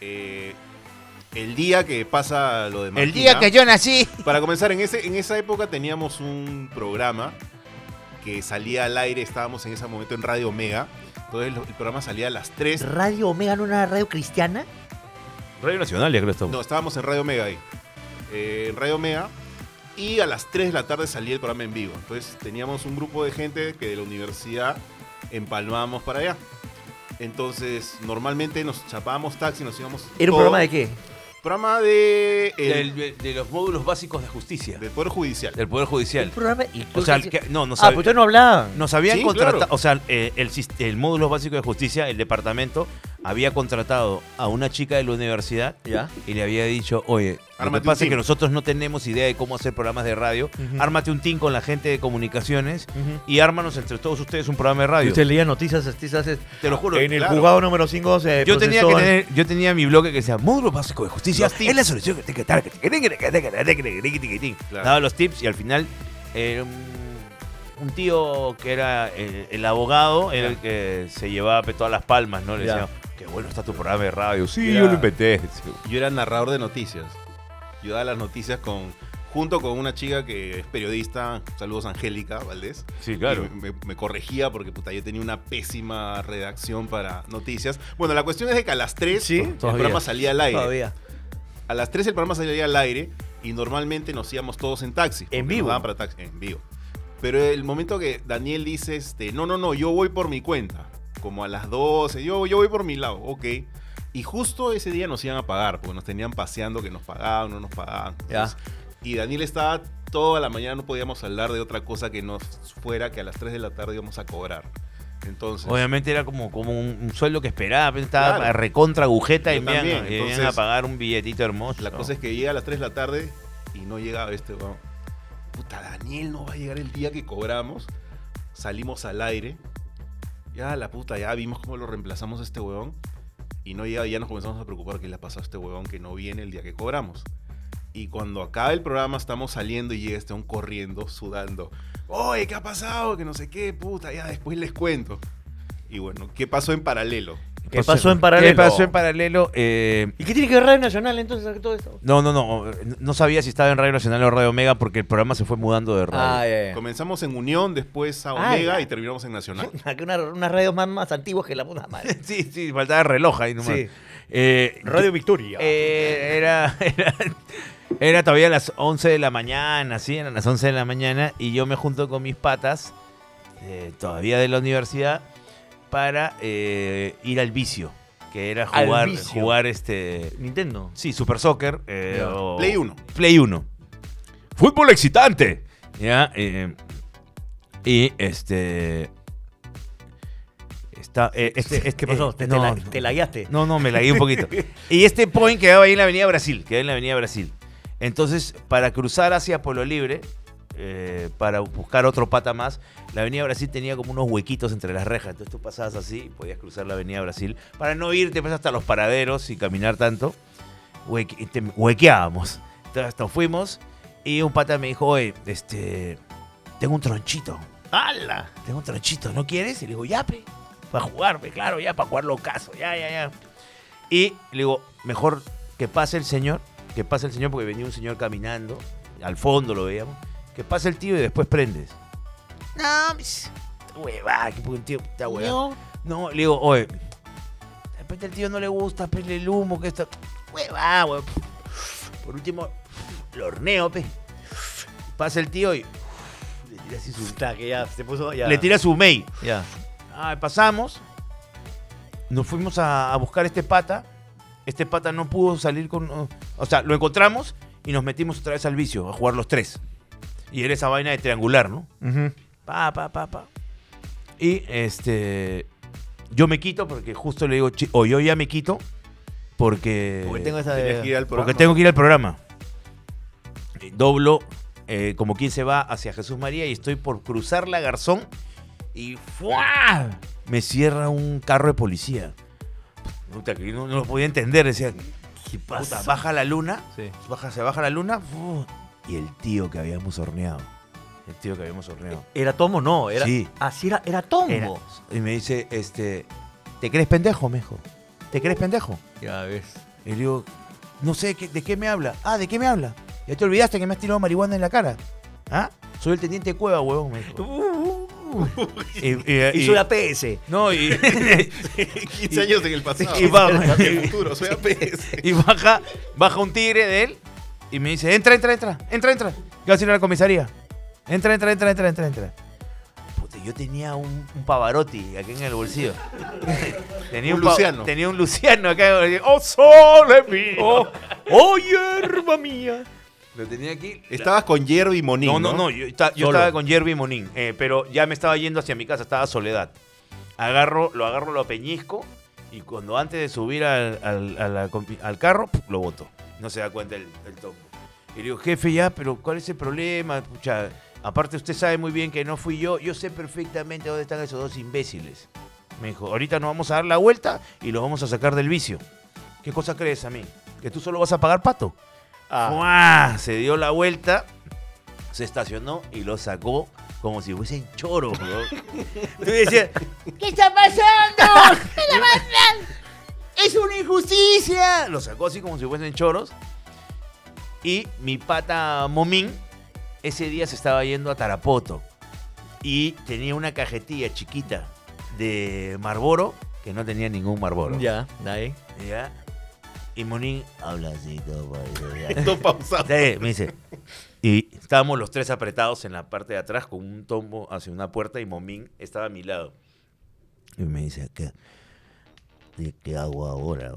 [SPEAKER 1] eh, el día que pasa lo de
[SPEAKER 4] El
[SPEAKER 1] Martina-
[SPEAKER 4] día que yo nací.
[SPEAKER 1] Para comenzar, en, ese, en esa época teníamos un programa que salía al aire, estábamos en ese momento en Radio Omega. Entonces lo- el programa salía a las 3.
[SPEAKER 7] Radio Omega no era una radio cristiana.
[SPEAKER 3] Radio Nacional, ya creo que estamos.
[SPEAKER 1] No, estábamos en Radio Omega ahí. Eh, en Radio Omega. Y a las 3 de la tarde salía el programa en vivo. Entonces teníamos un grupo de gente que de la universidad empalmábamos para allá. Entonces, normalmente nos chapábamos taxi, nos íbamos.
[SPEAKER 2] ¿Era un
[SPEAKER 3] Oh.
[SPEAKER 1] todo-
[SPEAKER 2] programa de qué?
[SPEAKER 1] Programa de. el-
[SPEAKER 3] Del- de, de los módulos básicos de justicia.
[SPEAKER 1] del Poder Judicial.
[SPEAKER 3] Del Poder
[SPEAKER 2] Un
[SPEAKER 3] Judicial.
[SPEAKER 2] programa. y tú
[SPEAKER 3] O sea,
[SPEAKER 2] decías-
[SPEAKER 3] que- no, nos,
[SPEAKER 2] ah,
[SPEAKER 3] hab-
[SPEAKER 2] pues ustedes no hablaban.
[SPEAKER 3] nos habían
[SPEAKER 1] Sí,
[SPEAKER 3] contratado.
[SPEAKER 1] claro.
[SPEAKER 3] O sea, eh, el, sis- el módulo básico de justicia, el departamento, había contratado a una chica de la universidad
[SPEAKER 2] Ya.
[SPEAKER 3] y le había dicho, oye, lo que
[SPEAKER 1] Ármate un
[SPEAKER 3] pasa es
[SPEAKER 1] team.
[SPEAKER 3] que nosotros no tenemos idea de cómo hacer programas de radio.
[SPEAKER 2] Ujú.
[SPEAKER 3] Ármate un team con la gente de comunicaciones
[SPEAKER 2] Ujú.
[SPEAKER 3] y ármanos entre todos ustedes un programa de
[SPEAKER 2] Y
[SPEAKER 3] radio.
[SPEAKER 2] usted leía noticias, noticias es-
[SPEAKER 3] Te lo juro.
[SPEAKER 2] en el
[SPEAKER 1] claro.
[SPEAKER 2] juzgado número 5 se
[SPEAKER 3] Yo tenía, que
[SPEAKER 2] procesó-
[SPEAKER 3] tener, yo tenía mi bloque que decía módulo básico de justicia.
[SPEAKER 1] Los tips.
[SPEAKER 3] Es la solución que tiene que dar.
[SPEAKER 1] Claro.
[SPEAKER 3] Daba los tips y al final eh, un, un tío que era el, el abogado era el que se llevaba pe, todas las palmas, ¿no? Le
[SPEAKER 2] Ya.
[SPEAKER 3] decía, qué bueno está tu programa de radio. Sí,
[SPEAKER 1] Ya.
[SPEAKER 3] yo lo inventé.
[SPEAKER 1] Yo era narrador de noticias. Yo daba las noticias con junto con una chica que es periodista, saludos Angélica Valdés.
[SPEAKER 3] Sí,
[SPEAKER 1] Y Me, me- me corregía porque puta, yo tenía una pésima redacción para noticias. Bueno, la cuestión es de que a las 3
[SPEAKER 2] Sí,
[SPEAKER 1] el
[SPEAKER 2] todavía.
[SPEAKER 1] programa salía al aire.
[SPEAKER 2] Todavía.
[SPEAKER 1] A las 3 el programa salía al aire y normalmente nos íbamos todos en taxi. porque nos
[SPEAKER 2] vivo.
[SPEAKER 1] daban para taxi, en vivo. Pero el momento que Daniel dice, este, no, no, no, yo voy por mi cuenta. Como a las 12, yo, yo voy por mi lado, ok. Y justo ese día nos iban a pagar, porque nos tenían paseando que nos pagaban, no nos pagaban.
[SPEAKER 2] Ya.
[SPEAKER 1] Entonces, Y Daniel estaba toda la mañana, no podíamos hablar de otra cosa que no fuera que a las 3 de la tarde íbamos a cobrar. Entonces,
[SPEAKER 3] Obviamente era como, como un, un sueldo que esperaba, pe, estaba
[SPEAKER 1] Claro.
[SPEAKER 3] recontra agujeta y
[SPEAKER 1] Yo
[SPEAKER 3] me iban,
[SPEAKER 1] también,
[SPEAKER 3] y me iban
[SPEAKER 1] entonces-
[SPEAKER 3] a pagar un billetito hermoso.
[SPEAKER 1] La cosa es que llega a las 3 de la tarde y no llegaba este weón. Puta, Daniel no va a llegar el día que cobramos. Salimos al aire. Ya la puta, ya vimos cómo lo reemplazamos a este weón. Y no llegaba, ya nos comenzamos a preocupar qué le ha pasado a este weón que no viene el día que cobramos. Y cuando acaba el programa estamos saliendo y llega este weón corriendo, sudando. Oye, ¿qué ha pasado? Que no sé qué, puta, ya después les cuento. Y bueno, ¿qué pasó en paralelo?
[SPEAKER 2] ¿Qué pasó en paralelo?
[SPEAKER 3] ¿Qué pasó en paralelo? Eh,
[SPEAKER 2] ¿Y qué tiene que ver Radio Nacional entonces a todo esto?
[SPEAKER 3] No, no, no. No sabía si estaba en Radio Nacional o Radio Omega porque el programa se fue mudando de
[SPEAKER 2] Ah,
[SPEAKER 3] radio.
[SPEAKER 2] ya, ya.
[SPEAKER 1] Comenzamos en Unión, después a
[SPEAKER 2] Ah,
[SPEAKER 1] Omega
[SPEAKER 2] ya.
[SPEAKER 1] y terminamos en Nacional.
[SPEAKER 2] (laughs) Aquí una- unas radios más, más antiguas que la puta
[SPEAKER 3] (laughs)
[SPEAKER 2] madre.
[SPEAKER 3] sí, sí, faltaba reloj ahí nomás.
[SPEAKER 2] eh. Sí.
[SPEAKER 3] Eh,
[SPEAKER 2] Radio Victoria.
[SPEAKER 3] eh, era, (laughs) era, era todavía las 11 de la mañana, sí, eran las 11 de la mañana y yo me junto con mis patas, eh, todavía de la universidad, para eh, ir al vicio, que era
[SPEAKER 2] Al
[SPEAKER 3] jugar,
[SPEAKER 2] vicio.
[SPEAKER 3] jugar este...
[SPEAKER 2] Nintendo.
[SPEAKER 3] Sí, Super Soccer. eh,
[SPEAKER 2] Ya.
[SPEAKER 3] o-
[SPEAKER 1] Play 1.
[SPEAKER 3] Play 1. Fútbol excitante. Ya, eh, y este. Está, eh, este, este-
[SPEAKER 2] ¿Qué pasó?
[SPEAKER 3] eh,
[SPEAKER 2] ¿Te, te
[SPEAKER 3] no,
[SPEAKER 2] la,
[SPEAKER 3] no.
[SPEAKER 2] te la guiaste?
[SPEAKER 3] No, no, me lagué un poquito. y este point quedaba ahí en la Avenida Brasil. Quedaba en la Avenida Brasil. Entonces, para cruzar hacia Pueblo Libre, eh, para buscar otro pata más, la Avenida Brasil tenía como unos huequitos entre las rejas. Entonces tú pasabas así y podías cruzar la Avenida Brasil. Para no irte pues, hasta los paraderos y caminar tanto, hueque- te- huequeábamos. Entonces nos fuimos y un pata me dijo, oye, este, tengo un tronchito. ¡Hala! Tengo un tronchito, ¿no quieres? Y le digo, ya, pe, para jugar, pe, claro, ya, para jugar locazo, ya, ya, ya. Y le digo, mejor que pase el señor, que pase el señor, porque venía un señor caminando, al fondo lo veíamos, que pase el tío y después prendes.
[SPEAKER 4] No, pues,
[SPEAKER 3] Hueva, que un tío, puta hueva.
[SPEAKER 4] no.
[SPEAKER 3] No, le digo, oye, de repente al tío no le gusta, pele el humo, que esto. Hueva, hueva. Por último, lo horneo, pe. Pasa el tío y. Le tira así su.
[SPEAKER 2] Puta, que ya se puso. Ya.
[SPEAKER 3] Le tira su mail.
[SPEAKER 2] Ya.
[SPEAKER 3] Ah, pasamos. Nos fuimos a, a buscar este pata. Este pata no pudo salir con. O sea, lo encontramos y nos metimos otra vez al vicio, a jugar los tres. Y era esa vaina de triangular, ¿no? Pa, pa, pa, pa. Y este. Yo me quito porque justo le digo, "Chi- o yo ya me quito porque.
[SPEAKER 2] Porque tengo esa
[SPEAKER 1] Tenías que ir
[SPEAKER 2] de.
[SPEAKER 1] al programa.
[SPEAKER 3] Porque tengo que ir al programa. Eh, Doblo, eh, como quien se va hacia Jesús María y estoy por cruzar la Garzón y ¡fua! me cierra un carro de policía. Puta, que no, no lo podía entender, decía,
[SPEAKER 2] ¿Qué
[SPEAKER 3] puta,
[SPEAKER 2] pasa?
[SPEAKER 3] baja la luna,
[SPEAKER 2] Sí.
[SPEAKER 3] baja, se baja la luna ¡fu! y el tío que habíamos horneado. El tío que habíamos horneado.
[SPEAKER 2] ¿Era Tomo? No, era.
[SPEAKER 3] Sí.
[SPEAKER 2] Así era, era Tomo.
[SPEAKER 3] Era- y me dice, este, ¿te crees pendejo, mejo? ¿Te crees pendejo?
[SPEAKER 2] Ya ves.
[SPEAKER 3] Y le digo, no sé, ¿qué- ¿de qué me habla? Ah, ¿de qué me habla? Ya te olvidaste que me has tirado marihuana en la cara. ¿Ah? Soy el teniente Cueva, huevón, me dijo. Y, y- Uh, y-
[SPEAKER 2] Hizo la PS.
[SPEAKER 3] no, y, (laughs)
[SPEAKER 1] 15 años en el pasado.
[SPEAKER 3] y vamos.
[SPEAKER 1] En el futuro, pues. soy APS.
[SPEAKER 3] y baja, baja un tigre de él y me dice, entra, entra, entra, entra, entra. Que vas a ir a la comisaría. Entra, entra, entra, entra, entra, entra. Puta, yo tenía un, un Pavarotti aquí en el bolsillo. (laughs) tenía
[SPEAKER 1] Un
[SPEAKER 3] pa-
[SPEAKER 1] Luciano.
[SPEAKER 3] Tenía un Luciano acá en el bolsillo. ¡Oh, sole mío! ¡Oh, oh, hierba mía! Lo tenía aquí.
[SPEAKER 1] Estabas con Jerry y Monique.
[SPEAKER 3] No, no, no, yo, esta- yo
[SPEAKER 2] Solo.
[SPEAKER 3] estaba con Jerby Monín, eh, pero ya me estaba yendo hacia mi casa, estaba Soledad. Agarro, lo agarro, lo peñisco y cuando antes de subir al, al- a la compi- al carro, ¡pum! lo boto. No se da cuenta el, el tombo. Y le digo, jefe, ya, pero ¿cuál es el problema? Pucha, aparte usted sabe muy bien que no fui yo, yo sé perfectamente dónde están esos dos imbéciles. Me dijo, ahorita nos vamos a dar la vuelta y los vamos a sacar del vicio. ¿Qué cosa crees a mí? ¿Que tú solo vas a pagar pato? ¡Fua! Se dio la vuelta se estacionó y lo sacó como si fuesen choros, bro. Tú decías,
[SPEAKER 4] ¿Qué está
[SPEAKER 7] (laughs)
[SPEAKER 4] pasando? ¿Qué está pasando?
[SPEAKER 3] ¡es una injusticia! Lo sacó así como si fuesen choros. Y mi pata Momín ese día se estaba yendo a Tarapoto. Y tenía una cajetilla chiquita de Marlboro que no tenía ningún Marlboro.
[SPEAKER 2] Ya, de ahí.
[SPEAKER 3] ¿Ya? Y Monín habla así todo por ahí, ya.
[SPEAKER 1] Todo pausado.
[SPEAKER 3] Sí, me dice. Y estábamos los tres apretados en la parte de atrás con un tombo hacia una puerta y Momín estaba a mi lado. Y me dice, ¿qué, ¿qué- qué hago ahora?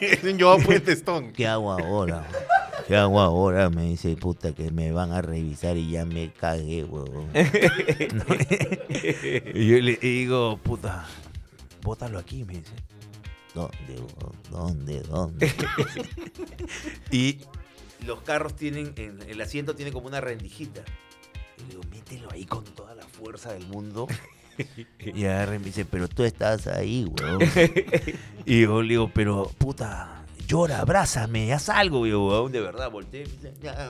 [SPEAKER 1] Es (laughs) un Joao Puente Stone.
[SPEAKER 3] ¿Qué hago ahora? ¿Qué hago ahora? Me dice, puta, que me van a revisar y ya me cagué, huevón. y yo le digo, puta, bótalo aquí, me dice. ¿Dónde, huevón? ¿Dónde, dónde? y los carros tienen, en- el asiento tiene como una rendijita. Y le digo, mételo ahí con toda la fuerza del mundo. Y agarra y me dice, pero tú estás ahí, huevón. Y yo le digo, pero puta, llora, abrázame, haz algo, y yo, weón, de verdad, volteé. y Me, dice, "Ya, ya,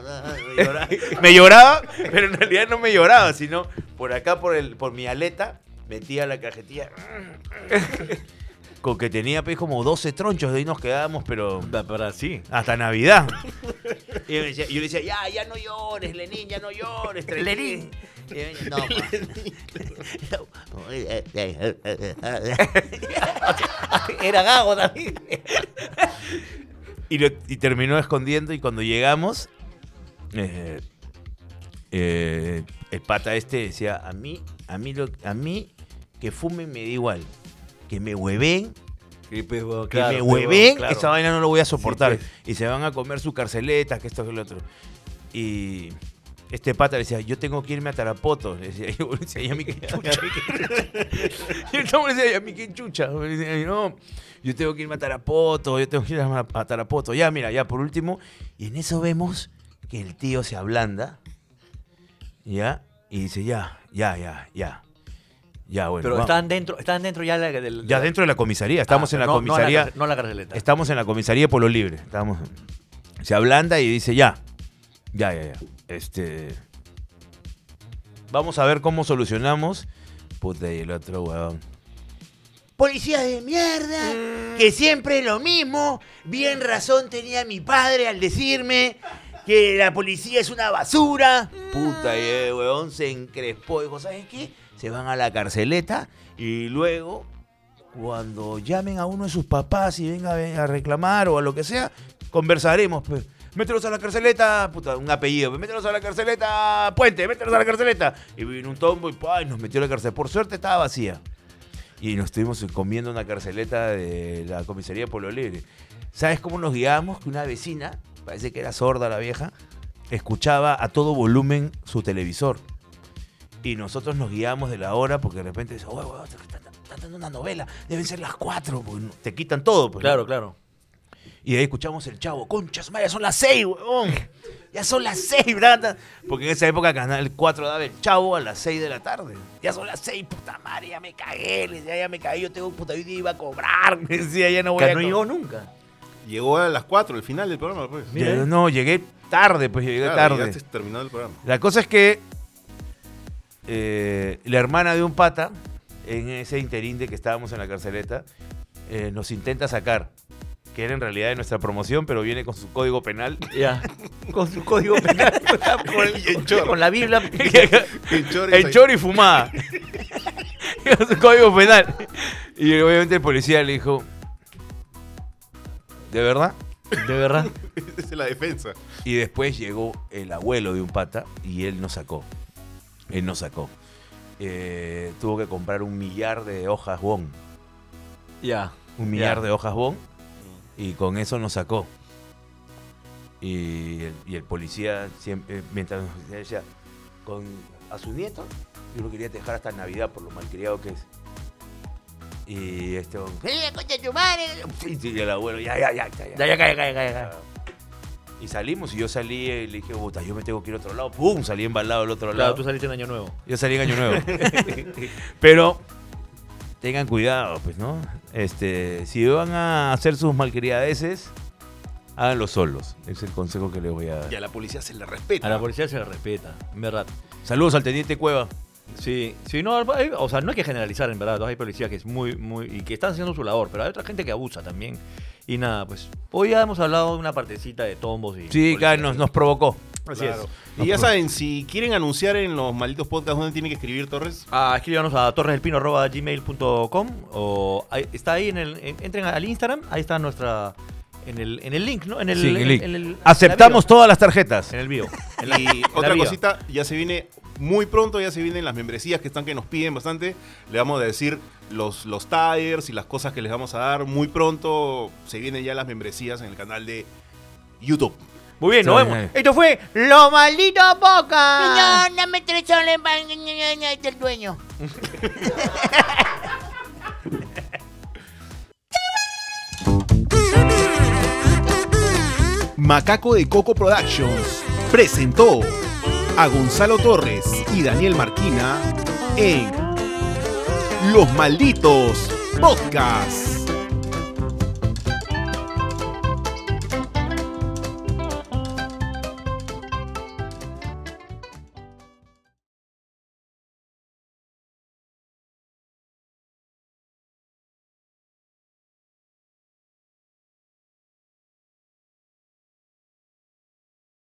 [SPEAKER 3] ya", me lloraba, (laughs) me lloraba, pero en realidad no me lloraba, sino por acá, por, el, por mi aleta, metía la cajetilla. Con que tenía pues, como 12 tronchos, de ahí nos quedábamos, pero
[SPEAKER 2] Pa- Para sí.
[SPEAKER 3] hasta Navidad. (laughs) Y yo le decía, yo le decía, ya, ya no llores, Lenín, ya no llores, Lenín.
[SPEAKER 4] No,
[SPEAKER 2] (laughs) pues. Era gago también.
[SPEAKER 3] Y, lo- y terminó escondiendo y cuando llegamos, eh, eh, el pata este decía, a mí, a mí, lo- a mí que fumen me da igual. Que me hueven,
[SPEAKER 2] Que
[SPEAKER 3] que me hueven, esta vaina no lo voy a soportar. Y se van a comer su carceleta, que esto que el otro. Y este pata le decía, yo tengo que irme a Tarapoto. Le decía, (laughs) yo le decía, "¿Y a mí qué chucha. (laughs) y el chamo le decía, "¿Y a mí qué chucha. Le decía, no, yo tengo que irme a Tarapoto, yo tengo que irme a, a Tarapoto. Ya, mira, ya por último. Y en eso vemos que el tío se ablanda. ¿Ya? Y dice, ya, ya, ya, ya. Ya, bueno.
[SPEAKER 2] Pero
[SPEAKER 3] vamos".
[SPEAKER 2] estaban dentro, estaban dentro ya la- del.
[SPEAKER 3] Ya dentro de la comisaría, estamos
[SPEAKER 2] Ah,
[SPEAKER 3] en la
[SPEAKER 2] no- no
[SPEAKER 3] comisaría.
[SPEAKER 2] car- No la carceleta.
[SPEAKER 3] Estamos en la comisaría de Pueblo Libre. Estamos, se ablanda y dice, ya, ya, ya, ya. Este, vamos a ver cómo solucionamos. Puta, y el otro huevón.
[SPEAKER 4] Policía de mierda, que siempre lo mismo. Bien razón tenía mi padre al decirme que la policía es una basura.
[SPEAKER 3] Puta, y el huevón se encrespó. Dijo, ¿sabes qué? Se van a la carceleta y luego, cuando llamen a uno de sus papás y venga a- a reclamar o a lo que sea, conversaremos. pues. mételos a la carceleta, puta, un apellido, pues, mételos a la carceleta, puente, mételos a la carceleta. Y vino un tombo y ¡pah! y nos metió a la carceleta. Por suerte estaba vacía. Y nos estuvimos comiendo una carceleta de la comisaría de Pueblo Libre. ¿Sabes cómo nos guiamos? Que una vecina, parece que era sorda la vieja, escuchaba a todo volumen su televisor. Y nosotros nos guiamos de la hora porque de repente dice, "Oye, huevón, están están dando una novela, deben ser las cuatro, porque no- te quitan todo. Pues, ¿no?
[SPEAKER 2] Claro, claro.
[SPEAKER 3] Y ahí escuchamos el chavo, conchas, ya son las seis, huevón. Ya son las seis, brata. Porque en esa época Canal 4 daba el chavo a las seis de la tarde. Ya son las seis, puta madre, ya me cagué, le decía, ya me caí, yo tengo puta, yo iba a cobrar, (laughs) me decía, ya no voy a
[SPEAKER 2] Que no
[SPEAKER 3] cobrar.
[SPEAKER 2] llegó nunca.
[SPEAKER 1] Llegó a las 4, el final del programa, pues.
[SPEAKER 3] Ya, no, llegué tarde, pues llegué
[SPEAKER 1] Claro,
[SPEAKER 3] tarde.
[SPEAKER 1] llegaste terminado el
[SPEAKER 3] (laughs)
[SPEAKER 1] programa.
[SPEAKER 3] La cosa es que eh, la hermana de un pata, en ese interín de que estábamos en la carceleta, eh, nos intenta sacar. Que era en realidad de nuestra promoción, pero viene con su
[SPEAKER 1] (laughs)
[SPEAKER 3] código penal. (laughs)
[SPEAKER 2] Ya. (laughs) Con su (laughs) código penal.
[SPEAKER 1] en
[SPEAKER 2] con,
[SPEAKER 1] chorro.
[SPEAKER 2] con la (laughs) Biblia.
[SPEAKER 1] El chori.
[SPEAKER 3] El chori fumada. (laughs) Con su código penal. Y obviamente el policía le dijo. ¿De verdad?
[SPEAKER 2] De verdad.
[SPEAKER 1] (laughs) Es la defensa.
[SPEAKER 3] Y después llegó el abuelo de un pata y él nos sacó. Él nos sacó. Eh, tuvo que comprar un millar de hojas bon.
[SPEAKER 2] Ya. Mm.
[SPEAKER 3] Un millar de hojas bon. Y con eso nos sacó. Y el, y el policía, siempre, eh, mientras nos decía, decía, con, a su nieto, yo lo quería dejar hasta Navidad por lo malcriado que es. Y este bon, "Eh, la concha de tu madre". Y y el abuelo, ya, ya, ya, ya, ya.
[SPEAKER 2] Ya, ya, ya, ya, ya, ya.
[SPEAKER 3] Y salimos y yo salí y le dije, puta, yo me tengo que ir a otro lado. ¡Pum! Salí embalado del otro
[SPEAKER 2] Claro,
[SPEAKER 3] lado.
[SPEAKER 2] tú saliste en Año Nuevo.
[SPEAKER 3] Yo salí en año nuevo. Pero tengan cuidado, pues, ¿no? Este, si van a hacer sus malcriadeces, háganlo solos. Es el consejo que les voy a dar.
[SPEAKER 1] Y a la policía se le
[SPEAKER 2] A
[SPEAKER 1] respeta.
[SPEAKER 2] la policía se le respeta, en verdad.
[SPEAKER 3] Saludos al teniente Cueva.
[SPEAKER 2] Sí, sí, no, hay- o sea, no hay que generalizar, en verdad. Hay policías que es muy, muy, y que están haciendo su labor, pero hay otra gente que abusa también. Y nada, pues, hoy ya hemos hablado de una partecita de tombos y...
[SPEAKER 3] Sí,
[SPEAKER 2] policías.
[SPEAKER 3] claro, nos, nos provocó.
[SPEAKER 1] Así es. Y ya saben, si quieren anunciar en los malditos podcasts dónde tienen que escribir Torres,
[SPEAKER 2] Ah, escríbanos a torresdelpino.gmail.com o ahí- está ahí en el... en- entren al Instagram, ahí está nuestra... En el, en el link, ¿no? En el,
[SPEAKER 3] Sí, en el link.
[SPEAKER 2] en el-
[SPEAKER 3] Aceptamos todas las tarjetas.
[SPEAKER 2] En el bio. En la-
[SPEAKER 1] Y
[SPEAKER 2] la
[SPEAKER 1] otra
[SPEAKER 2] vida.
[SPEAKER 1] cosita, ya se viene muy pronto, ya se vienen las membresías que están que nos piden bastante. Le vamos a decir los, los tires y las cosas que les vamos a dar. Muy pronto se vienen ya las membresías en el canal de YouTube.
[SPEAKER 2] Muy bien, nos
[SPEAKER 3] Sí,
[SPEAKER 2] vemos.
[SPEAKER 3] sí.
[SPEAKER 2] Esto fue Lo Maldito Boca.
[SPEAKER 4] No, dame tres soles para el dueño.
[SPEAKER 8] Macaco de Coco Productions presentó a Gonzalo Torres y Daniel Marquina en Los Malditos Podcasts.